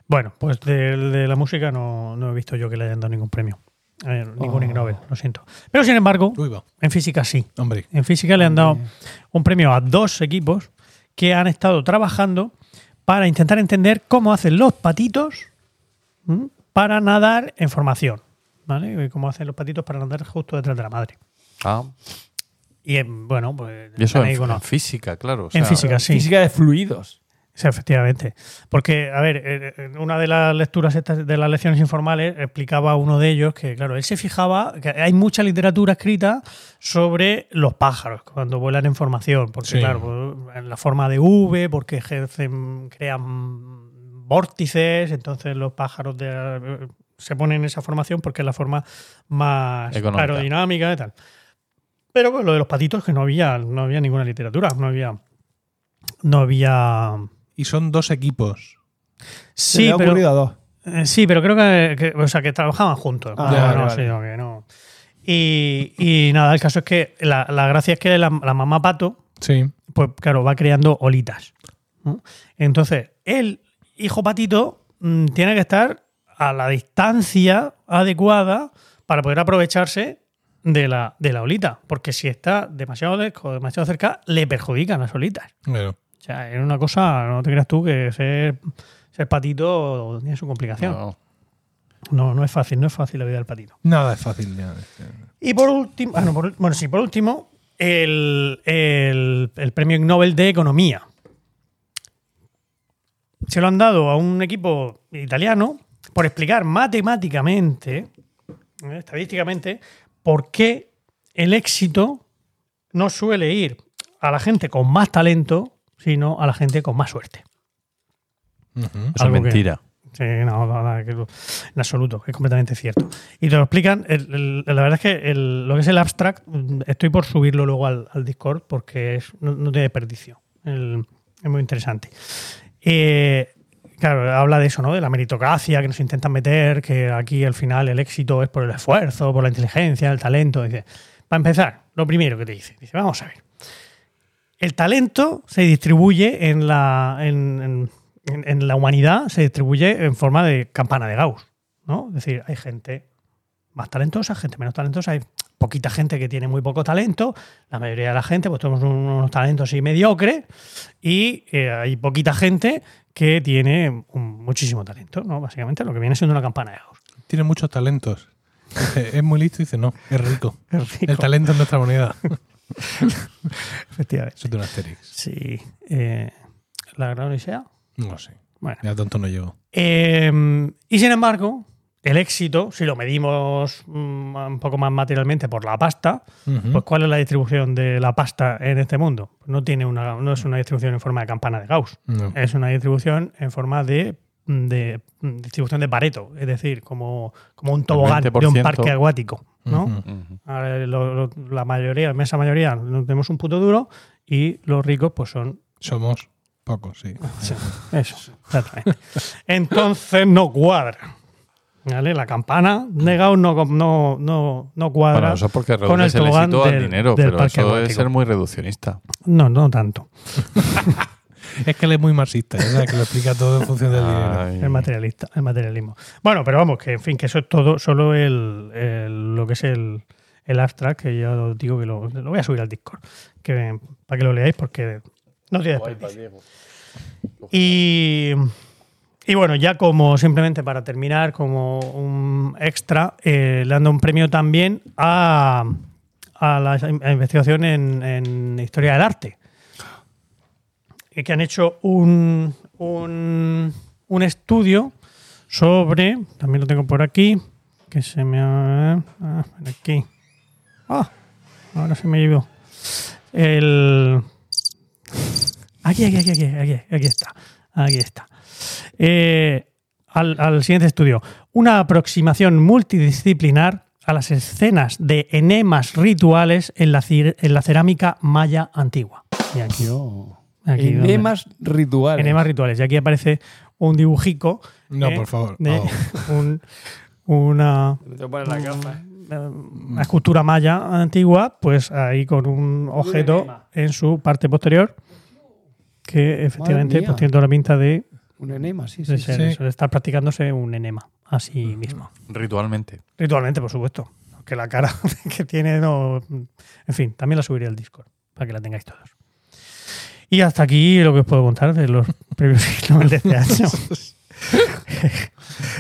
Bueno, pues del- de, la música no, no he visto yo que le hayan dado ningún premio. Eh, ningún Ig Nobel, lo siento. Pero sin embargo,
Oh. Uy, va.
en física sí.
Hombre.
En física le han dado un premio a dos equipos que han estado trabajando para intentar entender cómo hacen los patitos ¿m? para nadar en formación. ¿Vale? Y Cómo hacen los patitos para nadar justo detrás de la madre.
Ah,
Y eh, bueno, pues.
y eso
están
en,
ahí con
en
los-
física, claro. o
en
sea,
física, sí.
Física de fluidos.
Sí, efectivamente. Porque, a ver, eh, en una de las lecturas estas- de las lecciones informales explicaba uno de ellos que, claro, él se fijaba que hay mucha literatura escrita sobre los pájaros cuando vuelan en formación. Porque,
Sí.
claro, pues, en la forma de V, porque ejercen, crean vórtices, entonces los pájaros de- eh, se ponen en esa formación porque es la forma más
Económica.
aerodinámica y tal. Pero con lo de los patitos que no había, no había ninguna literatura, no había. No había
Y son dos equipos.
Se le
Sí,
ha
pero,
ocurrido a dos.
eh, sí, pero creo que, que- o sea, que trabajaban juntos.
Ah,
No,
vale,
no,
vale.
sí, no, que no. Y, y nada, el caso es que la, la gracia es que la, la mamá pato,
Sí.
pues claro, va creando olitas. ¿no? Entonces, el hijo patito mm, tiene que estar a la distancia adecuada para poder aprovecharse de la, de la olita. Porque si está demasiado lejos o demasiado cerca, le perjudican las olitas.
Bueno.
O sea, es una cosa, no te creas tú que ser, ser patito tiene su complicación. No.
no,
no, es fácil, no es fácil la vida del patito.
Nada es fácil. ya.
Y por último, ah, no, por- bueno, sí, por último, el, el- el premio Ig Nobel de Economía. Se lo han dado a un equipo italiano por explicar matemáticamente, eh, estadísticamente, por qué el éxito no suele ir a la gente con más talento, sino a la gente con más suerte.
Ujú.
eso es
Algo que-
mentira.
Sí, no, no, no, que- en absoluto, es completamente cierto. Y te lo explican, el- el- la verdad es que el- lo que es el abstract, mm, estoy por subirlo luego al, al Discord porque es, no, no tiene desperdicio, El- es muy interesante. Eh, claro, habla de eso, ¿no? De la meritocracia que nos intentan meter, que aquí al final el éxito es por el esfuerzo, por la inteligencia, el talento. Dice, para empezar, lo primero que te dice, dice, vamos a ver. El talento se distribuye en la, en, en- en- en la humanidad, se distribuye en forma de campana de Gauss, ¿no? Es decir, hay gente más talentosa, gente menos talentosa. Hay poquita gente que tiene muy poco talento. La mayoría de la gente, pues tenemos un- unos talentos así mediocres. Y eh, hay poquita gente que tiene un- muchísimo talento, ¿no? Básicamente lo que viene siendo una campana de Gauss.
Tiene muchos talentos. Dice, es muy listo y dice, no, es rico.
Es rico.
El talento es nuestra moneda.
Efectivamente.
Eso es de un Asterix.
Sí. eh, la gran odisea.
No sé.
Bueno.
Ya tonto no llego.
Eh, y sin embargo, el éxito, si lo medimos mm, un poco más materialmente por la pasta,
Ujú.
pues ¿cuál es la distribución de la pasta en este mundo? Pues No, tiene una, no es una distribución en forma de campana de Gauss,
No.
es una distribución en forma de, de- distribución de Pareto, es decir, como, como un tobogán de un
20%.
parque acuático. ¿no?
Ujú.
Ujú.
Ahora, lo- lo- la mayoría, la inmensa mayoría, no tenemos un puto duro y los ricos pues son
Somos pocos, sí.
Sí, eso, exactamente. Entonces no cuadra. ¿Vale? La campana de Gauss no, no, no, no cuadra.
Bueno, eso es porque
con el
reduces el éxito
tobogán
al
del-
dinero,
del
pero
parque
eso es
acuático.
ser muy reduccionista.
No, no tanto.
Es que él es muy marxista, ya sabes que lo explica todo en función del dinero.
Ay.
El materialista, el materialismo. Bueno, pero vamos, que en fin, que eso es todo, solo el, el- lo que es el, el abstract, que ya os digo que lo, lo voy a subir al Discord, que, para que lo leáis, porque no tiene desperdicio. Y, y bueno, ya como simplemente para terminar, como un extra, eh, le dando un premio también a, a la in- a investigación en, en historia del arte. Y que han hecho un, un, un estudio sobre, también lo tengo por aquí, que se me ha... ah, aquí. Ah, ahora se me llevó. El... Aquí, aquí, aquí, aquí, aquí, aquí está. Aquí está. Eh, al, al siguiente estudio. Una aproximación multidisciplinar a las escenas de enemas rituales en la, cir- en la cerámica maya antigua. Y aquí, aquí donde-
Enemas rituales.
enemas rituales. Y aquí aparece un dibujico
No,
Eh,
por favor.
de
Oh.
un- una, eh,
Te voy a poner la gafa.
una escultura maya antigua, pues ahí con un objeto en su parte posterior que efectivamente
mía.
pues, tiene toda la pinta de,
Un enema, sí,
de
sí.
ser
sí.
eso, de estar practicándose un enema a sí mismo.
Ritualmente.
Ritualmente, por supuesto. Que la cara que tiene no. En fin, también la subiré al Discord para que la tengáis todos. Y hasta aquí lo que os puedo contar de los premios Nobel de este año.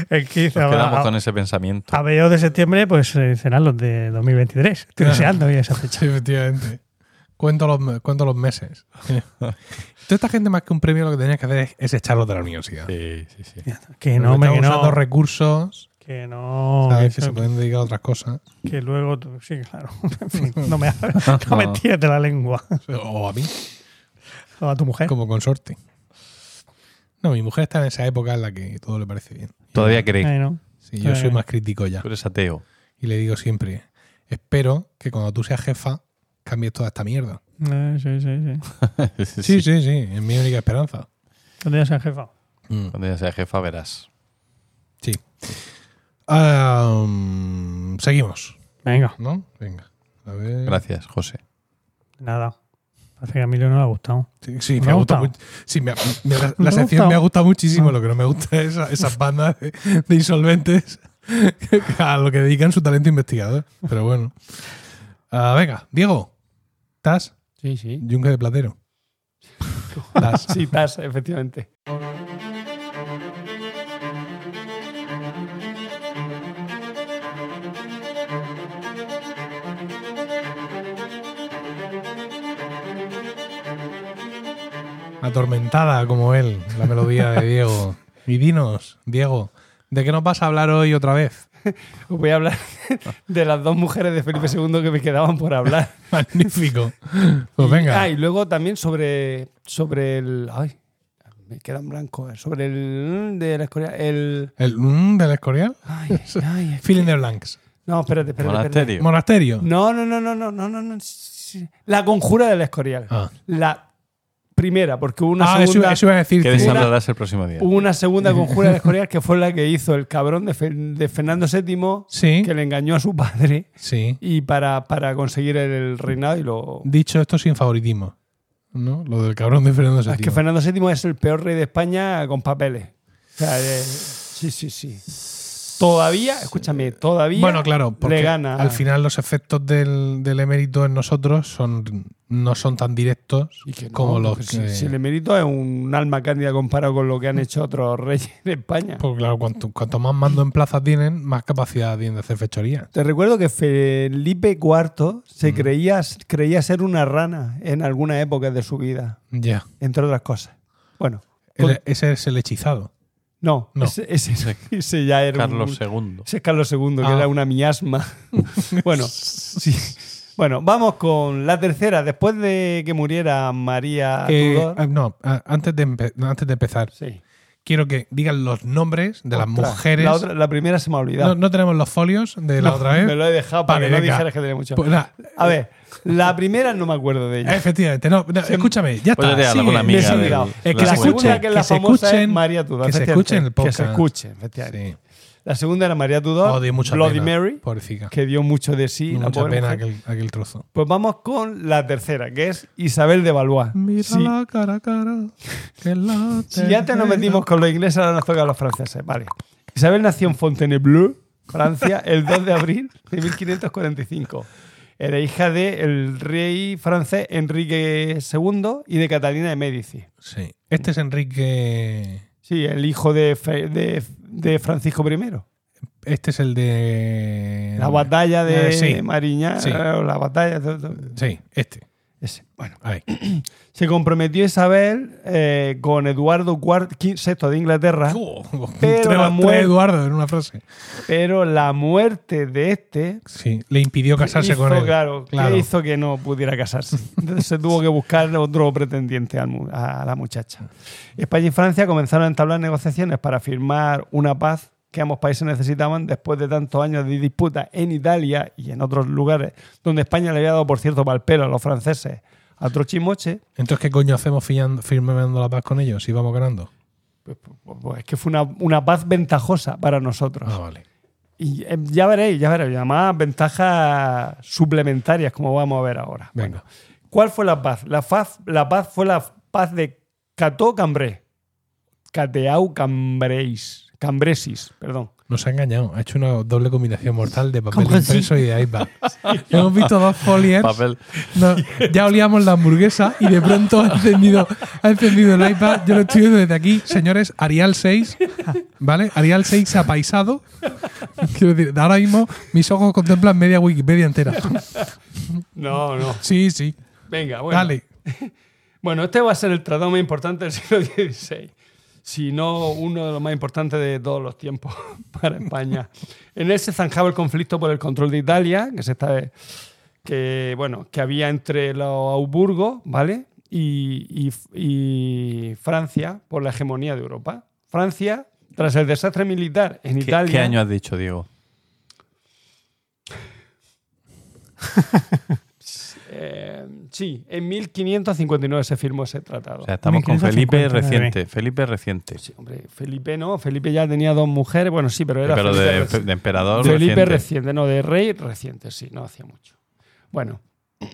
El 15
Nos
a-
quedamos con ese pensamiento.
a mediados de septiembre, pues eh, serán los de 2023. Estoy
Claro.
deseando ya esa fecha.
Sí, efectivamente. Cuento los, me- cuento los meses. Toda esta gente, más que un premio, lo que tenías que hacer es, es echarlos de la universidad.
Sí, sí, sí.
Que no, hombre,
Porque
que
están usando
no.
recursos,
Que no.
¿sabes?
que
Que se
eso-
pueden dedicar a otras cosas.
que luego. tú- Sí, claro. En fin, no me, no me tires de la lengua
O a mí,
o a tu mujer.
como consorte. No, mi mujer está en esa época en la que todo le parece bien.
Todavía creéis.
Ay, no.
Sí, yo soy
Eh.
más crítico ya.
Tú eres ateo.
Y le digo siempre, espero que cuando tú seas jefa cambies toda esta mierda.
Eh, sí, sí, sí.
Sí, sí, sí, es mi única esperanza.
¿Dónde es el jefa?
Mm.
Cuando ya seas jefa verás.
Sí. Ah, mm, seguimos,
Venga.
¿no? Venga. A ver.
Gracias, José.
Nada. Parece que a Emilio no le ha gustado.
Sí, sí,
Me
me,
ha
ha gustado.
gustado.
mucho. Sí, me ha- me ha-
Me
la
ha
sección
gustado. Ah.
me ha gustado muchísimo. Lo que no me gusta es esa- esas bandas de, de insolventes a lo que dedican su talento investigador. Pero bueno. Ah, venga, Diego. ¿Estás?
Sí, sí.
Yunque de Platero. Tas.
Sí, estás, efectivamente.
Atormentada como él, la melodía de Diego. Y dinos, Diego, ¿de qué nos vas a hablar hoy otra vez?
Os voy a hablar de las dos mujeres de Felipe II que me quedaban por hablar.
Magnífico. Pues venga.
Ah, y luego también sobre, sobre el. Ay, me queda en blanco. eh, Sobre el. De la escoria. El.
El mm, del Escorial.
Ay, ay, ay, es que-
Feeling the Blanks.
No, espérate, espérate. espérate.
Monasterio.
Monasterio.
No, no, no, no, no, no, no, no. sí, sí. La conjura del escorial.
Ah,
La primera, porque hubo una
Ah, eso,
segunda.
eso iba a decir.
¿Qué
tío.
deshablarás el próximo día?
hubo una segunda conjura del escorial que fue la que hizo el cabrón de, Fe- de Fernando VII
Sí,
que le engañó a su padre
sí.
y para, para conseguir el reinado y lo.
Dicho esto sin favoritismo. ¿No? Lo del cabrón de Fernando
Es que
Santino.
Fernando VII es el peor rey de España con papeles. O sea, eh, sí, sí, sí. Todavía, escúchame, todavía
Bueno, claro, porque
le gana.
al final los efectos del, del emérito en nosotros son, no son tan directos
Y que no,
como los que...
porque si, si el emérito es un alma cándida comparado con lo que han hecho otros reyes de España.
Porque Pues claro, cuanto, cuanto más mando en plazas tienen, más capacidad tienen de hacer fechoría.
Te recuerdo que Felipe IV se creía, creía ser una rana en alguna época de su vida,
Ya.
entre otras cosas. Bueno,
El-
con-
ese es el hechizado.
no,
no.
Ese, ese- ese ya era un-
Carlos II.
ese es Carlos II, que
Ah.
era una miasma. bueno, sí. Bueno, vamos con la tercera. Después de que muriera María
Eh,
Tudor.
ah, no, ah, antes de, empe- antes de empezar,
Sí.
quiero que digan los nombres de las
Ostras,
mujeres.
La, otra- la primera se me ha olvidado.
no, no tenemos los folios de la
No,
otra vez.
Me lo he dejado para
Vale,
que no
venga.
dijeras que tenía mucho.
Pues Eh. nada,
A ver, la primera no me acuerdo de ella.
efectivamente, no, no, escúchame, ya
Puede
está.
ser
sigue,
alguna
Me he
amiga
sigue.
del-
olvidado.
Es
que
la
se
segunda,
escuchen,
que es la
que se
famosa, es
escuchen,
María Tudor.
que se
efectivamente.
escuchen el
Que se
podcast.
escuchen, efectivamente.
Sí.
La segunda era María Tudor.
Oh, dio mucha
Bloody
pena,
Mary,
pobrecita.
que dio mucho de sí.
Dio
la
mucha
pobre
pena
mujer.
aquel, aquel trozo.
Pues vamos con la tercera, que es Isabel de Valois. Sí.
cara a cara. que la
Si ya te nos metimos con los ingleses, ahora nos toca a los franceses. Vale. Isabel nació en Fontainebleau, Francia, el 2 de abril de 1545. Era hija del rey francés Enrique II y de Catalina de Médici.
Sí. Este es Enrique.
Sí, el hijo de, Fe- de- de Francisco I.
Este es el de.
La batalla de
Eh, sí.
Mariña,
Sí.
o la batalla de- de-
Sí, este.
ese. Bueno,
Ahí.
se comprometió Isabel eh, con Eduardo IV, VI de Inglaterra.
Tres-
Ah. la muerte-
tres Eduardo en una frase.
Pero la muerte de este
Sí, le impidió casarse
hizo,
con él.
Claro, que
Claro.
hizo que no pudiera casarse. Entonces se tuvo que buscar otro pretendiente al mu- a la muchacha. España y Francia comenzaron a entablar negociaciones para firmar una paz que ambos países necesitaban después de tantos años de disputa en Italia y en otros lugares, donde España le había dado, por cierto, mal pelo a los franceses a Trochimoche.
Entonces, ¿qué coño hacemos fiando- firmando la paz con ellos si vamos ganando?
Pues, pues, pues, es que fue una, una paz ventajosa para nosotros.
Ah, vale.
Y eh, ya veréis, ya veréis, además ventajas suplementarias, como vamos a ver ahora.
Venga.
¿Cuál fue la paz? La paz, la paz fue la paz de Cató Cambré. Cateau Cambréis. Cambresis, perdón.
Nos ha engañado. Ha hecho una doble combinación mortal de papel
¿Cómo así?
impreso y de iPad. Hemos visto dos folies.
Papel.
No, ya olíamos la hamburguesa y de pronto ha encendido, ha encendido el iPad. Yo lo estoy viendo desde aquí, señores. Arial 6, ¿vale? Arial 6 apaisado. Quiero decir, ahora mismo mis ojos contemplan media Wikipedia entera.
No, no.
Sí, sí.
Venga, bueno.
Dale.
Bueno, este va a ser el tratado más importante del siglo XVI, si no uno de los más importantes de todos los tiempos para España. En él se zanjaba el conflicto por el control de Italia, que se está- que bueno, que había entre los Augsburgo, ¿vale? Y, y- y Francia por la hegemonía de Europa. Francia, tras el desastre militar en
¿Qué,
Italia.
qué año has dicho, Diego?
eh, sí, en 1559 se firmó ese tratado.
O sea, estamos con Felipe
1559.
reciente. Felipe reciente.
Sí, hombre, Felipe no, Felipe ya tenía dos mujeres, bueno, sí, pero era
Pero
Felipe
de,
reciente.
de emperador
Felipe
reciente.
reciente, no, de rey reciente, sí, no hacía mucho. Bueno,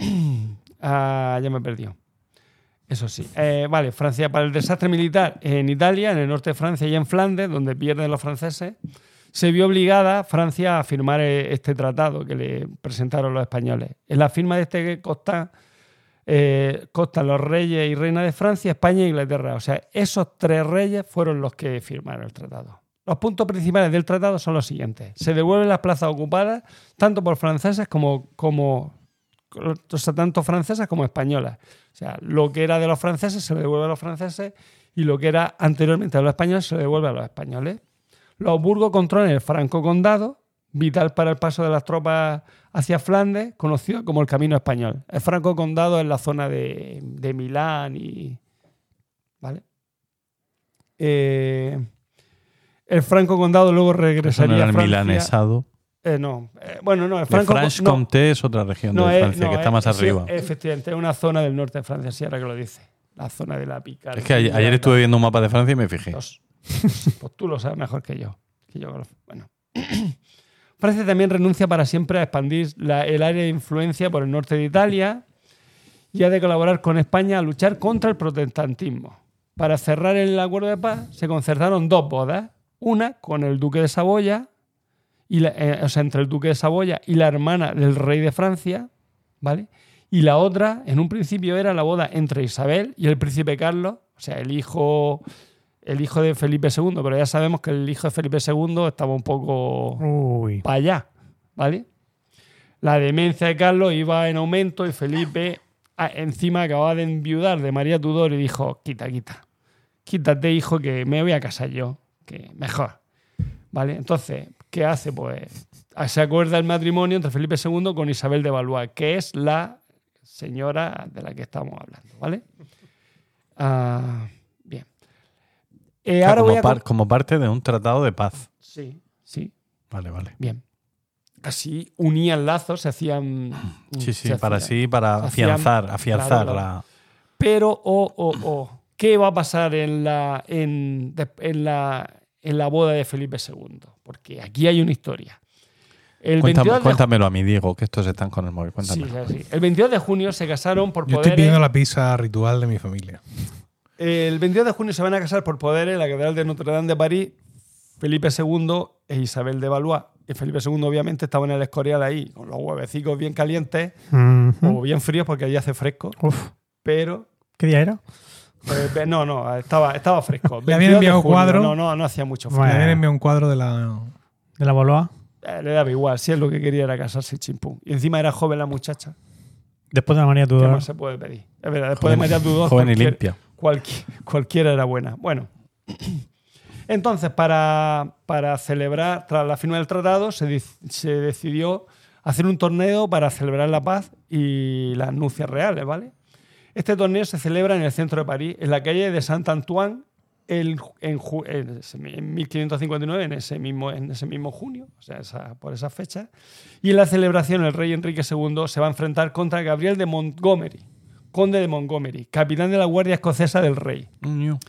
ah, ya me perdió. Eso sí. Eh, vale, Francia para el desastre militar en Italia, en el norte de Francia y en Flandes, donde pierden los franceses, se vio obligada Francia a firmar eh, este tratado que le presentaron los españoles. En la firma de este costa, eh, constan los reyes y reinas de Francia, España e Inglaterra. O sea, esos tres reyes fueron los que firmaron el tratado. Los puntos principales del tratado son los siguientes. Se devuelven las plazas ocupadas tanto por franceses como, como o sea, tanto francesas como españolas. O sea, lo que era de los franceses se le devuelve a los franceses y lo que era anteriormente de los españoles se le devuelve a los españoles. Los Burgos controlan el Franco Condado, vital para el paso de las tropas hacia Flandes, conocido como el Camino Español. El Franco Condado es la zona de, de Milán y... ¿Vale? Eh, el Franco Condado luego
Eso no
regresaría
era
a
el
Francia.
milanesado.
Eh, no, Eh, bueno, no, el
La
Franco...
Franche
no,
Comté es otra región
no,
de
es-
Francia,
no, eh,
que está
es-
más
sí,
arriba.
efectivamente, es una zona del norte de Francia, sí, ahora que lo dice. La zona de la Picardía.
Es que ayer, ayer estuve viendo un mapa de Francia y me fijé.
Dos. Pues tú lo sabes mejor que yo. que yo lo- bueno. Francia también renuncia para siempre a expandir la- el área de influencia por el norte de Italia y ha de colaborar con España a luchar contra el protestantismo. Para cerrar el acuerdo de paz se concertaron dos bodas, una con el duque de Saboya, y la- eh, o sea, entre el duque de Saboya y la hermana del rey de Francia, ¿vale? Y la otra, en un principio, era la boda entre Isabel y el príncipe Carlos, o sea, el hijo, el hijo de Felipe II, pero ya sabemos que el hijo de Felipe II estaba un poco
Uy.
para allá, ¿vale? La demencia de Carlos iba en aumento y Felipe ah, encima acababa de enviudar de María Tudor y dijo, quita, quita, quítate hijo que me voy a casar yo, que mejor, ¿vale? Entonces, ¿qué hace? Pues ah, se acuerda el matrimonio entre Felipe II con Isabel de Valois, que es la señora de la que estamos hablando, ¿vale? Ah, bien. Eh,
Ah,
ahora
como,
voy a...
par- como parte de un tratado de paz.
Sí, sí.
Vale, vale.
Bien. Así unían lazos, se hacían.
Sí, sí,
Mm, se
para
hacían.
así, para
hacían-
afianzar, afianzar
claro, claro.
la.
Pero, oh, oh, oh, ¿qué va a pasar en la, en, de- en la, en la boda de Felipe II? Porque aquí hay una historia. El
Cuéntame-
22 de ju-
cuéntamelo a mí, Diego, que estos están con el móvil. Cuéntame.
Sí, sí, sí. El 22 de junio se casaron por
Yo
poderes.
estoy pidiendo la pizza ritual de mi familia.
El 22 de junio se van a casar por poderes en la Catedral de Notre Dame de París, Felipe II e Isabel de Valois. Y Felipe II, obviamente, estaba en el Escorial ahí, con los huevecicos bien calientes
Ujú.
¿Mm?
o bien fríos porque allí hace fresco.
Uf.
pero
¿Qué día era?
eh, ve- no, no, estaba, estaba fresco.
Le habían
22 de
enviado
junio,
cuadro.
No, no, no hacía mucho frío.
Me
Bueno.
habían enviado un cuadro de la.
¿De la Boloa?
Eh, le daba igual, si es lo que quería era casarse chimpú. Y encima era joven la muchacha.
Después de la María
¿Qué
Tudor.
más se puede pedir? Es verdad, después de matar tus dos.
joven y
cualquier-
limpia.
cualqui- cualquiera era buena. Bueno. Entonces, para, para celebrar, tras la firma del tratado, se, dec- se decidió hacer un torneo para celebrar la paz y las nucias reales, ¿vale? Este torneo se celebra en el centro de París, en la calle de Saint-Antoine, el- en, ju- en ese mi- en 1559, en ese mismo, en ese mismo junio, o sea, esa- por esa fecha. Y en la celebración, el rey Enrique II se va a enfrentar contra Gabriel de Montgomery, conde de Montgomery, capitán de la Guardia Escocesa del Rey.
Uño,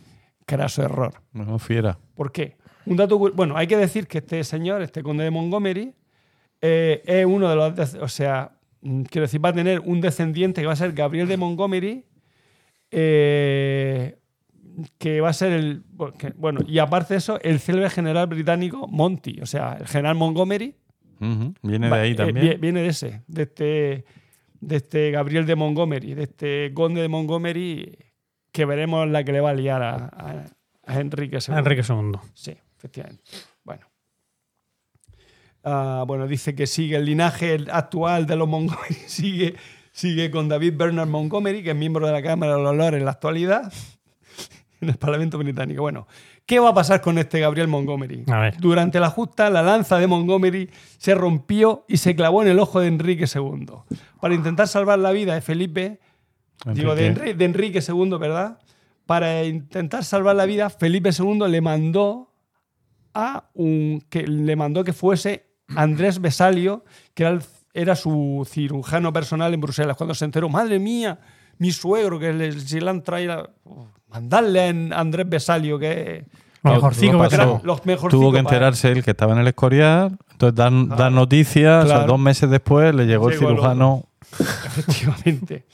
Craso error.
No fiera.
¿Por qué? Un dato, cu- bueno, hay que decir que este señor, este conde de Montgomery, eh, es uno de los, de- o sea, mm, quiero decir, va a tener un descendiente que va a ser Gabriel de Montgomery, eh, que va a ser el, bueno, que- bueno, y aparte de eso, el célebre general británico Monty, o sea, el general Montgomery,
Ujú, Viene de
Va,
ahí
eh,
también.
vie- viene de ese, de este, de este Gabriel de Montgomery, de este conde de Montgomery, que veremos la que le va a liar a, a- a Enrique II.
Enrique II.
Sí, efectivamente. Bueno. Ah, bueno, dice que sigue el linaje actual de los Montgomery, sigue, sigue con David Bernard Montgomery, que es miembro de la Cámara de los Lores en la actualidad, en el Parlamento británico. Bueno, ¿qué va a pasar con este Gabriel Montgomery?
A ver.
Durante la justa, la lanza de Montgomery se rompió y se clavó en el ojo de Enrique II. Para intentar salvar la vida de Felipe, Digo, de,
Enrique.
Enri- de Enrique II, ¿verdad? Para intentar salvar la vida, Felipe II le mandó a un. que le mandó que fuese Andrés Besalio, que era, el- era su cirujano personal en Bruselas. Cuando se enteró, madre mía, mi suegro, que le, si le han traído. oh, mandarle a en- Andrés Besalio, que.
Lo
Lo-
mejorcico
lo
que
pasó.
eran
trajo.
los mejorcitos
Tuvo que
para-
enterarse él que estaba en el Escorial. Entonces dan, dan noticias. o sea,
claro.
dos meses después le llegó, el
Llegó el
cirujano.
Efectivamente.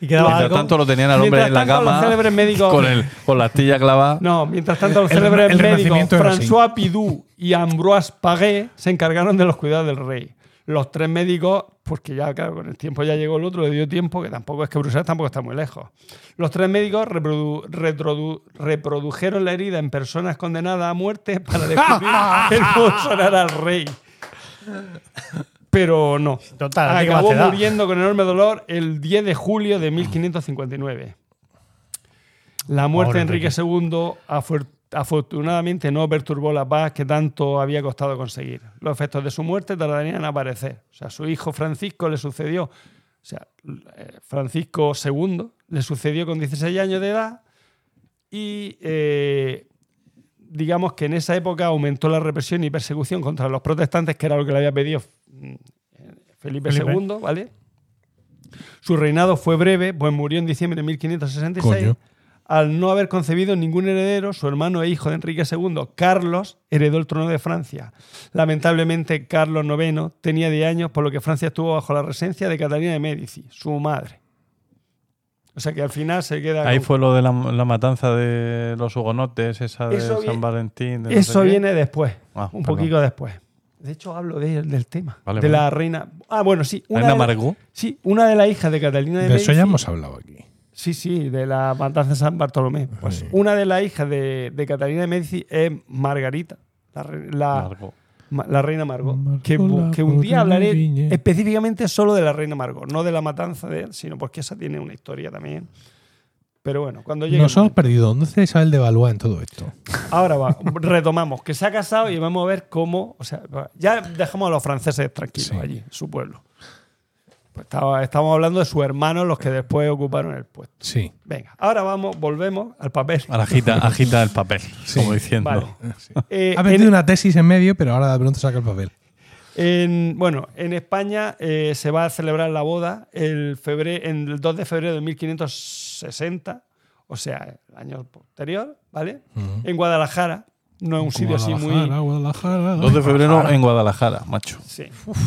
Y quedaba
Mientras
algo.
tanto lo tenían al hombre
Mientras
en la
tanto, los
cama.
célebres médicos-
Con, el, con la astilla clavada.
No, mientras tanto, los
El-
célebres
el
médicos
Renacimiento era así.
François Pidou y Ambroise Paguet se encargaron de los cuidados del rey. Los tres médicos, porque ya, claro, con el tiempo ya llegó el otro, le dio tiempo, que tampoco es que Bruselas tampoco está muy lejos. Los tres médicos reprodu- retrodu- reprodujeron la herida en personas condenadas a muerte para descubrir el modo sonar al rey. Pero no.
Total, ¿a ti qué más
Acabó
te da?
muriendo con enorme dolor el 10 de julio de 1559. La muerte de Enrique II afor- afortunadamente no perturbó la paz que tanto había costado conseguir. Los efectos de su muerte tardarían en aparecer. O sea, su hijo Francisco le sucedió, o sea, eh, Francisco II le sucedió con 16 años de edad y eh, digamos que en esa época aumentó la represión y persecución contra los protestantes, que era lo que le había pedido mm, Felipe,
Felipe.
II, ¿vale? Su reinado fue breve, pues murió en diciembre de 1566.
Coño.
Al no haber concebido ningún heredero, su hermano e hijo de Enrique II, Carlos, heredó el trono de Francia. Lamentablemente, Carlos IX tenía 10 años, por lo que Francia estuvo bajo la residencia de Catalina de Médici, su madre. O sea que al final se queda.
Ahí
con-
fue lo de la, la matanza de los hugonotes, esa de
Eso
San
viene-
Valentín. de no
Eso
sé qué.
viene después,
Ah,
un
perdón.
poquito después. De hecho, hablo de- del tema.
Vale,
de
vale.
la reina. Ah, bueno, sí. Una
Reina
de la-
Margot.
Sí, una de las hijas de Catalina de
De eso ya
Medici-
hemos hablado aquí.
Sí, sí, de la matanza de San Bartolomé. Pues
Sí.
una de las hijas de, de Catalina de Medici es Margarita, la, re- la-
Margot.
ma- la reina Margot.
Margot,
que, bu- que
la
un día
pobre
hablaré
niña.
específicamente solo de la reina Margot, no de la matanza de él, sino porque esa tiene una historia también. Pero bueno, cuando llegue. el
Nos hemos perdido. ¿Dónde está Isabel de Valois en todo esto?
Ahora va, retomamos, que se ha casado y vamos a ver cómo. O sea, va, ya dejamos a los franceses tranquilos
Sí.
allí, su pueblo. Pues estaba- estamos hablando de sus hermanos, los que después ocuparon el puesto.
Sí.
Venga, ahora vamos, volvemos al papel.
Ahora agita, agita el papel, como diciendo.
Vale. Eh,
Ha
en,
perdido una tesis en medio, pero ahora de pronto saca el papel.
en- bueno, en España eh, se va a celebrar la boda el, febre- en el 2 de febrero de 1560, o sea, el año posterior, ¿vale? En Guadalajara, no es un sitio así muy...
Guadalajara, Guadalajara.
2 de febrero en Guadalajara, macho.
Sí.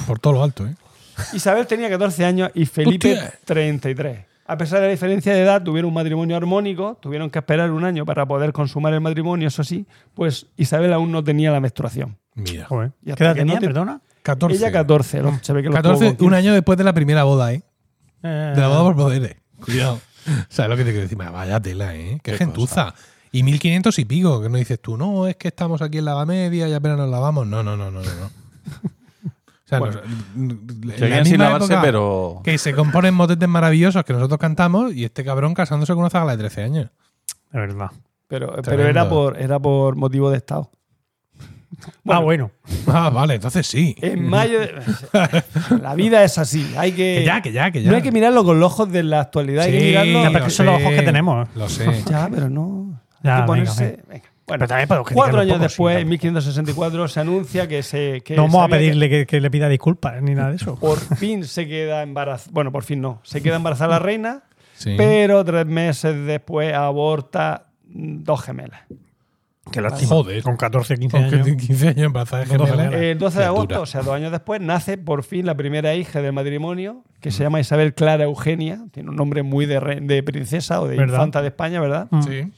Por todo lo alto, ¿eh?
Isabel tenía 14 años y Felipe
Hostia.
33. A pesar de la diferencia de edad, tuvieron un matrimonio armónico, tuvieron que esperar un año para poder consumar el matrimonio, eso sí, pues Isabel aún no tenía la menstruación.
Mira.
Joder.
Y
¿Qué
hasta
edad
que
tenía,
no te-
perdona?
14.
Ella 14, lo- se ve que lo Ah.
14,
tuvo con
un año después de la primera boda, ¿eh?
Eh,
De la boda por poderes. Cuidado. ¿Sabes lo que te quiero decir? Vaya tela, ¿eh? Qué,
Qué
gentuza. Y 1500 y pico, que no dices tú, no, es que estamos aquí en la media y apenas nos lavamos. No, no, no, no, no. no. O sea,
Bueno.
nos- en
Que
la
bien sin
misma
lavarse,
época
pero.
Que se componen motetes maravillosos que nosotros cantamos y este cabrón casándose con una zagala de 13 años.
De verdad.
Pero, eh, pero
Tremendo.
era, por, era por motivo de Estado.
ah, bueno.
Ah, vale, entonces sí.
En mayo. de- la vida es así. Hay que.
que ya, que ya, que ya.
No hay que mirarlo con los ojos de la actualidad. hay que
Sí,
mirarlo.
Ya, pero
lo
son los
sé,
ojos que
¿eh?
tenemos.
Lo sé.
Ya, pero no. Hay
Ya,
que
venga,
ponerse.
venga.
venga.
Pero también para objetivar
Cuatro
un
años
poco, sí,
después, en
tampoco.
1564, se anuncia que se. que
No vamos a
sabía que
pedirle que, que le pida disculpas ni nada de eso.
Por fin se queda embarazada. Bueno, por fin no. Se queda embarazada la reina,
Sí.
pero tres meses después aborta mm, dos gemelas.
Qué
Joder.
Con 14, 15
Aunque
años.
tiene 15 años embarazada de
No, no,
gemela.
no, no.
El 12 eh, de
Criatura.
agosto, o sea, dos años después, nace por fin la primera hija del matrimonio, que se llama Isabel Clara Eugenia, tiene un nombre muy de, re- de princesa o de
¿Verdad?
infanta de España, ¿verdad?
Mm.
Sí.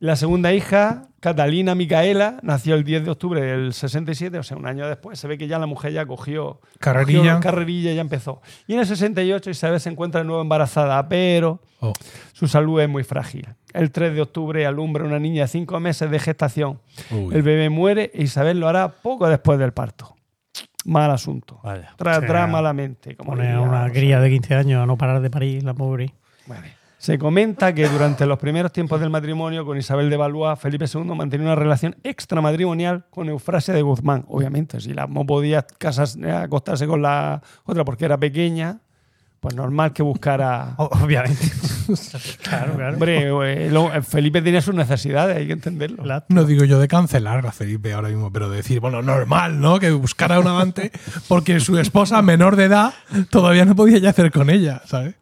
La segunda hija, Catalina Micaela, nació el 10 de octubre del 67, o sea, un año después. Se ve que ya la mujer ya cogió
Carrerilla.
cogió carrerilla y ya empezó. Y en el 68 Isabel se encuentra de nuevo embarazada, pero
Oh.
su salud es muy frágil. El 3 de octubre alumbra una niña de 5 meses de gestación.
Uy.
El bebé muere e Isabel lo hará poco después del parto. Mal asunto.
Vaya.
Tra,
Sí.
tra malamente. Como
Pone a
diría
una
Rosa.
cría de 15 años a no parar de parir, la pobre.
Vale. Se comenta que durante los primeros tiempos del matrimonio con Isabel de Valois, Felipe II mantenía una relación extramatrimonial con Eufrasia de Guzmán. Obviamente, si la no podía casarse, acostarse con la otra porque era pequeña, pues normal que buscara.
O- Obviamente. claro, claro.
Hombre, eh, lo- eh, Felipe tenía sus necesidades, hay que entenderlo.
Claro.
No digo yo de cancelar a Felipe ahora mismo, pero de decir, bueno, normal, ¿no? Que buscara un amante porque su esposa menor de edad todavía no podía yacer con ella, ¿sabes?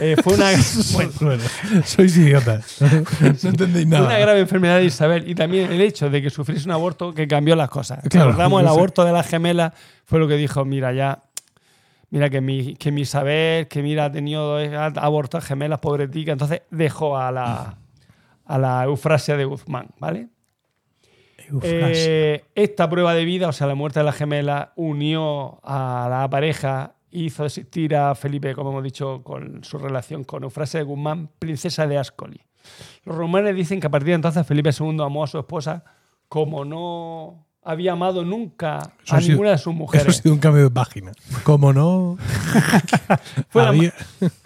Eh, fue una,
Bueno, sois idiotas. No entendéis
fue
nada.
una grave enfermedad de Isabel y también el hecho de que sufriese un aborto que cambió las cosas.
Claro,
Recordamos el
no sé.
aborto de la gemela, fue lo que dijo, mira ya, mira que mi, que mi Isabel, que mira ha tenido eh, ha abortado gemelas, pobre tica. Entonces dejó a la, a la Eufrasia de Guzmán, ¿vale?
Eufrasia.
Eh, esta prueba de vida, o sea, la muerte de la gemela, unió a la pareja, hizo desistir a Felipe, como hemos dicho, con su relación con Eufrasia de Guzmán, princesa de Ascoli. Los rumores dicen que a partir de entonces Felipe II amó a su esposa como no había amado nunca
Eso
a
ha sido-
ninguna de sus
Eso ha
mujeres.
sido un cambio de página. Como no.
Fue la
Había-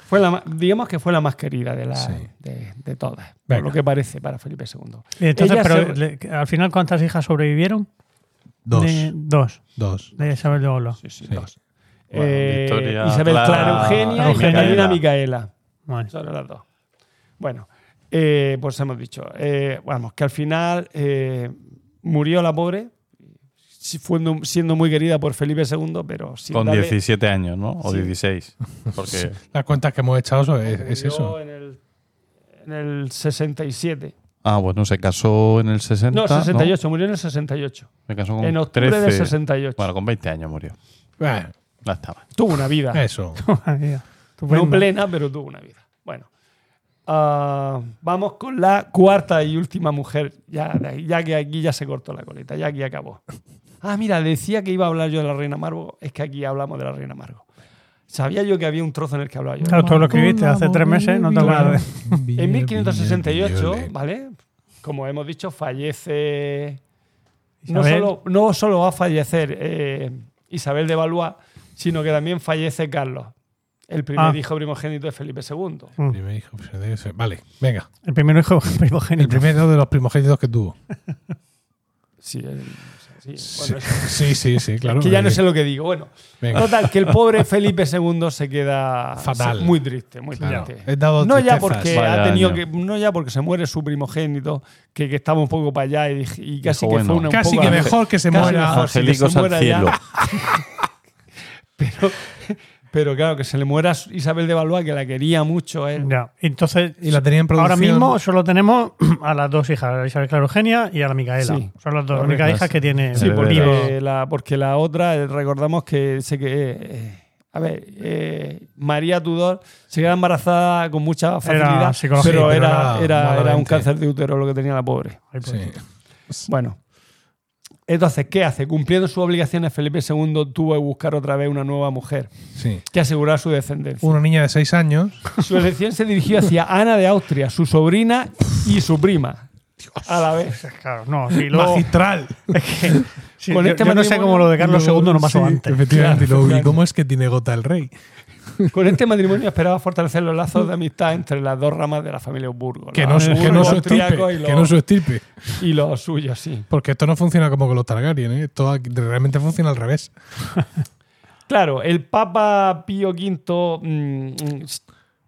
Fue la ma- digamos que fue la más querida de, la,
Sí.
de, de todas,
Venga.
por lo que parece para Felipe II.
Y Entonces,
ella
pero
se-
le- al final, ¿cuántas hijas sobrevivieron?
Dos.
De- dos.
Dos.
De Isabel de Olo.
Sí.
Bueno,
Eh,
Victoria,
Isabel Clara,
Clara,
Eugenia y
Eugenia.
Catalina Micaela.
Bueno.
Sobre las dos. Bueno, eh, pues hemos dicho, eh, vamos, que al final eh, murió la pobre, si- fuendo- siendo muy querida por Felipe II, pero sin
Con
darle-
17 años, ¿no? O
Sí.
16. Porque
Las cuentas que hemos echado son- es,
murió
es eso.
En el, en el 67.
Ah, bueno, se casó en el 60.
No, 68, murió en el 68.
Se casó con
En octubre
13.
del 68.
Bueno, con 20 años murió.
Bueno,
La estaba.
Eh,
Tuvo una vida.
eso.
Madre mía. Estupendo.
No plena, pero tuvo una vida. Bueno. Ah, vamos con la cuarta y última mujer. Ya, de ahí- ya que aquí ya se cortó la coleta, ya aquí acabó. Ah, mira, decía que iba a hablar yo de la reina Margo. Es que aquí hablamos de la reina Margo. Sabía yo que había un trozo en el que hablaba yo.
Claro, tú lo escribiste hace tres meses, no te acuerdas. de-
En 1568, ¿vale? Como hemos dicho, fallece. No
Isabel.
solo, no solo va a fallecer eh, Isabel de Valois, sino que también fallece Carlos, el primer
Ah.
hijo primogénito de Felipe II.
Primer hijo, pues, debe ser- Vale, venga.
El primero hijo primogénito.
El primero de los primogénitos que tuvo.
Sí, el- sí,
Sí,
bueno, eso.
sí, sí, sí, claro. eh,
que ya no sé lo que digo. Bueno,
Venga.
total, que el pobre Felipe II se queda
Fatal.
se- muy triste, muy
Claro.
triste.
He dado
No ya,
tristezas.
porque
Vaya
ha tenido
año.
que, no ya porque se muere su primogénito, que, que estaba un poco para allá y, dij- y casi que
Dijo,
fue
bueno.
una un
Casi
poco
que
a-
mejor que se
casi
muera.
mejor. si
Angélicos
Ah, se
al
muera ya.
cielo.
Pero, pero claro, que se le muera Isabel de Valois, que la quería mucho él.
Ya. Entonces,
Y la tenía en producción.
ahora mismo solo tenemos a las dos hijas, a Isabel Clara Eugenia y a la Micaela.
Sí.
Son las dos
Correcto.
únicas hijas que tiene
Sí,
Sí,
porque-
vivo.
porque la, porque la otra, eh, recordamos que se que. eh, a ver, eh, María Tudor se queda embarazada con mucha facilidad,
psicología,
pero,
pero era
era, era, era un
malamente.
cáncer de útero lo que tenía la pobre.
Ay, pues,
Sí.
Bueno, entonces, ¿qué hace? Cumpliendo sus obligaciones, Felipe II tuvo que buscar otra vez una nueva mujer
Sí.
que asegurara su descendencia.
Una niña de seis años.
Su elección se dirigió hacia Ana de Austria, su sobrina y su prima. A la vez.
Claro, no, si luego,
Magistral.
si-
con
yo,
este
yo no sé
matrimonio-
cómo lo de Carlos II no pasó
Sí,
antes.
Efectivamente.
Claro,
y luego, ¿Y
claro.
cómo es que tiene gota el rey?
Con este matrimonio esperaba fortalecer los lazos de amistad entre las dos ramas de la familia Habsburgo.
Que
los
no, su- que
Habsburgo,
no
los
su
austriacos y
estirpe.
los,
Que no su estirpe.
y los suyos, sí.
Porque esto no funciona como con los Targaryen, ¿eh? Esto aquí- realmente funciona al revés.
Claro, el Papa Pío V mm, mm,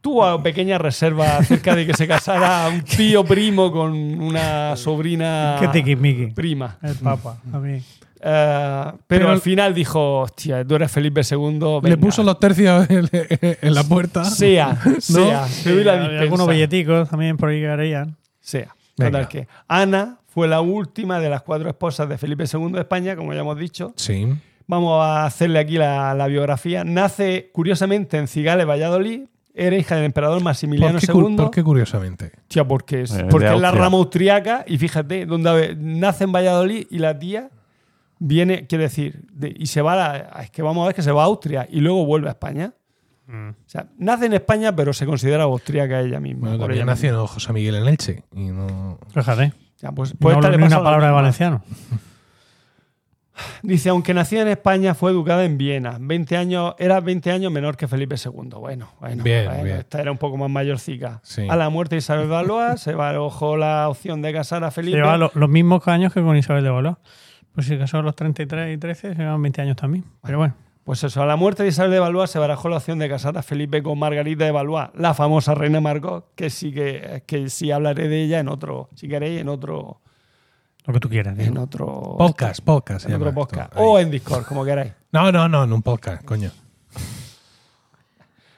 tuvo pequeña reserva acerca de que se casara un tío primo con una sobrina
Qué tiquismiqui.
prima.
El Papa, a mí.
Eh, pero,
Pero-
al final dijo, hostia, tú eres Felipe II.
Le
venga,
puso los tercios en, en la puerta.
Sea, sea, te doy la
Y Eh, algunos
dispensa.
belleticos también por ahí que harían.
sea.
Venga.
Total que Ana fue la última de las cuatro esposas de Felipe II de España, como ya hemos dicho.
Sí.
Vamos a hacerle aquí la, la biografía. Nace, curiosamente, en Cigales, Valladolid. Era hija del emperador Maximiliano
¿Por qué, cu-
II.
por qué curiosamente?
Tía, porque es,
Eh, de
porque es la
Austria.
rama austriaca y fíjate, donde a ver, nace en Valladolid y la tía viene, quiere decir, de- y se va a la- es que vamos a ver que se va a Austria y luego vuelve a España.
Mm.
O sea, nace en España, pero se considera austríaca ella misma.
Bueno,
por
también
ella misma.
nació José Miguel en Elche. Y no...
Fíjate.
Ya, pues,
No
pues esta
hablo
le
ni una
pasa lo
palabra de
mismo.
valenciano.
Dice, aunque nacida en España, fue educada en Viena. 20 años, era 20 años menor que Felipe II. Bueno, bueno,
Bien,
bueno,
bien.
esta era un poco más mayorcica.
Sí.
A la muerte de Isabel Valois se barajó la opción de casar a Felipe.
Lleva lo- los mismos años que con Isabel de Valois. Pues si son los 33 y 13, se llevan 20 años también. Pero bueno,
Pues eso, a la muerte de Isabel de Valois se barajó la opción de casar a Felipe con Margarita de Valois, la famosa reina Margot, que sí que, que sí hablaré de ella en otro, si queréis, en otro,
lo que tú quieras.
en
digo.
otro
Podcast, podcast. se
en otro
llama esto.
podcast.
Ahí.
O en Discord, como queráis.
No, no, no, en un podcast, coño.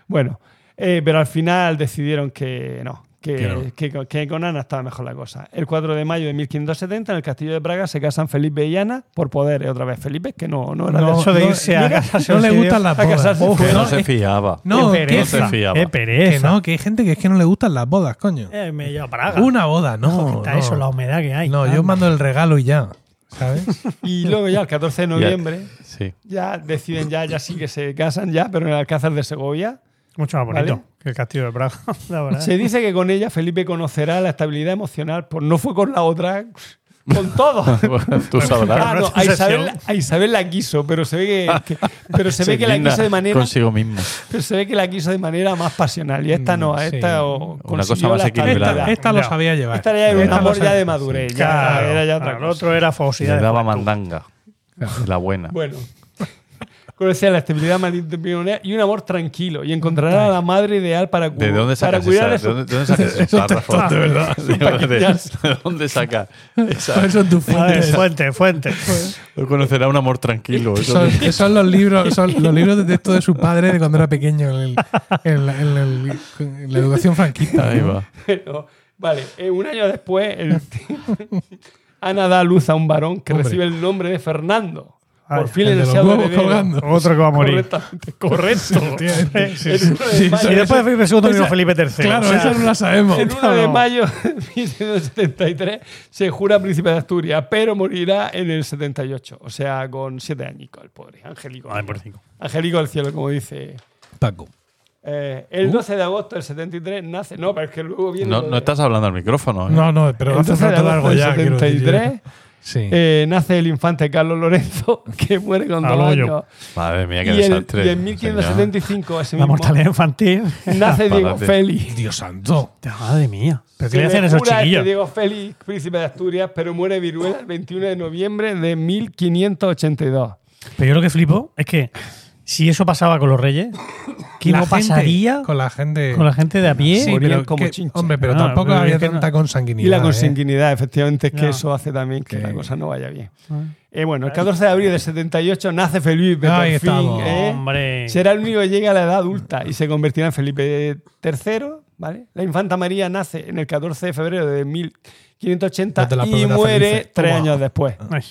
Bueno, eh, pero al final decidieron que no. Que,
Que no.
que- que con Ana estaba mejor la cosa. El 4 de mayo de 1570, en el castillo de Praga, se casan Felipe y Ana por poder. eh, Otra vez Felipe, que no, no era de
No,
eso.
eso de irse a
llega-
casarse
no le
los
gustan las
a
bodas.
casarse.
Que no
es-
se fiaba.
no,
qué
que-
pereza.
no se fiaba.
Qué
que
pereza.
no, que hay gente que es que no le gustan las bodas, coño.
Eh, me lleva a Praga.
Una boda, no.
Está
no.
eso, la humedad que hay. Ah,
No, yo
Anda.
mando el regalo y ya, ¿sabes?
Y luego ya, el 14 de noviembre,
Sí.
ya deciden, ya, ya sí que se casan, ya, pero en el Alcázar de Segovia.
Mucho más bonito
¿Vale?
que el castillo de Praga, la verdad.
Se dice que con ella Felipe conocerá la estabilidad emocional, pues no fue con la otra, con todo.
Bueno, Tú
Ah,
sabrás.
no, a, Isabel, a Isabel la quiso, pero se ve que, que- pero se ve que la
linda
quiso de manera
Consigo mismo.
pero se ve que la quiso de manera más pasional y esta no,
Mm,
a
sí.
esta o,
Una cosa
consiguió
más
la
equilibrada.
estabilidad.
Esta, esta lo
No.
sabía llevar.
Esta era ya un
Esta lo
amor ya
sabía-
de madurez, ya
Claro,
era ya otra
claro, el
cosa.
otro era fogosidad.
Le
de
daba
juventud.
mandanga. La buena.
Bueno. Conocía la estabilidad matrimonial y un amor tranquilo y encontrará a la madre ideal para, cu-
¿De dónde
para
sacas
cuidar
esa? ¿De
de su
dónde, de dónde sacas ese párrafo?
textos, de verdad.
¿De dónde, de dónde saca esa?
Esas son tus
A ver,
fuentes.
fuente, fuente.
Lo conocerá un amor tranquilo. eso
pues, Son,
que-
son los libros, son los libros de texto de su padre de cuando era pequeño en, el- en la, en el- en la educación franquista.
Ahí
¿no?
va.
Pero, vale, eh, un año después, el- Ana da a luz a un varón que
Hombre.
recibe el nombre de Fernando. Por
Vaya.
fin
el
el
de los
deseado
huevos
heredero.
colgando.
Otro que va a morir.
Correctamente, correcto.
Efectivamente.
El uno de
Sí,
mayo-
Y después de Felipe II vino
Esa-
Felipe III.
Claro,
o sea,
esa no la sabemos.
El 1 de
no.
mayo de 1773 se jura príncipe de Asturias, pero morirá en el 78. O sea, con siete añicos, el pobre. Angélico.
Ay, por cinco.
Angélico del cielo, como dice.
Paco.
Eh, el 12 de agosto del 73 nace. No, pero es que luego viene.
No,
lo
no
de-
estás hablando al micrófono. ¿eh?
No, no, pero
El
hace
12 de
falta
agosto
largo
del
ya. quiero decir.
73
Sí.
eh, nace el infante Carlos Lorenzo, que muere con
Al
dos
hoyo.
años.
Madre mía,
Y,
qué
el-
desastre.
y en 1575, ese
La
mismo,
mortalidad infantil.
nace Diego
Disparate.
Félix.
Dios santo.
Madre mía.
Pues
¿Pero qué
Se
le hacen
le
a esos
jura
chiquillos?
que este Diego Félix, príncipe de Asturias, pero muere viruela el 21 de noviembre de 1582.
Pero yo lo que flipo es que si eso pasaba con los reyes, ¿qué
La
no
gente-
pasaría
con la gente?
con la gente de a pie?
Sí,
Morían
pero
como
que-
chinches.
Hombre, pero
Ah,
tampoco
pero es
había
que no-
tanta consanguinidad.
Y la
¿eh?
consanguinidad, efectivamente, es que
No.
eso hace también que la
Que- Ah.
cosa no vaya bien. Eh, bueno, el 14 de abril de 78 nace Felipe
Ahí
por fin,
estamos.
¿eh?
Hombre.
Será el único que llegue a la edad adulta y se convertirá en Felipe III, ¿vale? La infanta María nace en el 14 de febrero de 1580
Desde la
y
primera
muere
felices.
tres
Toma.
años después.
Ay,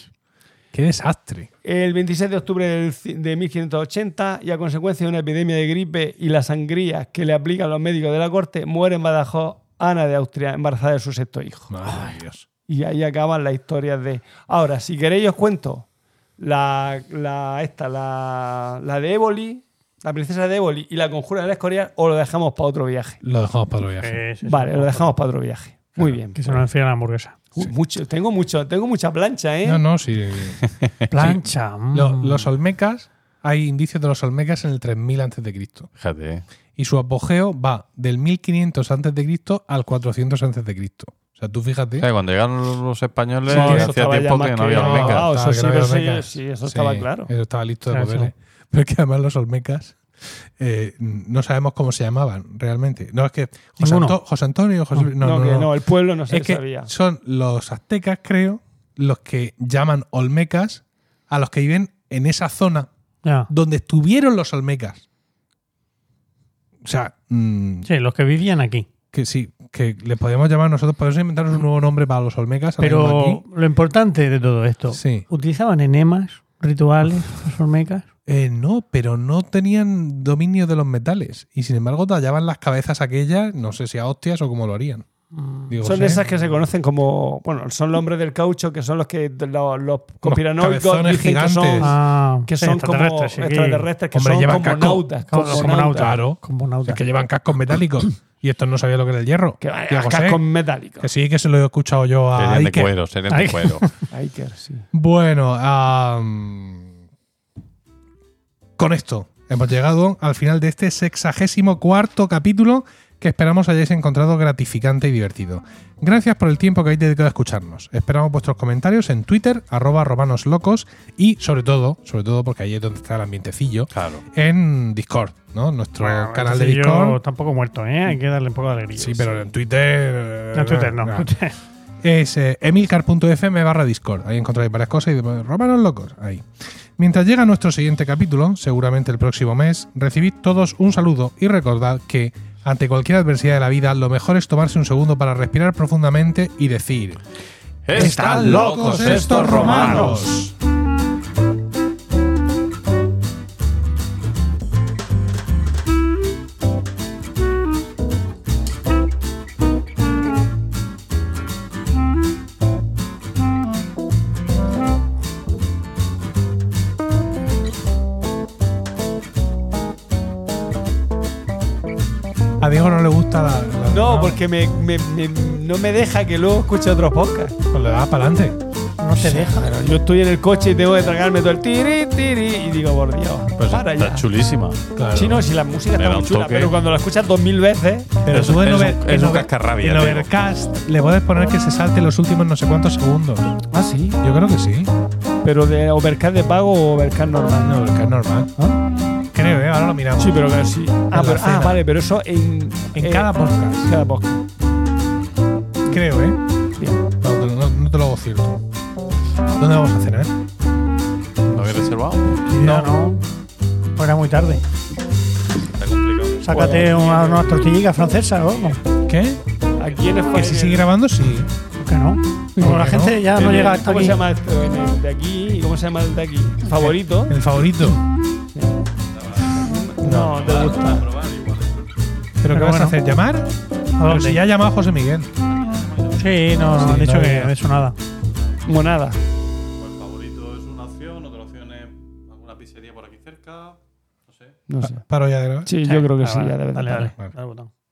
Qué desastre.
el 26 de octubre del ci- de 1580 y a consecuencia de una epidemia de gripe y las sangrías que le aplican los médicos de la corte, muere en Badajoz Ana de Austria, embarazada de su sexto hijo.
Madre de Dios.
Y ahí acaban las historias de... Ahora, si queréis os cuento la, la- esta, la, la de Éboli, la princesa de Éboli y la conjura del Escorial, o lo dejamos para otro viaje.
Lo dejamos para el viaje.
eh, sí, sí.
Vale, lo dejamos para otro viaje. Muy bien.
Que se nos enfría la hamburguesa.
Uy, mucho, tengo, mucho, tengo mucha plancha, ¿eh?
No, no, sí.
Plancha. mm.
Lo- los olmecas, hay indicios de los olmecas en el 3000 a.C.
Fíjate. eh.
Y su apogeo va del 1500 a.C. al 400 a.C. O sea, tú fíjate.
O sea, cuando llegaron los españoles,
No, eso
hacía
estaba ya
tiempo
más
que
que
no había
grabado.
olmecas.
Ah, eso
Estaba
sí,
que no había
eso sí,
olmecas.
sí, eso estaba claro.
Eso estaba listo de
Claro,
poderes. Pero es que además los olmecas eh, no sabemos cómo se llamaban realmente. No, es que José,
Ninguno.
Anto- José Antonio, José...
No, que no, el pueblo no se
es que
sabía.
son los aztecas, creo, los que llaman olmecas a los que viven en esa zona
Ya.
donde estuvieron los olmecas. O sea, mm,
Sí, los que vivían aquí.
que sí, que le podemos llamar nosotros, podemos inventarnos un nuevo nombre para los olmecas. ahora mismo
Pero
aquí.
lo importante de todo esto,
Sí.
¿utilizaban enemas, rituales, los olmecas?
Eh, no, pero no tenían dominio de los metales. Y sin embargo, tallaban las cabezas aquellas, no sé si a hostias o cómo lo harían. Digo,
Mm. Son
sé,
esas que se conocen como. Bueno, son los hombres del caucho, que son los que los, los conspiranoicos
cabezones
dicen que
gigantes.
son,
Ah,
que
sí,
son como
extraterrestres, sí, aquí.
extraterrestres, que
Hombre,
son
llevan
como
casco.
nautas.
Como-
como
como
nautas.
nautas.
Claro. Ah,
Como nautas.
Es que llevan cascos metálicos. y esto no sabía lo que era el hierro.
Que van
Digo,
a
José,
cascos metálicos.
que sí, que se lo he escuchado yo
Ah,
a
Serían de
Iker.
cuero, serían de
Ay,
cuero.
Iker, sí.
Bueno, am, con esto hemos llegado al final de este sexagésimo cuarto capítulo que esperamos hayáis encontrado gratificante y divertido. Gracias por el tiempo que habéis dedicado a escucharnos. Esperamos vuestros comentarios en Twitter, arroba romanoslocos y sobre todo, sobre todo porque ahí es donde está el ambientecillo,
Claro.
en Discord, ¿no? Nuestro
Bueno,
canal de
entonces yo
Discord.
tampoco muerto, ¿eh? Hay que darle un poco de alegría.
Sí, pero en Twitter...
No, en Twitter no.
Ah es eh, emilcar.fm barra Discord. Ahí encontraréis varias cosas y de- romanos locos. Ahí. Mientras llega nuestro siguiente capítulo, seguramente el próximo mes, recibid todos un saludo y recordad que ante cualquier adversidad de la vida, lo mejor es tomarse un segundo para respirar profundamente y decir:
¡Están locos estos romanos!
A Diego no le gusta la. la-
No, porque me, me- me- no me deja que luego escuche otros podcasts.
Pues le das para adelante.
No se deja.
Pero yo estoy en el coche y tengo que tragarme todo el tiri, tiri. Y digo, por Dios,
Pues
para
está
ya.
chulísima.
Claro.
Sí, no, si la música
Me
está
da
muy
un
chula,
toque.
pero cuando la escuchas dos mil veces.
Pero
Es
tú
un-
en,
es
over-
un-
en
es un
over-
cascarrabia,
en
tío.
Overcast le puedes poner que se salte los últimos no sé cuántos segundos.
Ah, sí.
Yo creo que sí.
Pero de Overcast de pago o Overcast normal.
No, Overcast normal. Creo, ¿eh? Ahora lo miramos.
Sí, pero que sí. Ah,
la
pero- ah,
cena.
vale, pero eso en,
En
eh,
cada podcast.
en cada podcast.
Creo, ¿eh?
Bien.
No, te lo- no- no te lo hago cierto. ¿Dónde vamos a cenar?
¿Lo habéis reservado?
No, no. Pues Era muy tarde.
Está complicado.
Sácate una- unas tortillitas francesas o algo.
¿Qué?
¿A quién es
¿Que si sigue grabando? Sí.
Ok. Que no. Como la
que
gente ya no
El-
llega hasta
¿Cómo
aquí.
se llama esto? El de aquí y cómo se llama el de aquí? ¿Favorito?
El favorito.
No, te gusta.
¿Pero qué
Pero
vas
bueno.
a hacer? ¿Llamar?
¿A
Pero
dónde?
si ya ha llamado José Miguel.
Sí, no, no,
Sí,
han dicho
no
que
había.
no he hecho nada.
Monada.
El favorito es una opción, otra opción es alguna pizzería por aquí cerca. No sé.
No sé.
Paro ya de grabar.
Sí, yo creo que sí,
Ah, vale.
ya debe de
Dale,
parar.
dale.
Vale.
Dale al botón.